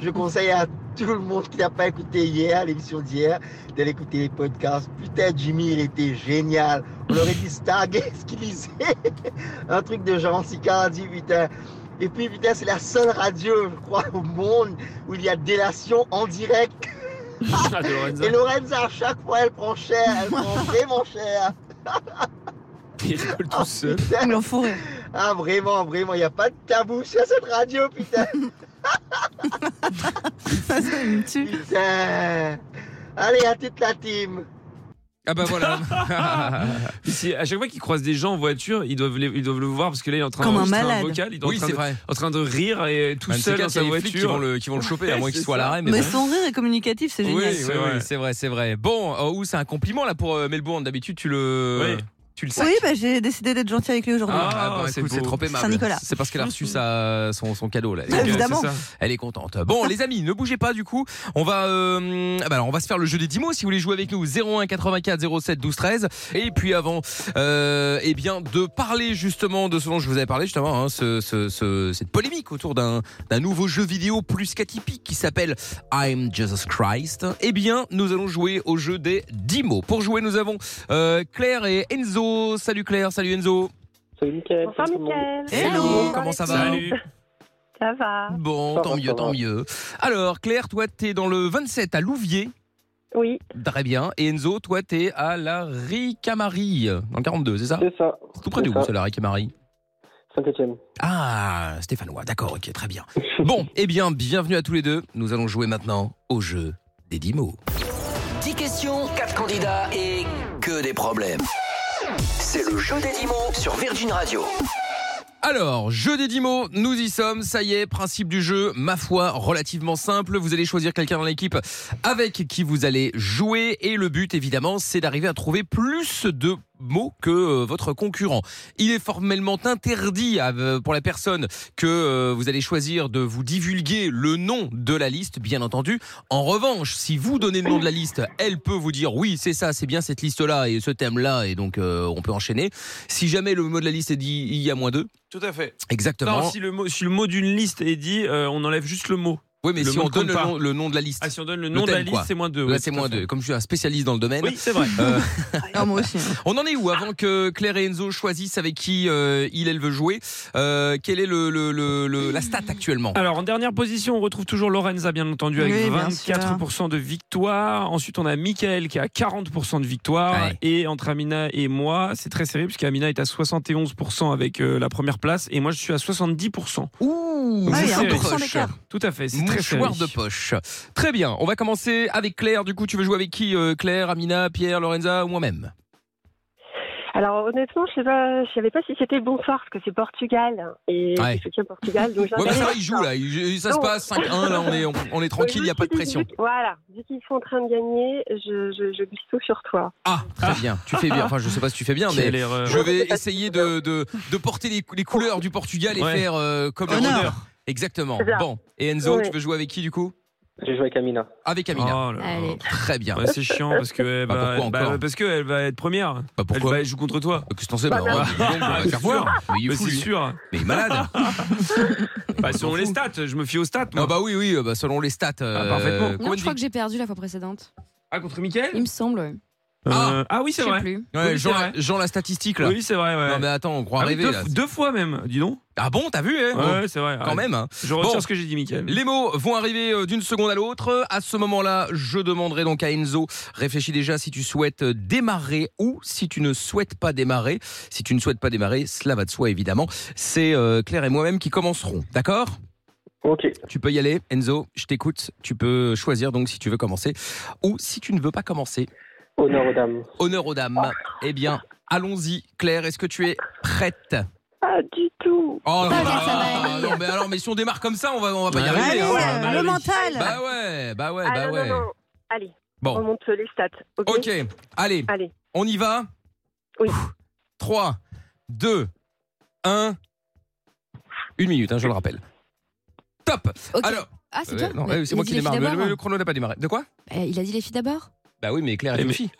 I: Je conseille à tout le monde qui n'a pas écouté hier l'émission d'hier d'aller écouter les podcasts. Putain, Jimmy, il était génial. On aurait dit Stargate ce qu'il disait. Un truc de genre Sicardi, putain. Et puis, putain, c'est la seule radio, je crois, au monde où il y a délation en direct. Et Lorenza, à chaque fois, elle prend cher. Elle prend vraiment cher.
D: Il rigole tout seul.
I: Ah vraiment, vraiment, il n'y a pas de tabou sur cette radio, putain. putain. Allez, à toute la team.
B: Ah bah voilà.
D: Si, à chaque fois qu'ils croisent des gens en voiture, ils doivent, les- ils doivent le voir parce que là, il est en train
B: Comme un
D: d'enregistrer
B: malade.
D: vocal. Il est en
B: Oui,
D: train
B: c'est
D: de-
B: vrai. Bah,
D: En train de rire et tout
B: Un de ces
D: seul
B: quatre,
D: dans sa
B: il y a les
D: voiture.
B: flics qui vont le- qui vont le choper, à moins qu'il soit à l'arrêt, mais bon.
C: son rire est communicatif, c'est
B: Oui,
C: génial.
B: oui, oui, c'est vrai, c'est vrai. Bon, euh, Ou c'est un compliment là pour euh, Melbourne. D'habitude, tu le, tu le sacs.
C: Oui, bah, j'ai décidé d'être gentil avec lui aujourd'hui.
B: Ah, bah, écoute, c'est trop aimable.
C: Saint-Nicolas.
B: C'est parce qu'elle a reçu sa, son, son cadeau là. euh,
C: Bah, évidemment.
B: c'est ça. Elle est contente. Bon, les amis, ne bougez pas du coup. On va, euh, ah bah alors, on va se faire le jeu des 10 mots si vous voulez jouer avec nous. 01 84 07 12 13. Et puis avant, euh, eh bien, de parler justement de ce dont je vous avais parlé justement, hein, ce- ce- ce- cette polémique autour d'un d'un nouveau jeu vidéo plus qu'atypique qui s'appelle I'm Jesus Christ. Eh bien, nous allons jouer au jeu des 10 mots. Pour jouer, nous avons euh, Claire et Enzo. Salut Claire, salut Enzo.
Q: Salut Mickaël.
O: Bonsoir, Mickaël.
B: Hello, comment ça va
O: Ça va.
B: Bon, tant mieux, tant mieux. Alors, Claire, toi, t'es dans le 27 à Louviers.
O: Oui.
B: Très bien. Et Enzo, toi, t'es à la Ricamari, dans le 42, c'est ça
Q: C'est ça.
B: tout près de
Q: C'est
B: où,
Q: ça.
B: c'est la Ricamari
Q: Saint-Etienne.
B: Ah, Stéphanois, d'accord, ok, très bien. Bon, eh bien, bienvenue à tous les deux. Nous allons jouer maintenant au jeu des 10 mots.
A: 10 questions, 4 candidats et que des problèmes. C'est le jeu des 10 mots sur Virgin Radio.
B: Alors, jeu des 10 mots, nous y sommes, ça y est, principe du jeu, ma foi, relativement simple. Vous allez choisir quelqu'un dans l'équipe avec qui vous allez jouer et le but, évidemment, c'est d'arriver à trouver plus de mots que euh, votre concurrent. Il est formellement interdit à- euh, pour la personne que euh, vous allez choisir de vous divulguer le nom de la liste, bien entendu. En revanche, si vous donnez le nom de la liste, elle peut vous dire oui, c'est ça, c'est bien cette liste-là et ce thème-là, et donc euh, on peut enchaîner. Si jamais le mot de la liste est dit il y a moins deux,
D: Tout à fait.
B: Exactement.
D: Non, si le mot, si le mot d'une liste est dit, euh, on enlève juste le mot.
B: Oui, mais
D: Le
B: si
D: mot
B: on
D: ne compte
B: donne le
D: pas.
B: nom, le nom de la liste.
D: Ah, si on donne le nom de
B: thème,
D: la liste,
B: quoi.
D: c'est moins deux,
B: Là,
D: oui,
B: c'est
D: tout à
B: moins
D: fait.
B: deux. Comme je suis un spécialiste dans le domaine.
D: Oui, c'est vrai.
B: Euh,
C: moi aussi. hein.
B: on en est où avant que Claire et Enzo choisissent avec qui euh, il, elle veut jouer euh, Quelle est le, le- le- le- la stat actuellement
D: Alors, en dernière position, on retrouve toujours Lorenza, bien entendu, avec
B: Oui, bien sûr.
D: 24% de victoire. Ensuite, on a Michael qui a 40% de victoire. Et entre Amina et moi, c'est très serré, puisque Amina est à 71% avec euh, la première place. Et moi, je suis à 70%.
B: Ouh,
D: Donc,
B: Ah,
D: c'est
B: il y a
D: serré.
B: 1% d'écart.
D: Tout à fait, c'est très serré.
B: Mouchoir de poche. Très bien, on va commencer avec Claire. Du coup, tu veux jouer avec qui euh, Claire, Amina, Pierre, Lorenza ou moi-même
O: Alors honnêtement, je sais pas, je savais pas si c'était bonsoir parce que c'est Portugal et
B: Ouais.
O: je soutiens Portugal. Donc j'ai
B: Ouais, mais
O: regardé-
B: ça, il joue là. Il- ça se
O: Non.
B: passe 5-1, là, on est, on, on est tranquille, il n'y a pas de pression.
O: Voilà, vu qu'ils sont en train de gagner, je, je, je glisse tout sur toi.
B: Ah, Très bien, tu fais bien. Enfin, je sais pas si tu fais bien, mais
D: Ah. Quelle erreur.
B: je vais essayer de, de, de porter les, les couleurs du Portugal et
D: Ouais.
B: faire euh, comme le
D: Honneur.
B: bonheur. Exactement.
D: C'est ça.
B: Bon, et Enzo,
D: Ouais.
B: tu veux jouer avec qui du coup
Q: J'ai joué avec Amina.
B: Avec Amina.
D: Oh là là. Allez.
B: Très bien.
D: Bah, c'est chiant parce que elle
B: Bah,
D: va,
B: pourquoi
D: bah,
B: encore Bah,
D: parce que elle va être première.
B: pourquoi
D: elle, va, elle joue contre toi.
B: Qu'est-ce que t'en sais Bah, Bah, on va- bien. dis donc, on va
D: C'est
B: faire voir.
D: sûr.
B: Mais il est
D: Bah,
B: fou,
D: c'est
B: lui.
D: sûr.
B: Mais il est malade.
D: Bah, selon les stats, je me fie aux stats. Ah,
B: Ah bah oui, oui, euh, bah, selon les stats. euh,
D: parfaitement.
B: combien
E: Non,
B: de
E: je crois que j'ai perdu la fois précédente.
D: Ah, contre Mickaël
E: Il me semble, ouais.
D: Euh, Ah oui, c'est
E: Je sais
D: vrai.
E: plus.
B: Ouais,
D: Oui, c'est
B: Jean,
D: vrai.
B: Jean la statistique là.
D: Oui, c'est vrai. ouais.
B: Non mais attends, on croit
D: Ah oui,
B: rêver
D: deux,
B: là.
D: deux fois même, dis donc.
B: Ah bon, t'as vu hein
D: Ouais,
B: Bon.
D: c'est vrai.
B: Quand
D: ouais.
B: même. hein.
D: Je retire
B: Bon.
D: ce que j'ai dit, Mickaël.
B: Les mots vont arriver euh, d'une seconde à l'autre. À ce moment-là, je demanderai donc à Enzo, réfléchis déjà si tu souhaites euh, démarrer ou si tu ne souhaites pas démarrer. Si tu ne souhaites pas démarrer, cela va de soi évidemment. C'est euh, Claire et moi-même qui commencerons. D'accord
Q: Ok.
B: Tu peux y aller, Enzo, je t'écoute. Tu peux choisir donc si tu veux commencer ou si tu ne veux pas commencer.
Q: Honneur aux dames.
B: Honneur aux dames. Eh bien, allons-y. Claire, est-ce que tu es prête
O: Pas du tout.
B: Oh
O: Pas
B: là
O: grave, ça
B: là,
O: va aller.
B: non, mais alors, mais si on démarre comme ça, on va, on va pas y
O: Allez,
B: arriver. hein.
O: euh,
B: Bah
O: le
B: oui.
O: mental.
B: Bah ouais, bah ouais,
O: Ah,
B: bah
O: non,
B: ouais.
O: non, non. Allez,
B: Bon.
O: on monte les stats. Ok.
B: Ok, allez,
O: Allez.
B: on y va
O: Oui.
B: 3, 2, 1. Une minute, hein, je le rappelle. Top Alors.
E: Ah, c'est
B: Ouais,
E: toi
B: non,
E: Mais-
B: ouais, c'est
E: mais
B: moi
E: dis
B: qui
E: les filles
B: démarre. Le,
E: d'abord.
B: le chrono n'a pas démarré. De quoi
E: Euh, Il a dit les filles d'abord
B: Bah oui, mais Claire,
D: Eh,
B: elle est une
D: mais-
B: fille.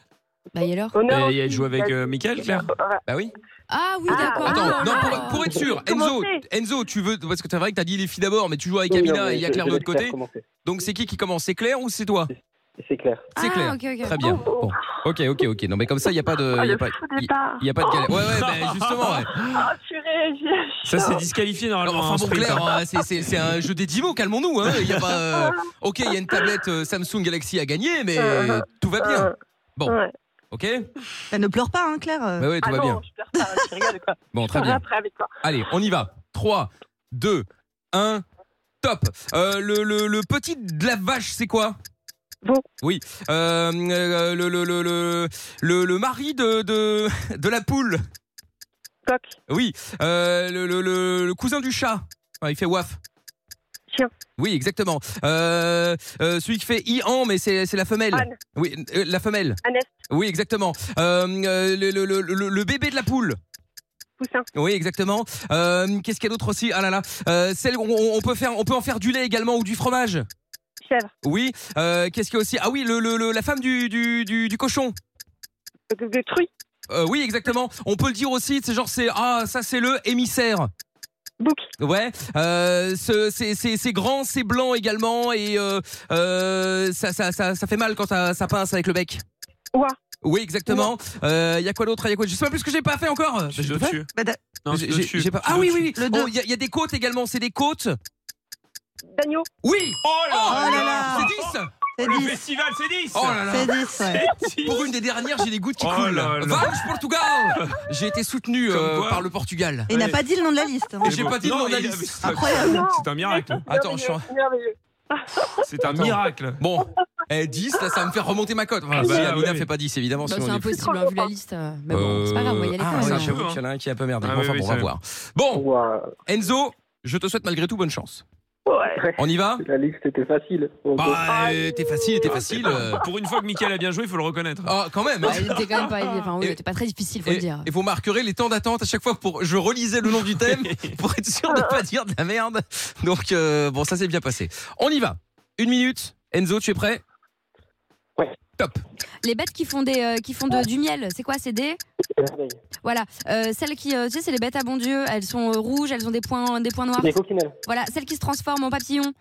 E: Bah et alors
D: Euh,
B: Eh,
D: Il y a joué avec euh, Mickaël, Claire
B: Bah oui.
E: Ah oui, d'accord.
B: Attends,
E: Ah,
B: non,
E: ah,
B: pour, pour être sûr, Enzo, Enzo, tu veux. Parce que c'est vrai que t'as dit les filles d'abord, mais tu joues avec
Q: Oui,
B: Amina
Q: non,
B: et il y a Claire
Q: je- je
B: de l'autre
Q: laisse
B: côté.
Q: Claire commencer.
B: Donc c'est qui qui commence C'est Claire ou c'est toi
Q: C'est Claire.
B: C'est Claire.
E: Ah, ok, ok.
B: Très bien. Bon. Ok, ok, ok. Non, mais comme ça, il n'y a pas de.
E: Ah,
B: Il n'y a
E: le
B: pas,
E: fou
B: y-
E: départ.
B: y a pas de galère. Ouais, ouais, bah, justement, ouais.
O: Ah, purée, j'ai-
D: Ça, c'est disqualifié normalement.
B: Enfin
D: en
B: bon,
D: sprint,
B: Claire,
D: hein.
B: hein, c'est- c'est c'est un jeu des 10 mots, calmons-nous. Hein. Il y a pas, euh, Ok, il y a une tablette euh, Samsung Galaxy à gagner, mais euh, tout va bien. Bon, ok
C: Elle ne pleure pas, hein, Claire.
B: Bah ouais, tout va bien. Bon, très bien. Allez, on y va. 3, 2, 1, top. Euh, le, le, le petit de la vache, c'est quoi Oui. Euh, euh, le, le, le, le, le, le mari de, de, de la poule.
O: Coq.
B: Oui. Euh, le, le, le, le cousin du chat. Ah, il fait waf.
O: Chien.
B: Oui, exactement. Euh, euh, celui qui fait i-an, mais c'est c'est la femelle.
O: Âne.
B: Oui, euh, la femelle.
O: Annette.
B: Oui, exactement. Euh, euh, le, le, le, le- le bébé de la poule.
O: Poussin.
B: Oui, exactement. Euh, Qu'est-ce qu'il y a d'autre aussi Ah là là. Euh, celle, on, on peut faire, on peut en faire du lait également ou du fromage.
O: Chèvre.
B: Oui. Euh, Qu'est-ce qu'il y a aussi Ah oui, le, le- le- la femme du, du, du, du cochon.
O: Le, truie.
B: Euh, oui, exactement. On peut le dire aussi. C'est genre c'est ah ça c'est le émissaire.
O: Bouc.
B: Ouais. Euh, ce- c'est- c'est c'est grand, c'est blanc également et euh, euh, ça, ça, ça, ça fait mal quand ça, ça pince avec le bec.
O: Ouah.
B: Oui, exactement. Il y a quoi d'autre Y a quoi Je sais pas plus ce que j'ai pas fait encore. Bah, j'ai tout fait.
D: Non, c'est
B: J'ai- j'ai-
D: au-dessus.
B: j'ai pas-
D: C'est
B: Ah oui,
D: au-dessus.
B: oui, oui. Oh, Il y, a- il y a des côtes également. C'est des côtes.
O: D'agneau.
B: Oui.
D: Oh là là là.
B: C'est 10
D: Le festival, c'est 10
B: Oh là là.
D: C'est 10.
B: Pour une des dernières, j'ai des gouttes qui
D: Oh
B: coulent.
D: là là.
B: Vamos Portugal J'ai été soutenu euh,
D: quoi.
B: par le Portugal.
C: Et il n'a pas dit le nom de la liste. hein.
B: Et j'ai pas dit le nom de la
D: il-
B: liste.
D: c'est
C: Incroyable.
D: C'est un miracle.
B: Attends, je suis en-
D: C'est un
B: Attends.
D: miracle.
B: Bon, eh, 10, là, ça va me faire remonter ma cote. Enfin,
D: Ah
B: si
D: bah,
B: Amina
D: oui.
B: fait pas 10, évidemment.
E: Bah,
B: sinon
E: c'est
B: on est-
E: impossible, hein, vu la liste. euh, Mais bon, c'est pas grave, on va y aller
B: Euh,
E: quand
B: ah,
E: même.
B: ouais,
E: hein.
B: j'avoue qu'il y en a un qui a un peu merdé.
D: Ah
B: Bon,
D: oui,
B: enfin,
D: oui,
B: bon, on
D: c'est
B: va
D: vrai.
B: voir. Bon, Enzo, je te souhaite malgré tout bonne chance.
Q: Ouais.
B: On y va
Q: La liste était facile. Ok.
B: Bah, euh, t'es facile, t'es facile. euh.
D: Ah, Pour une fois que Mickaël a bien joué, il faut le reconnaître.
B: Ah, quand même. hein.
E: Ouais, il Bah, était quand même pas, enfin, oui, il était pas très difficile, faut le
B: Et,
E: dire.
B: et vous marquerez les temps d'attente à chaque fois pour. Je relisais le nom du thème pour être sûr de pas dire de la merde. Donc euh, bon, ça s'est bien passé. On y va. Une minute. Enzo, tu es prêt
Q: Ouais.
B: Top.
E: Les bêtes qui font des, euh, qui font de- du miel, c'est quoi C'est des Voilà, euh, celles qui, euh, tu sais, c'est les bêtes à bon Dieu. Elles sont euh, rouges, elles ont des points, des points noirs.
Q: Les coccinelles.
E: Voilà, celles qui se transforment en papillons.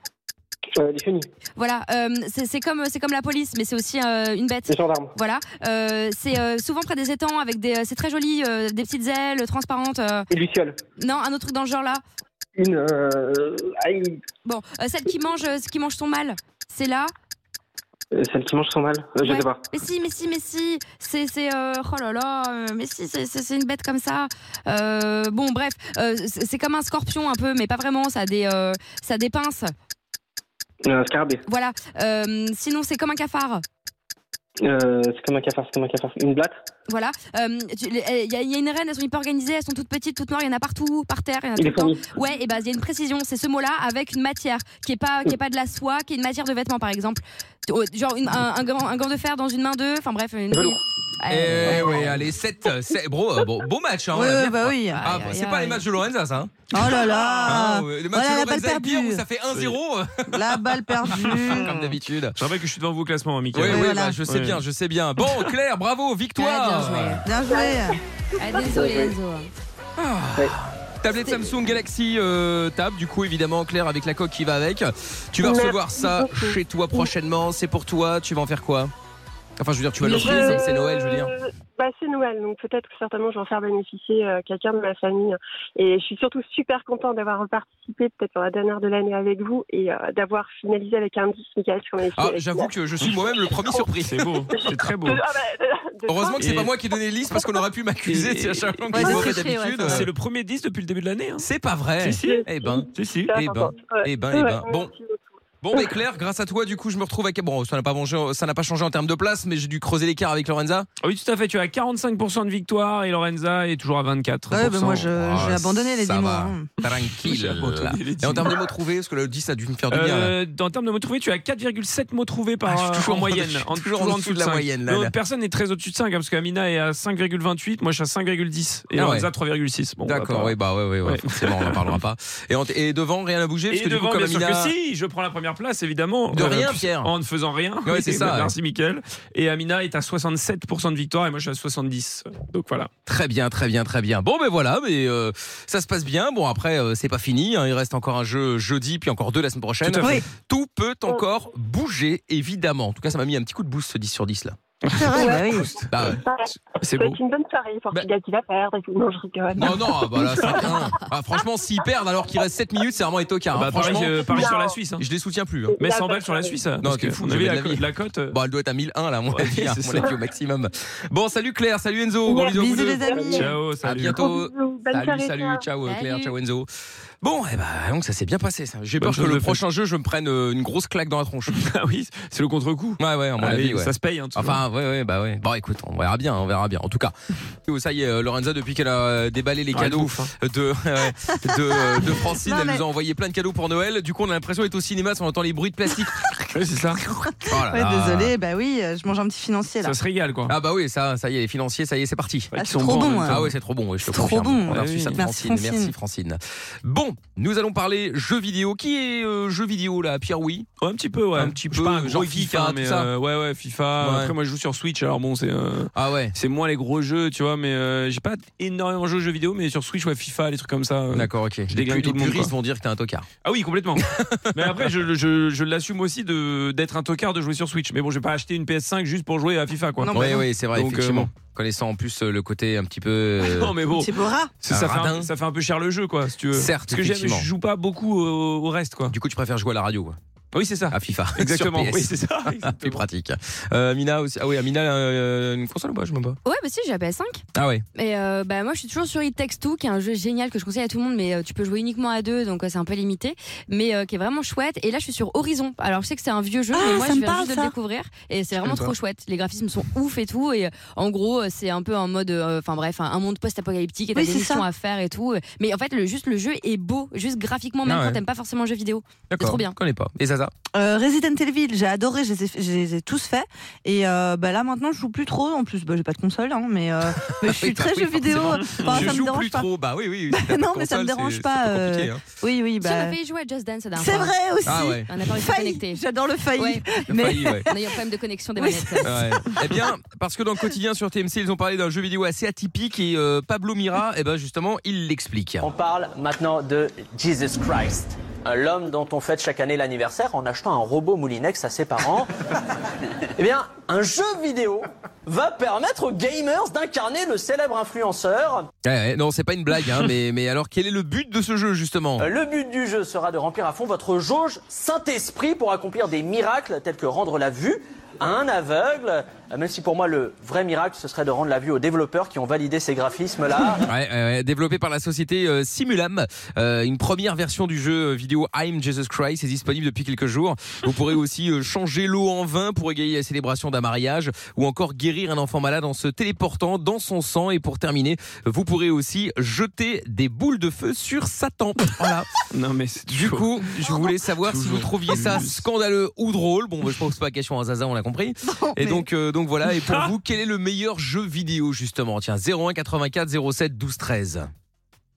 Q: Euh, les chenilles.
E: Voilà, euh, c'est c'est comme, c'est comme la police, mais c'est aussi euh, une bête.
Q: Les gendarmes.
E: Voilà, euh, c'est euh, souvent près des étangs avec des, c'est très joli, euh, des petites ailes transparentes. euh.
Q: Les lucioles.
E: Non, un autre truc dans le genre là.
Q: Une. Euh,
R: ah,
Q: aïe.
E: Bon, euh, celle qui mange, euh, qui mange son mal, c'est là.
Q: Euh, Celle qui mange son mal. Euh, Je
E: Ouais.
Q: sais pas.
E: Mais si, mais si, mais si, c'est, c'est, euh, oh là là, euh, mais si, c'est, c'est, c'est une bête comme ça. Euh, bon, bref, euh, c'est c'est comme un scorpion un peu, mais pas vraiment, ça a des, euh, ça a des pinces.
Q: Un scarabée.
E: Voilà. Euh, sinon, c'est comme un cafard.
Q: Euh, c'est comme un cafard, c'est comme un cafard. Une blatte.
E: Voilà. Euh, tu- les- euh, Il y, a- il y a une reine, elles sont hyper organisées, elles sont toutes petites, toutes noires, il y en a partout, par terre, il y en a tout
Q: Il
E: le
Q: est
E: temps.
Q: fourni.
E: Ouais, et ben il y a une précision, c'est ce mot-là avec une matière qui est pas qui est pas de la soie, qui est une matière de vêtement par exemple. Oh, Genre une- un, un gant, un gant de fer dans une main d'eux, enfin bref, une
Q: Velours.
E: Euh,
B: Eh ouais, allez, 7. Bro, euh, bon, beau match. Hein, on
C: Ouais,
B: a bien-
C: ouais, bah oui.
B: Ah, bah, c'est pas les matchs de Lorenza, ça. hein.
C: Oh là
B: Ah,
C: Oh là
B: ouais, les matchs
C: Voilà la
B: de
C: balle
B: Lorenza et Pierre,
C: perdue
B: où ça fait 1-0, euh,
C: La balle perdue
B: comme d'habitude.
D: Je rappelle que je suis devant vous au classement, hein,
B: Oui,
D: Mickaël.
B: oui,
C: voilà.
B: bah, je sais
D: Ouais.
B: bien, je sais bien. Bon, Claire, bravo, victoire.
E: Ouais,
C: Bien joué
E: Ah, désolé Enzo.
B: Ah. Tablette Samsung Galaxy euh, Tab, du coup évidemment Claire avec la coque qui va avec. Tu vas recevoir ça chez toi prochainement, c'est pour toi, tu vas en faire quoi Enfin je veux dire tu vas l'offrir,
O: Euh,
B: c'est Noël je veux dire.
O: Bah, c'est Noël, donc peut-être que certainement je vais en faire bénéficier euh, quelqu'un de ma famille. Et je suis surtout super contente d'avoir participé, peut-être pour la dernière de l'année avec vous, et euh, d'avoir finalisé avec un 10, Michael, sur mes
B: Ah j'avoue que je suis moi-même le premier surpris.
D: C'est beau, c'est très beau.
B: Heureusement que c'est
D: Et-
B: pas moi qui ai donné liste parce qu'on aurait pu m'accuser
D: Et-
B: tu sais, à chaque fois que
D: Ouais,
B: j'ai
D: c'est
B: mauvaise
E: triché, ouais,
B: habitude.
E: ça.
D: C'est le premier 10 depuis le début de l'année. hein.
B: C'est pas vrai.
D: Si, si.
B: Eh ben,
D: Si, si.
B: eh ben, eh ben, eh ben. Bon. Bon mais Claire, grâce à toi du coup je me retrouve avec bon ça n'a pas mangé, ça n'a pas changé en termes de place mais j'ai dû creuser l'écart avec Lorenza.
D: Ah Oui, tout à fait. Tu as 45% de victoire et Lorenza est toujours à 24%.
C: Ouais, bah, moi, je-
B: Ah,
C: j'ai abandonné les
B: ça
C: 10 mois.
B: va.
C: hein.
B: Tranquille.
D: J'ai abandonné les
B: Et en
D: dix.
B: termes de mots trouvés, parce que le 10 a dû me faire du bien. là.
D: Euh, en termes de mots trouvés, tu as 4,7 mots trouvés par
B: Ah, je suis toujours
D: en
B: en-
D: moyenne.
B: je suis
D: En-
B: toujours en dessous de la
D: cinq.
B: moyenne, là,
D: Non,
B: là.
D: Personne n'est très au-dessus de 5 parce qu'Amina est à 5,28, moi je suis à 5,10 et
B: Ah ouais.
D: Lorenza 3,6. Bon,
B: D'accord,
D: bah,
B: oui, bah ouais, ouais, ouais,
D: Ouais.
B: forcément, on n'en parlera pas. Et, en- et devant, rien à bouger,
D: Et
B: parce que
D: devant,
B: du coup,
D: bien
B: comme
D: sûr
B: Amina-
D: que si, je prends la première place, évidemment.
B: De rien,
D: puis-
B: Pierre.
D: En ne faisant rien.
B: Ouais, c'est ça,
D: Merci, Mickaël. Et Amina est à 67% de victoire et moi je suis à 70. Donc voilà.
B: Très bien, très bien, très bien. Bon, ben voilà, mais euh, ça se passe bien. Bon, après, euh, c'est pas fini. hein. il reste encore un jeu jeudi, puis encore deux la semaine prochaine.
D: Tout à
C: fait. Oui.
B: Tout peut encore bouger, évidemment. En tout cas, ça m'a mis un petit coup de boost, ce 10 sur 10, là.
C: C'est vrai, bah oui.
B: Bah, ouais.
D: C'est beau.
O: C'est une bonne soirée, Portugal qui va perdre. et tout. Non, je rigole.
B: Bah Non, non, ah, bah là, 5-1. Ah, franchement, s'ils perdent alors qu'il reste 7 minutes, c'est vraiment les tocards, hein.
D: Bah, Paris,
B: franchement,
D: euh, Paris sur la
O: Non.
D: Suisse. hein.
B: je les soutiens plus. hein.
D: Mais 100 balles sur la Suisse. hein,
B: Non,
D: parce
B: t'es
D: que
B: fou,
D: on avait
B: j'avais de
D: la
B: la
D: co-
B: vie.
D: la cote. euh,
B: Bon, elle doit être à 1001, là, à mon
D: Ouais,
B: avis, hein, à
D: c'est
B: mon
D: ça.
B: avis, au maximum. Bon, salut Claire, salut Enzo. Gros bisous à vous
C: Bisous
B: deux.
C: les amis
D: Ciao,
B: À
D: salut.
B: bientôt.
O: Bisous, bonne
B: Salut,
O: soirée,
B: salut,
O: ciao.
B: ciao euh, Claire,
E: Salut.
B: ciao Enzo. Bon, eh ben, donc ça s'est bien passé. ça. J'ai
D: Bonne
B: peur que
D: chose
B: le
D: de faite.
B: prochain jeu, je me prenne euh, une grosse claque dans la tronche.
D: ah oui, c'est le contre-coup.
B: Ouais, ouais, à mon
D: Ah
B: avis,
D: oui,
B: ouais.
D: ça se paye, hein, toujours.
B: enfin, ouais, ouais, bah ouais. Bon, écoute, on verra bien, on verra bien. En tout cas, ça y est, euh, Lorenza, depuis qu'elle a euh, déballé les
D: Ah, de
B: cadeaux
D: ouf, hein.
B: de, euh, de, de Francine,
D: Non,
B: elle
D: mais-
B: nous a envoyé plein de cadeaux pour Noël. Du coup, on a l'impression d'être au cinéma, on entend les bruits de plastique. oui, c'est ça. Oh là
C: Ouais,
B: là.
C: désolé, bah oui, euh, je mange un petit financier là.
B: régale quoi. Ah bah oui, ça, ça y est, les financiers, ça y est, c'est parti.
C: Ah, Ils c'est sont trop bons, bon, hein.
B: Ah ouais, c'est trop bon, oui, je te
C: C'est trop
B: confirme.
C: bon.
B: On a reçu
C: Oui.
B: ça de
C: Merci,
B: Francine. Merci
C: Francine.
B: Francine. Bon, nous allons parler jeux vidéo. Qui est euh, jeux vidéo là Pierre Oui
D: Un petit peu, ouais.
B: Un petit
D: Je suis
B: peu,
D: pas un gros
B: genre
D: geek,
B: FIFA,
D: hein,
B: tout
D: mais
B: ça.
D: euh, ouais, ouais, FIFA.
B: Ouais.
D: Après, moi, je joue sur Switch, alors bon, c'est. euh,
B: Ah ouais.
D: C'est moins les gros jeux, tu vois, mais euh, j'ai pas énormément joué aux jeux vidéo, mais sur Switch, ouais, FIFA, les trucs comme ça. euh,
B: D'accord, ok.
D: Je
B: Les
D: déglingue
B: pu-
D: tout le
B: les
D: monde.
B: puristes
D: quoi.
B: vont dire que t'es un tocard.
D: Ah oui, complètement. mais après, je, je- je l'assume aussi de d'être un tocard de jouer sur Switch. Mais bon, je vais pas acheter une PS5 juste pour jouer à FIFA, quoi.
B: oui, oui, c'est vrai,
D: Donc, euh,
B: effectivement.
D: bon.
B: Connaissant en plus euh, le côté un petit peu. euh,
D: Non mais bon, ça,
B: Un
D: ça fait
B: radin.
D: un, ça fait un peu cher le jeu quoi, si tu veux.
B: Certes,
D: Parce que j'aime-
B: effectivement.
D: je joue pas beaucoup euh, au, au reste quoi. Ah
B: Du coup, tu préfères jouer à la radio. quoi.
D: Oui, c'est ça.
B: À FIFA.
D: Exactement,
B: Sur PS.
D: oui, c'est ça,
B: Plus pratique. Euh, Mina aussi. Ah oui, Amina, euh, une console ou pas Je me bats.
E: Ouais, bah si, j'ai la PS5.
B: Ah ouais.
E: Et euh, bah moi je suis toujours sur It Takes Two, qui est un jeu génial que je conseille à tout le monde, mais euh, tu peux jouer uniquement à deux, donc euh, c'est un peu limité, mais euh, qui est vraiment chouette. Et là je suis sur Horizon. Alors je sais que c'est un vieux jeu,
C: Ah,
E: mais moi
C: ça
E: je
C: me
E: viens
C: parle,
E: juste de
C: ça.
E: le découvrir, et c'est vraiment
C: Je sais
E: trop
C: pas.
E: chouette. Les graphismes sont ouf et tout, et euh, en gros euh, c'est un peu un mode, euh, enfin bref, un un monde post-apocalyptique, et t'as
C: Oui,
E: des
C: c'est
E: missions
C: ça.
E: à faire et tout. euh, Mais en fait le, juste le jeu est beau, juste graphiquement, même
B: Ah ouais.
E: quand t'aimes pas forcément le jeu vidéo. C'est
B: D'accord.
E: trop bien.
B: Je connais pas. Et Zaza
C: Euh, Resident Evil, j'ai adoré, je les ai, je les ai tous faits. Et euh, bah là maintenant, je joue plus trop. En plus, bah, j'ai pas de console, hein, mais, euh, mais je suis
B: Oui, bah
C: très
B: oui,
C: jeu vidéo.
B: forcément.
C: Enfin,
B: je
C: ça me
B: joue
C: dérange
B: plus
C: pas.
B: trop. Bah oui, oui. si t'as
C: non,
B: pas de
C: mais ça me
B: console,
C: dérange
B: c'est-
C: pas,
B: c'est compliqué,
C: euh,
B: hein.
C: Oui, oui,
E: Si, on
C: bah.
E: a failli jouer à Just Dance la dernière
C: C'est
E: fois.
C: vrai aussi.
B: Ah ouais.
E: On a pas réussi à
C: Failli.
E: connecter.
C: J'adore le failli.
E: Ouais.
B: Le failli, ouais.
E: On a eu un problème de connexion des
C: Oui,
E: manettes.
B: Ouais. eh bien, parce que dans le quotidien sur TMC, ils ont parlé d'un jeu vidéo assez atypique et euh, Pablo Mira, eh ben justement, il l'explique.
S: On parle maintenant de Jesus Christ, euh, l'homme dont on fête chaque année l'anniversaire en achetant un robot Moulinex à ses parents. eh bien, un jeu vidéo va permettre aux gamers d'incarner le célèbre influenceur.
D: Oh.
B: Ouais, ouais, non, c'est pas une blague, hein, mais, mais alors quel est le but de ce jeu justement
S: Euh, Le but du jeu sera de remplir à fond votre jauge Saint-Esprit pour accomplir des miracles tels que rendre la vue à un aveugle, Euh, même si pour moi le vrai miracle ce serait de rendre la vue aux développeurs qui ont validé ces graphismes-là.
B: Ouais, ouais, ouais, développé par la société euh, Simulam, Euh, une première version du jeu euh, vidéo I'm Jesus Christ est disponible depuis quelques jours. Vous pourrez aussi euh, changer l'eau en vin pour égayer la célébration d'un mariage ou encore guérir un enfant malade en se téléportant dans son sang. Et pour terminer, vous pourrez aussi jeter des boules de feu sur Satan. Voilà.
D: Non mais c'est Oh,
B: Du coup, je voulais savoir si vous trouviez ça scandaleux ou drôle. Bon, bah, je pense pas la question à Zaza, on l'a compris. et donc, euh, donc voilà. Et pour
C: Ah
B: vous, quel est le meilleur jeu vidéo justement Tiens, 01 84 07 12 13.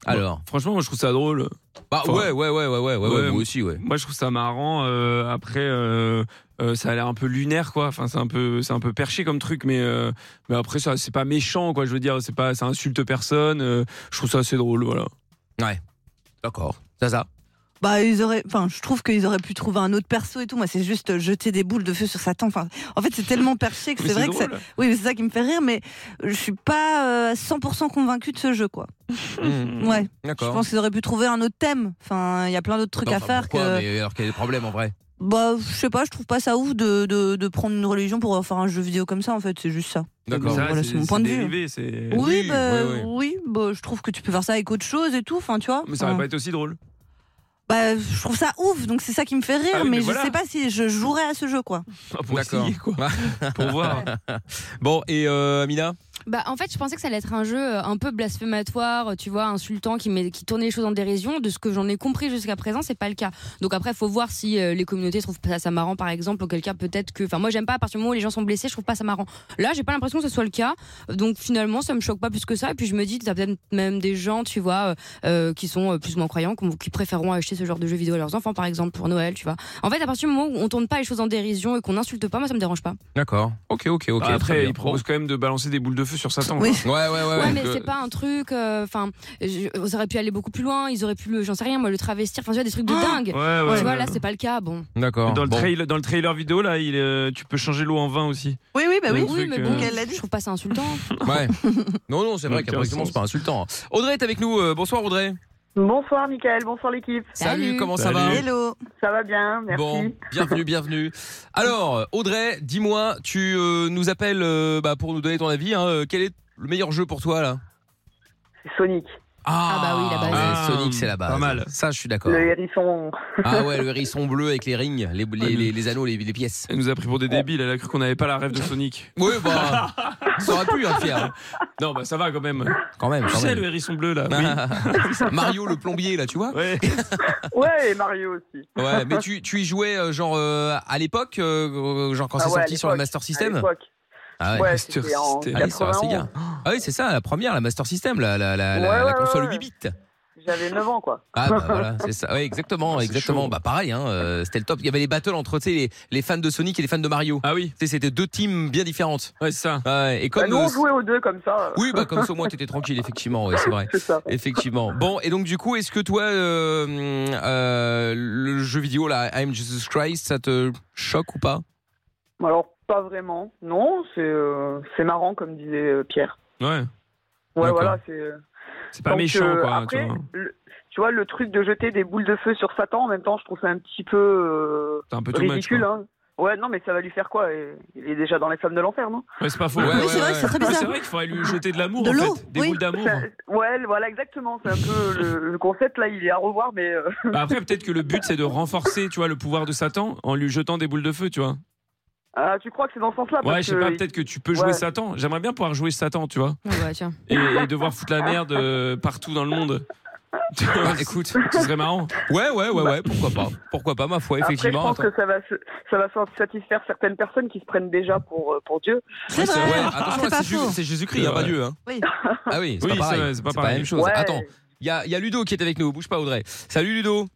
B: Alors,
D: franchement, moi je trouve ça drôle.
B: Bah
D: Enfin,
B: ouais, ouais, ouais, ouais, ouais, ouais, ouais,
D: ouais,
B: moi aussi, ouais.
D: Moi, je trouve ça marrant. euh, après, euh, euh, ça a l'air un peu lunaire, quoi. Enfin, c'est un peu, c'est un peu perché comme truc, mais euh, mais après ça, c'est pas méchant, quoi. Je veux dire, c'est pas, ça insulte personne. euh, je trouve ça assez drôle, voilà.
B: Ouais. D'accord. Zaza.
C: Bah, ils auraient. Enfin, je trouve qu'ils auraient pu trouver un autre perso et tout. Moi, c'est juste euh, jeter des boules de feu sur Satan. Enfin, en fait, c'est tellement perché que
D: Mais
C: c'est
D: c'est
C: vrai que.
D: drôle.
C: ça- Oui, mais c'est ça qui me fait rire. Mais je suis pas euh, 100% convaincue de ce jeu, quoi.
D: Hmm.
C: Ouais.
B: Hmm. D'accord.
C: Je pense qu'ils auraient pu trouver un autre thème. Enfin, il y a plein d'autres trucs
B: Non,
C: à
B: enfin,
C: faire
B: pourquoi,
C: que.
B: Mais alors quel est le problème en vrai
C: Bah, je sais pas. Je trouve pas ça ouf de, de, de prendre une religion pour faire un jeu vidéo comme ça. En fait, c'est juste ça.
D: Ça,
C: Voilà, c'est mon point de vue. hein.
D: dérivé, c'est-
C: Oui, bah,
D: ouais, ouais.
C: oui, bah, je trouve que tu peux faire ça avec autre chose et tout, enfin, tu vois.
D: Mais ça va
C: Enfin,
D: pas être aussi drôle.
C: bah, je trouve ça ouf, donc c'est ça qui me fait rire,
D: Ah oui,
C: mais,
D: mais
C: je
D: voilà. Ah,
C: sais pas si je jouerais à ce jeu, quoi.
B: D'accord.
D: Pour voir.
B: Bon, et euh, Amina
E: Bah, en fait, je pensais que ça allait être un jeu euh, un peu blasphématoire, euh, tu vois, insultant, qui, met, qui tournait les choses en dérision. De ce que j'en ai compris jusqu'à présent, c'est pas le cas. Donc après, faut voir si euh, les communautés trouvent pas ça marrant, par exemple, auquel cas peut-être que. Enfin, moi, j'aime pas à partir du moment où les gens sont blessés, je trouve pas ça marrant. Là, j'ai pas l'impression que ce soit le cas. Donc finalement, ça me choque pas plus que ça. Et puis je me dis, t'as peut-être même des gens, tu vois, euh, euh, qui sont euh, plus ou moins croyants, qu'on- qui préféreront acheter ce genre de jeux vidéo à leurs enfants, par exemple, pour Noël, tu vois. En fait, à partir du moment où on tourne pas les choses en dérision et qu'on insulte pas, moi, ça me dérange pas.
B: D'accord. Ok, ok, ok.
D: Ah,
B: très
D: après,
B: bien.
D: il propose quand même de balancer des boules de feu sur hein. Satan.
B: Oui.
D: quoi.
B: Ouais, ouais, ouais,
E: Ouais,
B: ouais.
E: mais
B: Euh,
E: c'est pas un truc. euh, Enfin, on aurait pu aller beaucoup plus loin. Ils auraient pu, le- j'en sais rien, moi, le travestir. Enfin, tu vois, des trucs de dingue.
D: Ouais, ouais,
E: tu vois,
D: ouais.
E: là, c'est pas le cas. Bon.
B: D'accord.
D: Dans le,
B: Bon.
D: trailer, dans le trailer vidéo, là, il, euh, tu peux changer l'eau en vin aussi.
C: Oui, oui, bah
D: Le
C: oui.
D: truc,
E: mais
D: euh,
E: bon, je trouve pas ça insultant.
B: Ouais. Non, non, c'est vrai
D: Aucun
B: qu'après, c'est
D: sens.
B: pas insultant. Audrey est avec nous. Euh, bonsoir, Audrey.
R: Bonsoir Mickaël, bonsoir l'équipe.
B: Salut, Salut. comment ça va
C: Hello.
R: Ça va bien, merci.
B: Bon, bienvenue, bienvenue. Alors, Audrey, dis-moi, tu euh, nous appelles euh, bah, pour nous donner ton avis. hein. Euh, Quel est le meilleur jeu pour toi là
R: Sonic.
B: Ah,
E: bah oui, là-bas.
B: Ouais, Sonic, c'est
D: Ah,
B: la base. Pas mal. Ça, je suis d'accord.
R: Le hérisson.
B: Ah ouais, le hérisson bleu avec les rings, les, les, les- les anneaux, les, les pièces.
D: Ah, Elle nous a pris pour des débiles, elle a cru qu'on n'avait pas la rêve de Sonic.
B: Oui, bah, ça aurait pu, hein, Pierre.
D: Non, bah ça va quand même.
B: Quand même,
D: Tu
B: quand
D: sais,
B: même.
D: le hérisson bleu, là.
B: Mario le plombier, là, tu vois
D: Ouais.
R: Ouais, et Mario aussi.
B: Ouais, mais tu, tu y jouais, euh, genre, euh, à l'époque, euh, genre quand
R: Ah
B: c'est
R: ouais, à
B: sorti sur le
R: l'époque,
B: Master
R: à
B: System
R: l'époque.
B: Ah ouais,
R: Ouais,
B: Master
R: c'était en
B: System. Ah oui, sur la
R: 91.
B: Sega. Ah oui, c'est ça, la première, la Master System, la, la,
D: Ah
B: la, la-
R: Ouais,
B: la
R: ouais,
B: console
R: ouais, ouais.
B: 8 bits.
R: J'avais 9 ans, quoi.
B: Ah bah voilà, c'est ça. Ouais, exactement, exactement. Bah pareil, hein, euh, c'était le top. Il y avait les battles entre tu sais, les, les fans de Sonic et les fans de Mario. Ah oui. C'était deux teams bien différentes.
D: Ouais, c'est ça.
R: Bah,
B: et comme
R: nous, on
B: euh,
R: jouait aux deux comme ça.
B: oui, bah comme ça au moins t'étais tranquille, effectivement, ouais, c'est vrai. Effectivement. Bon, et donc du coup, est-ce que toi, euh, euh, le jeu vidéo là, I Am Jesus Christ, ça te choque ou pas
R: Alors, pas vraiment. Non, c'est euh, c'est marrant, comme disait euh, Pierre.
D: Ouais.
R: Ouais,
D: D'accord.
R: voilà, c'est. euh,
D: C'est pas
R: donc,
D: méchant,
R: euh,
D: quoi.
R: après,
D: tu vois.
R: le- tu vois, le truc de jeter des boules de feu sur Satan, en même temps, je trouve ça un petit peu. euh,
D: C'est un peu too much,
R: ridicule, hein. Ouais, non, mais ça va lui faire quoi Il il est déjà dans les flammes de l'enfer, non
D: Ouais, c'est pas faux.
R: Oui,
D: Ouais,
R: c'est
D: ouais,
R: vrai,
D: ouais.
R: c'est très
D: Ouais,
R: bizarre.
D: C'est vrai qu'il faudrait lui jeter de l'amour,
R: De
D: en
R: l'eau,
D: fait. Des
R: oui.
D: boules d'amour.
R: Ça- Ouais, voilà, exactement. C'est un peu le, le concept, là, il est à revoir, mais. euh,
D: Bah, après, peut-être que le but, c'est de renforcer, tu vois, le pouvoir de Satan en lui jetant des boules de feu, tu vois.
R: ah, tu crois que c'est dans ce sens-là parce
D: Ouais, je sais
R: que-
D: pas, peut-être que tu peux jouer
R: Ouais.
D: Satan. J'aimerais bien pouvoir jouer Satan, tu vois.
E: Ouais, tiens.
D: Et, et devoir foutre la merde euh, partout dans le monde. Écoute, ce serait marrant.
B: Bah,
D: Bah.
B: Ouais, ouais, ouais, ouais. Pourquoi pas Pourquoi pas, ma foi,
R: Après,
B: effectivement.
R: je pense que ça va, se- ça va satisfaire certaines personnes qui se prennent déjà pour, euh, pour Dieu.
B: Ouais, c'est- ouais, attention, là, c'est Jésus- c'est Jésus-Christ, hein, pas Dieu. hein.
R: Oui.
B: Ah oui, c'est
D: Oui,
B: pas pareil.
D: c'est vrai,
B: C'est pas, la même chose.
R: Ouais.
B: Attends, il y a, il y a Ludo qui est avec nous. Bouge pas, Audrey. Salut Ludo.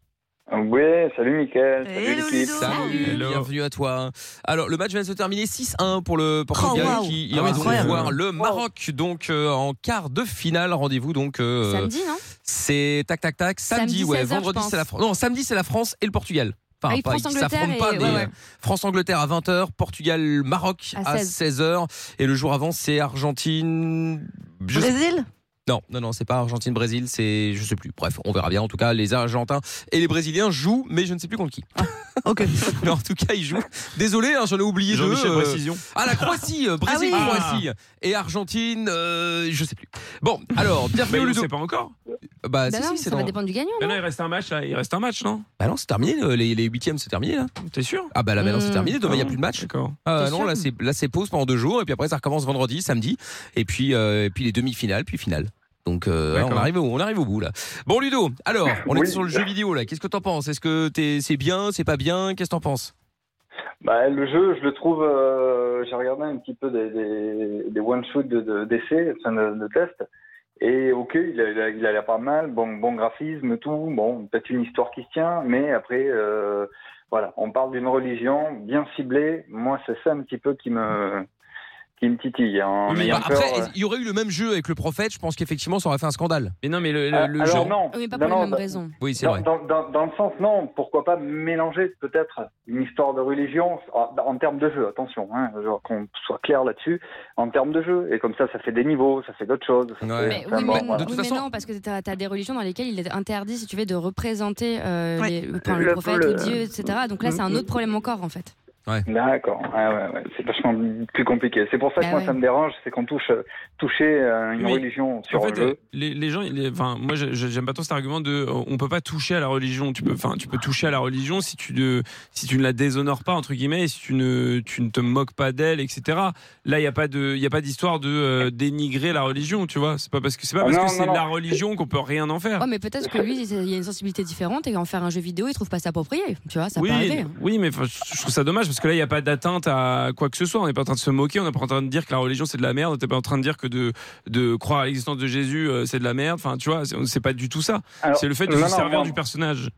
T: Ouais, salut Mickaël. Salut l'équipe.
B: Salut, bienvenue à toi. Alors, le match vient de se terminer 6-1 pour le Portugal
T: Oh, wow.
B: qui
T: Ah,
B: ira donc
T: incroyable.
B: voir le Maroc donc euh, en quart de finale. Rendez-vous donc euh,
E: Samedi, non
B: C'est tac tac tac samedi,
E: Samedi,
B: ouais.
E: 16 heures, je
B: vendredi
E: pense.
B: c'est la France. Non, samedi c'est la France et le Portugal.
E: Ah, ils
B: ils
E: France-Angleterre
B: s'affrontent
E: et-
B: pas, mais
E: ouais, ouais.
B: France Angleterre à 20h, Portugal Maroc
E: À
B: à
E: 16.
B: 16h et le jour avant c'est Argentine Je-
C: Brésil
B: non, non, non, c'est pas Argentine-Brésil, c'est je sais plus. Bref, on verra bien. En tout cas, les Argentins et les Brésiliens jouent, mais je ne sais plus contre qui.
D: Ah,
B: ok. mais en tout cas, ils jouent. Désolé, hein, j'en ai oublié deux.
D: Jean-Michel
B: euh,
D: Précision.
B: Ah, la Croatie, euh, Brésil,
D: Ah oui.
B: Croatie et Argentine, euh, je sais plus. Bon, alors bienvenue
D: Mais on
B: Ludo.
D: sait pas encore.
B: Bah,
E: Bah
B: si,
E: non,
B: si,
E: ça
B: c'est
E: va
B: dans-
E: dépendre du gagnant.
D: Bah non, il reste un match là, il reste un match, non
B: Bah non, c'est terminé. le- Les, les huitièmes, c'est terminé là.
D: T'es sûr
B: Ah bah là, maintenant, c'est
D: Hmm.
B: terminé. Demain, il n'y a
D: Ah,
B: plus de match.
D: d'accord.
B: Ah
D: T'es
B: non,
D: sûr
B: là, c'est là, c'est pause pendant deux jours, et puis après, ça recommence vendredi, samedi, et puis euh, et puis les demi-finales, puis finale. Donc euh,
D: D'accord.
B: on arrive au, on arrive au bout là. Bon Ludo, alors on
T: Oui.
B: était sur le jeu vidéo là. Qu'est-ce que t'en penses Est-ce que t'es- c'est bien, c'est pas bien Qu'est-ce que t'en penses
T: Bah, le jeu, je le trouve. euh, J'ai regardé un petit peu des, des, des one-shots d'essais, de, d'essais, enfin, de, de tests. Et ok, il a il a- il a l'air pas mal, bon, bon graphisme, tout, bon, peut-être une histoire qui se tient, mais après, euh, voilà, on parle d'une religion bien ciblée. Moi, c'est ça un petit peu qui me, qui me titille. hein, en
B: Oui, mais
T: ayant
B: bah, Après,
T: peur, euh,
B: il y aurait eu le même jeu avec le prophète. Je pense qu'effectivement, ça aurait fait un scandale.
D: Mais non, mais le,
T: Ah, alors non. Non, non, bah,
B: Euh, Oui, c'est
T: dans,
B: vrai.
T: Dans, dans- dans le sens, non, pourquoi pas mélanger peut-être une histoire de religion en, en termes de jeu, attention, hein, genre qu'on soit clair là-dessus, en termes de jeu. Et comme ça, ça fait des niveaux, ça fait d'autres choses. ça fait-
E: Mais
T: enfin,
E: oui,
T: bon,
E: mais,
T: voilà.
E: oui, mais non, parce que t'as as des religions dans lesquelles il est interdit, si tu veux, de représenter euh, les- enfin, le,
T: Le-
E: prophète
T: le-
E: ou Dieu, etc. Donc là, c'est un autre problème encore, en fait.
T: D'accord, Ouais, ouais, ouais. c'est vachement plus compliqué. C'est pour ça que
E: Bah
T: moi,
E: ouais.
T: ça me dérange, c'est qu'on touche toucher euh, une
D: Mais
T: religion sur
D: en fait,
T: le jeu.
D: euh, les, les gens, les- enfin, moi, je- je- j'aime pas tant cet argument de, euh, on peut pas toucher à la religion. Tu peux, enfin, tu peux toucher à la religion si tu ne, si tu ne la déshonores pas entre guillemets, et si tu ne, tu ne te moques pas d'elle, etc. Là, il y a pas de, il y a pas d'histoire de euh, dénigrer la religion, tu vois. C'est pas parce que c'est pas
T: Ah
D: parce
T: non,
D: que
T: non,
D: c'est
T: non. Ah,
D: la religion qu'on peut rien en faire.
E: Ouais, mais peut-être que lui, il y a une sensibilité différente et en faire un jeu vidéo, il trouve pas ça approprié. Tu vois, ça
D: oui,
E: peut arriver. hein.
D: oui, mais enfin, je trouve ça dommage parce que là, il n'y a pas d'atteinte à quoi que ce soit. On n'est pas en train de se moquer, on n'est pas en train de dire que la religion c'est de la merde, on n'est pas en train de dire que de, de croire à l'existence de Jésus euh, c'est de la merde. Enfin, tu vois, c'est c'est pas du tout ça.
T: Alors,
D: C'est le fait de
T: non, euh,
D: se
T: non,
D: servir
T: moi-
D: du personnage.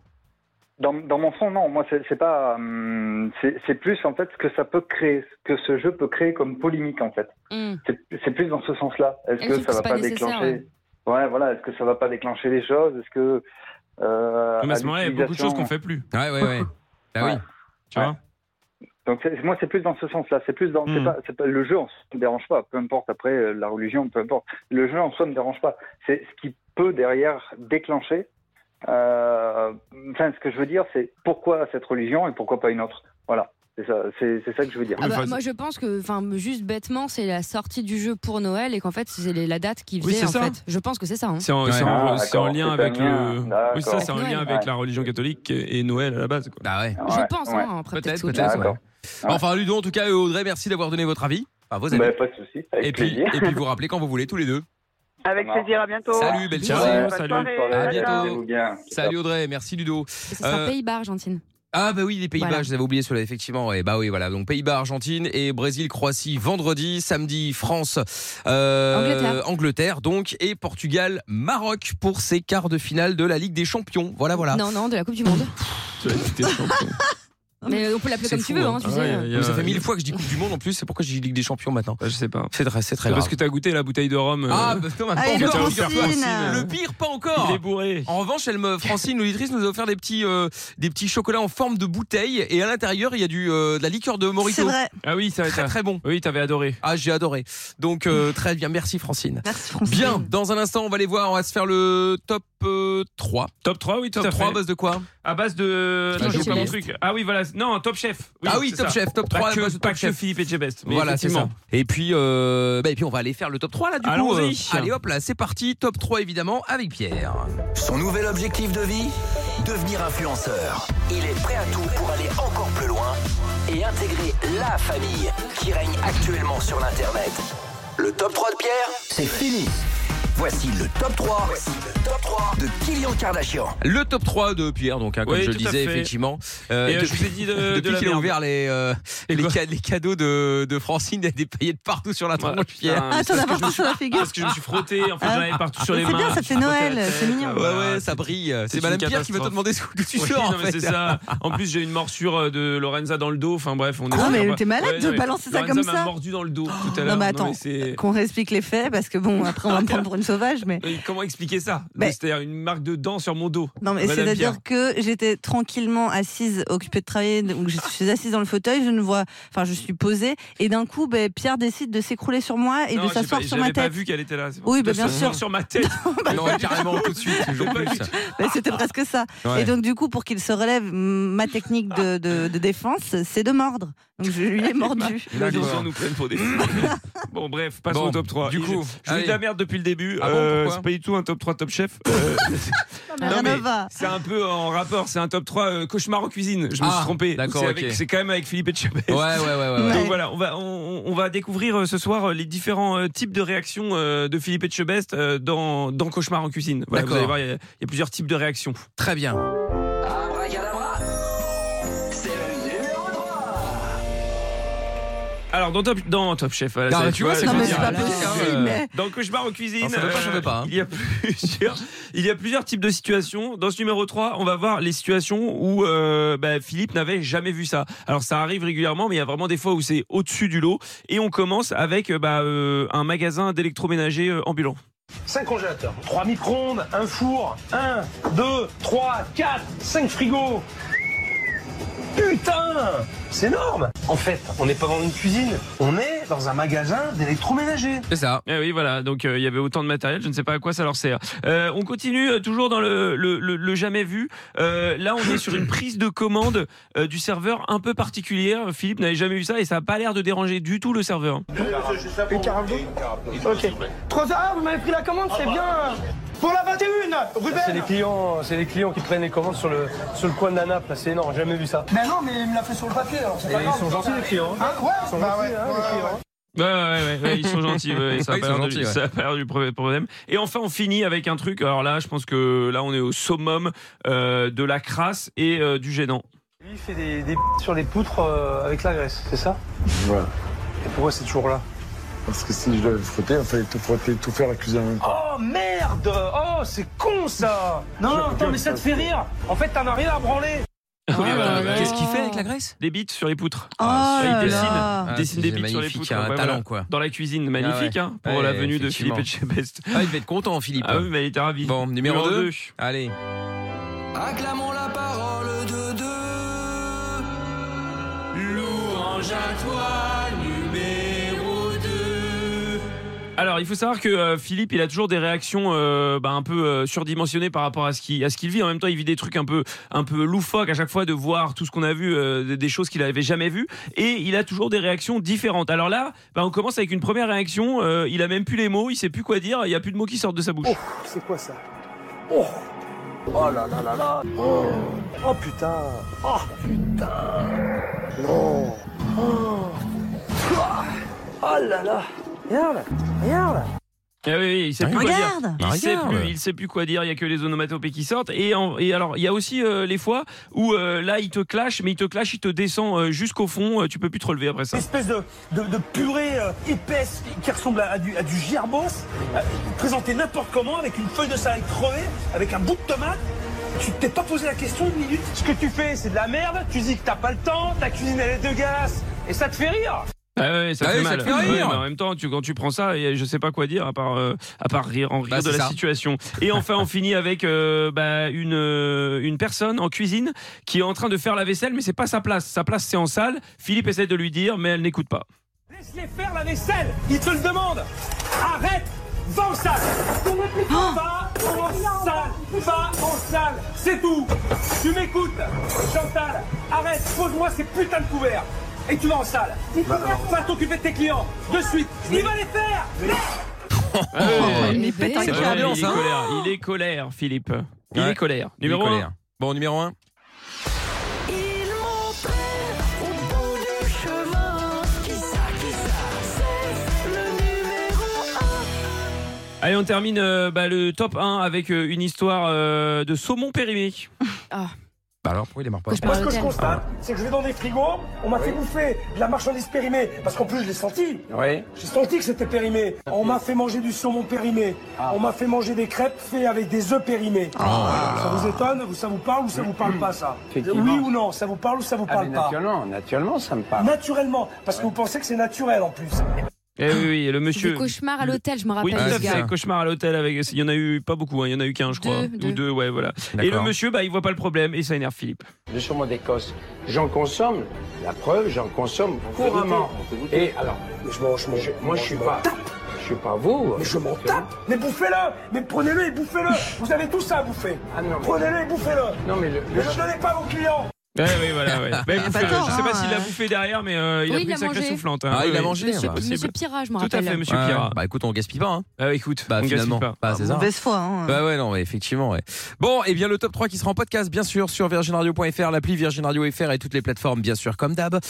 T: Dans, dans mon fond, non. Moi, c'est c'est pas. hum, c'est c'est plus en fait ce que ça peut créer, ce que ce jeu peut créer comme polémique en fait.
B: Hmm.
T: C'est c'est plus dans ce sens-là. Est-ce
U: Et
T: que
U: surtout
T: ça va
U: que c'est
T: pas,
U: pas nécessaire,
T: déclencher ouais. voilà. Est-ce que ça va pas déclencher les choses Est-ce que euh,
D: Mais à ce moment-là, il y a beaucoup de choses qu'on
T: l'utilisation-
D: fait plus.
B: Ouais, ouais, ouais. Ah oui.
D: Tu vois
T: Donc c'est- moi, c'est plus dans ce sens-là. C'est plus dans. c'est
D: Hmm.
T: pas- c'est pas- le jeu en soi ne me dérange pas. Peu importe après euh, la religion, peu importe. Le jeu en soi ne me dérange pas. C'est ce qui peut derrière déclencher. euh, Enfin, ce que je veux dire, c'est pourquoi cette religion et pourquoi pas une autre. Voilà. C'est ça, c'est c'est ça que je veux dire.
E: Ah bah, moi, je pense que, enfin, juste bêtement, c'est la sortie du jeu pour Noël et qu'en fait, c'est la date qui
D: Oui,
E: faisait.
D: c'est
E: en
D: ça.
E: fait. Je pense que c'est ça. hein.
D: C'est en, c'est en-
T: Ah,
D: c'est en
T: d'accord,
D: lien
T: c'est un
D: avec
T: lien.
D: le.
T: D'accord.
D: Oui, ça, c'est en
T: Avec
D: lien
T: Noël.
D: avec la religion catholique et et Noël à la base. Quoi.
B: Bah ouais.
T: Ouais,
E: pense,
T: ouais.
E: hein, après, peut-être
B: Peut-être,
E: que
B: peut-être.
E: tu-
B: ouais. Enfin, Ludo, en tout cas, et Audrey, merci d'avoir donné votre avis. Enfin, vos avis.
T: Bah, pas de souci. Avec
B: et, puis,
T: plaisir.
B: et puis vous rappelez quand vous voulez, tous les deux.
R: Avec plaisir, à bientôt.
B: Salut, belle
R: Bisous,
B: soirée.
R: bonne
B: Salut.
R: soirée,
B: À
R: ciao.
B: bientôt. Salut Audrey, merci Ludo.
E: Ce sera
B: Euh,
E: Pays-Bas, Argentine.
B: Ah bah oui, les Pays-Bas,
E: Voilà.
B: je les avais oubliés cela effectivement. Et bah oui, voilà. Donc Pays-Bas, Argentine et Brésil, Croatie vendredi, samedi France, euh,
E: Angleterre.
B: Angleterre donc et Portugal, Maroc pour ces quarts de finale de la Ligue des Champions. Voilà, voilà.
E: Non, non, de la Coupe du Monde. Mais on peut l'appeler
B: C'est
E: comme
B: fou,
E: tu veux, hein,
B: hein.
E: tu
B: Ah
E: sais.
B: ouais,
E: euh.
B: il y a- Mais ça fait mille fois que je dis Coupe du Monde en plus, c'est pourquoi j'ai dit Ligue des Champions maintenant.
D: je sais pas.
B: C'est très, c'est très
D: C'est
B: grave.
D: parce que t'as goûté la bouteille de rhum. euh,
B: Ah, bah, non, maintenant,
D: que
B: on
D: t'as
B: va
D: offert
B: faire Francine.
D: Francine.
B: Le pire, pas encore.
D: Il est bourré.
B: En revanche, elle me, Francine, l'auditrice, nous a offert des petits, euh, des petits chocolats en forme de bouteille. Et à l'intérieur, il y a du, euh, de la liqueur de Morito.
C: C'est vrai.
D: Ah oui, ça
B: Très, très bon.
D: Oui, t'avais adoré.
B: Ah, j'ai adoré. Donc, euh, très bien. Merci, Francine. Bien. Dans un instant, on va aller voir. On va se faire le top euh, 3.
D: Top 3, oui, tout
B: Top
D: à fait.
B: 3, à base de quoi
D: À base de.
B: Bah,
D: Attends, j'ai
B: Chef
D: oublié mon
B: Best.
D: truc. Ah oui, voilà. Non, Top Chef.
B: Ah oui,
D: c'est
B: Top
D: ça.
B: Chef, Top
D: Pas
B: 3, à
D: que-
B: base de
D: Pas
B: Top
D: que
B: Chef.
D: Philippe et Best. mais
B: Voilà, c'est ça.
D: effectivement.
B: Et puis, euh, bah, et puis, on va aller faire le top 3 là du coup. euh,
D: Allons-y.
B: allez hop là, c'est parti. Top 3 évidemment avec Pierre.
A: Son nouvel objectif de vie Devenir influenceur. Il est prêt à tout pour aller encore plus loin et intégrer la famille qui règne actuellement sur l'Internet. Le top 3 de Pierre, c'est fini. Voici le top 3, le top 3 de Kylian Kardashian.
B: Le top 3 de Pierre, donc, hein, comme
D: Oui,
B: je le
D: tout à
B: disais,
D: fait.
B: effectivement.
D: Et, euh, je vous ai dit de- de
B: depuis
D: la
B: qu'il a
D: merde.
B: ouvert les, euh, les, ca- les cadeaux de, de Francine, il y a des paillettes partout sur la tronche, Pierre.
C: Ah, t'en as partout sur la figure.
D: Parce que je me suis frotté, en fait, j'en avais partout sur les
C: Mais Ah. c'est
D: mains. Ah,
C: bien, ça fait Noël, c'est mignon.
B: Ouais, ouais, ça brille.
D: c'est
B: C'est
D: une
B: Madame Pierre qui va te
D: catastrophe.
B: demander ce que tu
D: Oui,
B: sors, en
D: non, mais
B: fait.
D: c'est ça. En plus, j'ai une morsure euh, de Lorenza dans le dos. Enfin bref, on est.
C: Quoi,
D: sur-
C: Ah, mais
D: Ouais,
C: t'es malade
D: ouais,
C: de
D: non, mais
C: balancer ça
D: Lorenza
C: comme
D: m'a
C: ça
D: mordu dans le dos tout à l'heure.
C: Non, mais
D: Non,
C: attends,
D: mais c'est-
C: qu'on réexplique les faits parce que bon, après on va me prendre pour une sauvage, mais.
D: Mais Euh, Comment expliquer ça
C: Mais-
D: C'est-à-dire une marque de dents sur mon dos.
C: Non, mais
D: Madame
C: c'est-à-dire
D: Pierre.
C: que j'étais tranquillement assise, occupée de travailler, donc je suis assise dans le fauteuil, je ne vois, enfin, je suis posée, et d'un coup, ben, Pierre décide de s'écrouler sur moi et
D: Non,
C: de
D: j'ai
C: s'asseoir
D: pas-
C: sur ma
D: J'avais pas
C: tête.
D: vu qu'elle était là. c'est
C: Oui, bah,
D: De
C: bien
D: s'asseoir
C: sûr. bah,
D: sur ma tête.
B: Non, carrément, tout de suite, toujours plus.
C: Ben, C'était presque ça.
B: Ouais.
C: Et donc, du coup, pour qu'il se relève, m- ma technique de, de- de défense, c'est de mordre. Donc, je lui ai mordu.
D: Les gens nous prennent pour des fous. Bon, bref, passons
B: Bon,
D: au top 3.
B: du
D: Il-
B: coup,
D: je vous dis
B: allez.
D: de la merde depuis le début.
B: Ah bon,
D: Euh,
B: pourquoi
D: c'est pas du tout un top 3 top chef. Euh,
C: mais rien ne va.
D: c'est un peu en rapport. C'est un top 3 euh, cauchemar en cuisine. Je me
B: Ah,
D: suis trompé.
B: d'accord,
D: C'est avec-
B: ok.
D: C'est quand même avec Philippe Etchebest.
B: Ouais, ouais, ouais, ouais. ouais.
D: Donc voilà, on va, on, on va découvrir euh, ce soir euh, les différents euh, types de réactions euh, de Philippe Etchebest euh, dans, dans Cauchemar en cuisine. Voilà, vous
B: D'accord.
D: allez voir, il y, a- il y a plusieurs types de réactions.
B: Très bien.
A: Abracadabra, c'est le numéro 3.
D: Alors, dans Top, dans top Chef, voilà,
B: Ah,
D: ça,
B: bah, tu vois, c'est
D: je
B: comme
D: veux
B: ça.
D: dire,
B: Non, mais c'est pas
D: euh,
B: possible, mais-
D: Dans Cauchemar en cuisine,
B: Non, ça veut pas, ça veut pas, hein.
D: il, y a plusieurs, il y a plusieurs types de situations. Dans ce numéro 3, on va voir les situations où euh, bah, Philippe n'avait jamais vu ça. Alors, ça arrive régulièrement, mais il y a vraiment des fois où c'est au-dessus du lot. Et on commence avec euh, bah, euh, un magasin d'électroménager euh, ambulant.
U: 5 congélateurs, 3 micro-ondes, un four, 1, 2, 3, 4, 5 frigos. Putain C'est énorme En fait, on n'est pas dans une cuisine, on est dans un magasin d'électroménager.
B: C'est ça.
D: Eh oui, voilà. Donc, euh, il y avait autant de matériel. Je ne sais pas à quoi ça leur sert. Euh, on continue euh, toujours dans le, le- le- le jamais vu. Euh, là, on est sur une prise de commande euh, du serveur un peu particulière. Philippe n'avait jamais vu ça et ça n'a pas l'air de déranger du tout le serveur.
U: Une carafe d'eau Ok. 3 ah, vous m'avez pris la commande, c'est bien Pour la 21 Ruben C'est les clients, c'est les clients qui prennent les commandes sur le, sur le coin de la nappe, là, c'est énorme, jamais vu ça. Mais non, mais il me l'a fait sur le papier, alors c'est pas grave. Ils sont gentils les clients. ouais, ils sont gentils, hein, les clients.
D: Ouais, ouais, ouais, ouais, ils sont gentils. ouais, et ça n'a
B: Ouais,
D: pas
B: ils sont
D: l'air du-
B: gentils, ouais.
D: ça a pas l'air du premier problème. Et enfin, on finit avec un truc. Alors là, je pense que là, on est au summum euh, de la crasse et euh, du gênant.
U: Lui, il fait des, des sur les poutres euh, avec la graisse, c'est ça
V: Ouais.
U: Et pourquoi c'est toujours là
V: Parce que si je devais frotter, il fallait tout frotter, tout faire la cuisine en même temps.
U: Oh merde Oh, c'est con ça Non, non, attends, mais ça te fait rire En fait, t'en as rien à branler
B: Ah
D: Oui, voilà, Ah ouais.
B: bah, Qu'est-ce qu'il fait avec la graisse
D: Des bites sur les poutres.
C: Oh Ah. là
D: Ah, il dessine,
C: là.
D: il dessine
B: Ah,
D: des
B: c'est
D: bites sur les
B: magnifique,
D: poutres.
B: un
D: Ouais,
B: talent, quoi.
D: Dans la cuisine, magnifique,
B: Ah ouais.
D: hein, pour
B: Ouais,
D: la venue de Philippe
B: effectivement.
D: Etchebest.
B: Ah, il devait être content, Philippe.
D: Ah oui, mais il était ravi.
B: Bon, numéro
D: Numéro
B: 2.
D: deux.
B: Allez.
A: Acclamons la parole de deux. Louange à toi, numéro 2.
D: Alors, il faut savoir que euh, Philippe, il a toujours des réactions euh, bah, un peu euh, surdimensionnées par rapport à ce qu'il à ce qu'il vit. En même temps, il vit des trucs un peu un peu loufoques à chaque fois de voir tout ce qu'on a vu, euh, des- des choses qu'il n'avait jamais vues, et il a toujours des réactions différentes. Alors là, bah, on commence avec une première réaction. euh, il a même plus les mots, il sait plus quoi dire, il y a plus de mots qui sortent de sa bouche.
U: C'est quoi ça Oh Oh là là là là Oh, Oh, putain Oh putain Non Oh Ah. Oh là là Regarde Regarde
D: Ah oui, oui, il sait plus quoi
U: Regarde.
D: dire. Il
U: Regarde.
D: sait plus, il sait plus quoi dire. Il y a que les onomatopées qui sortent. Et, en- et alors, il y a aussi euh, les fois où euh, là, il te clash, mais il te clash, il te descend euh, jusqu'au fond. euh, tu peux plus te relever après ça.
U: espèce de, de, de purée euh, épaisse qui- qui ressemble à, à du, à du gerbos, euh, présentée n'importe comment, avec une feuille de salade crevée, avec un bout de tomate. Tu t'es pas posé la question une minute Ce que tu fais, c'est de la merde, tu dis que t'as pas le temps, ta cuisine elle est dégueulasse, et ça te fait rire
D: Ah ouais, ça
U: Ah
D: fait
U: oui, ça
D: mal.
U: te fait rire.
D: Ouais, mais en même temps, tu, quand tu prends ça, et je sais pas quoi dire à part euh, à part rire en rire
B: Bah,
D: de
B: c'est
D: la
B: ça.
D: situation. Et enfin, on finit avec euh, bah, une euh, une personne en cuisine qui est en train de faire la vaisselle, mais c'est pas sa place. Sa place c'est en salle. Philippe essaie de lui dire, mais elle n'écoute pas.
U: Laisse-les faire la vaisselle, ils te le demandent Arrête Va en salle Va en salle Va en salle C'est tout Tu m'écoutes Chantal, arrête, pose-moi ces putains de couverts Et tu vas en salle Va t'occuper de tes clients, de suite Il va les faire
D: Ah ouais.
U: Mais pète un
D: Ouais,
U: câble.
D: il est hein.
U: Ah.
D: colère, il est colère, Philippe. Il
B: Ouais.
D: est colère.
B: Il est
D: Numéro
B: colère.
D: 1.
B: Bon, numéro 1.
D: Allez, on termine euh, bah, le top 1 avec euh, une histoire euh, de saumon périmé.
E: Ah.
B: Bah alors, pourquoi il démarre pas
U: Moi, ce que je constate, c'est que je vais dans des frigos, on m'a fait bouffer de la marchandise périmée, parce qu'en plus, je l'ai senti.
D: Oui.
U: J'ai senti que c'était périmé. On m'a fait manger du saumon périmé. On m'a fait manger des crêpes faites avec des œufs périmés. ça vous étonne Vous- Ça vous parle ou ça vous parle pas, ça
W: Effectivement. Ah,
U: Oui ou non Ça vous parle ou ça vous parle pas
W: naturellement, naturellement, ça me parle.
U: Naturellement, parce que vous pensez que c'est naturel en plus.
D: Eh oui, oui, le monsieur.
E: Des cauchemars à l'hôtel, je me
D: Oui,
E: rappelle.
D: tout
E: les
D: à
E: gars.
D: fait. Cauchemar à l'hôtel avec. Il y en a eu pas beaucoup. hein, Il y en a eu qu'un, je crois, ou deux, ouais, voilà. Et le
W: D'accord.
D: monsieur, bah, il voit pas le problème et ça énerve Philippe.
W: Le saumon d'Écosse, j'en consomme. La preuve, j'en consomme couramment. Et alors, je mange, je, moi, je suis pas. Je suis pas vous.
U: Mais je m'en tape Mais bouffez-le Mais prenez-le et bouffez-le Vous avez tout ça à bouffer Prenez-le et bouffez-le
W: Ah Non, mais le-
U: Ne le donnez pas à vos clients
D: Ouais, oui, voilà, ouais. Bah,
U: Il y a
D: bouffez-le.
U: pas tort,
D: je sais pas
U: hein,
D: s'il l'a
U: euh.
D: bouffé derrière, mais euh, il a
E: Oui,
D: pris une sacrée soufflante. hein.
B: Ah, il
D: Oui,
B: a
D: oui.
B: mangé.
E: Monsieur,
B: bah,
E: monsieur Pira, je me
D: Tout à
E: rappelle.
D: fait, monsieur
B: Ouais,
D: Pira.
B: Bah écoute, on gaspille pas. Hein.
D: Bah écoute,
B: Bah
D: on gaspille
B: finalement.
D: pas.
B: Bah, c'est ça.
C: Mauvaise foi, hein.
B: Bah ouais, non, ouais, effectivement, ouais. Bon, et bien le top 3 qui sera en podcast, bien sûr, sur virginradio.fr, l'appli Virgin Radio FR et toutes les plateformes, bien sûr, comme d'hab.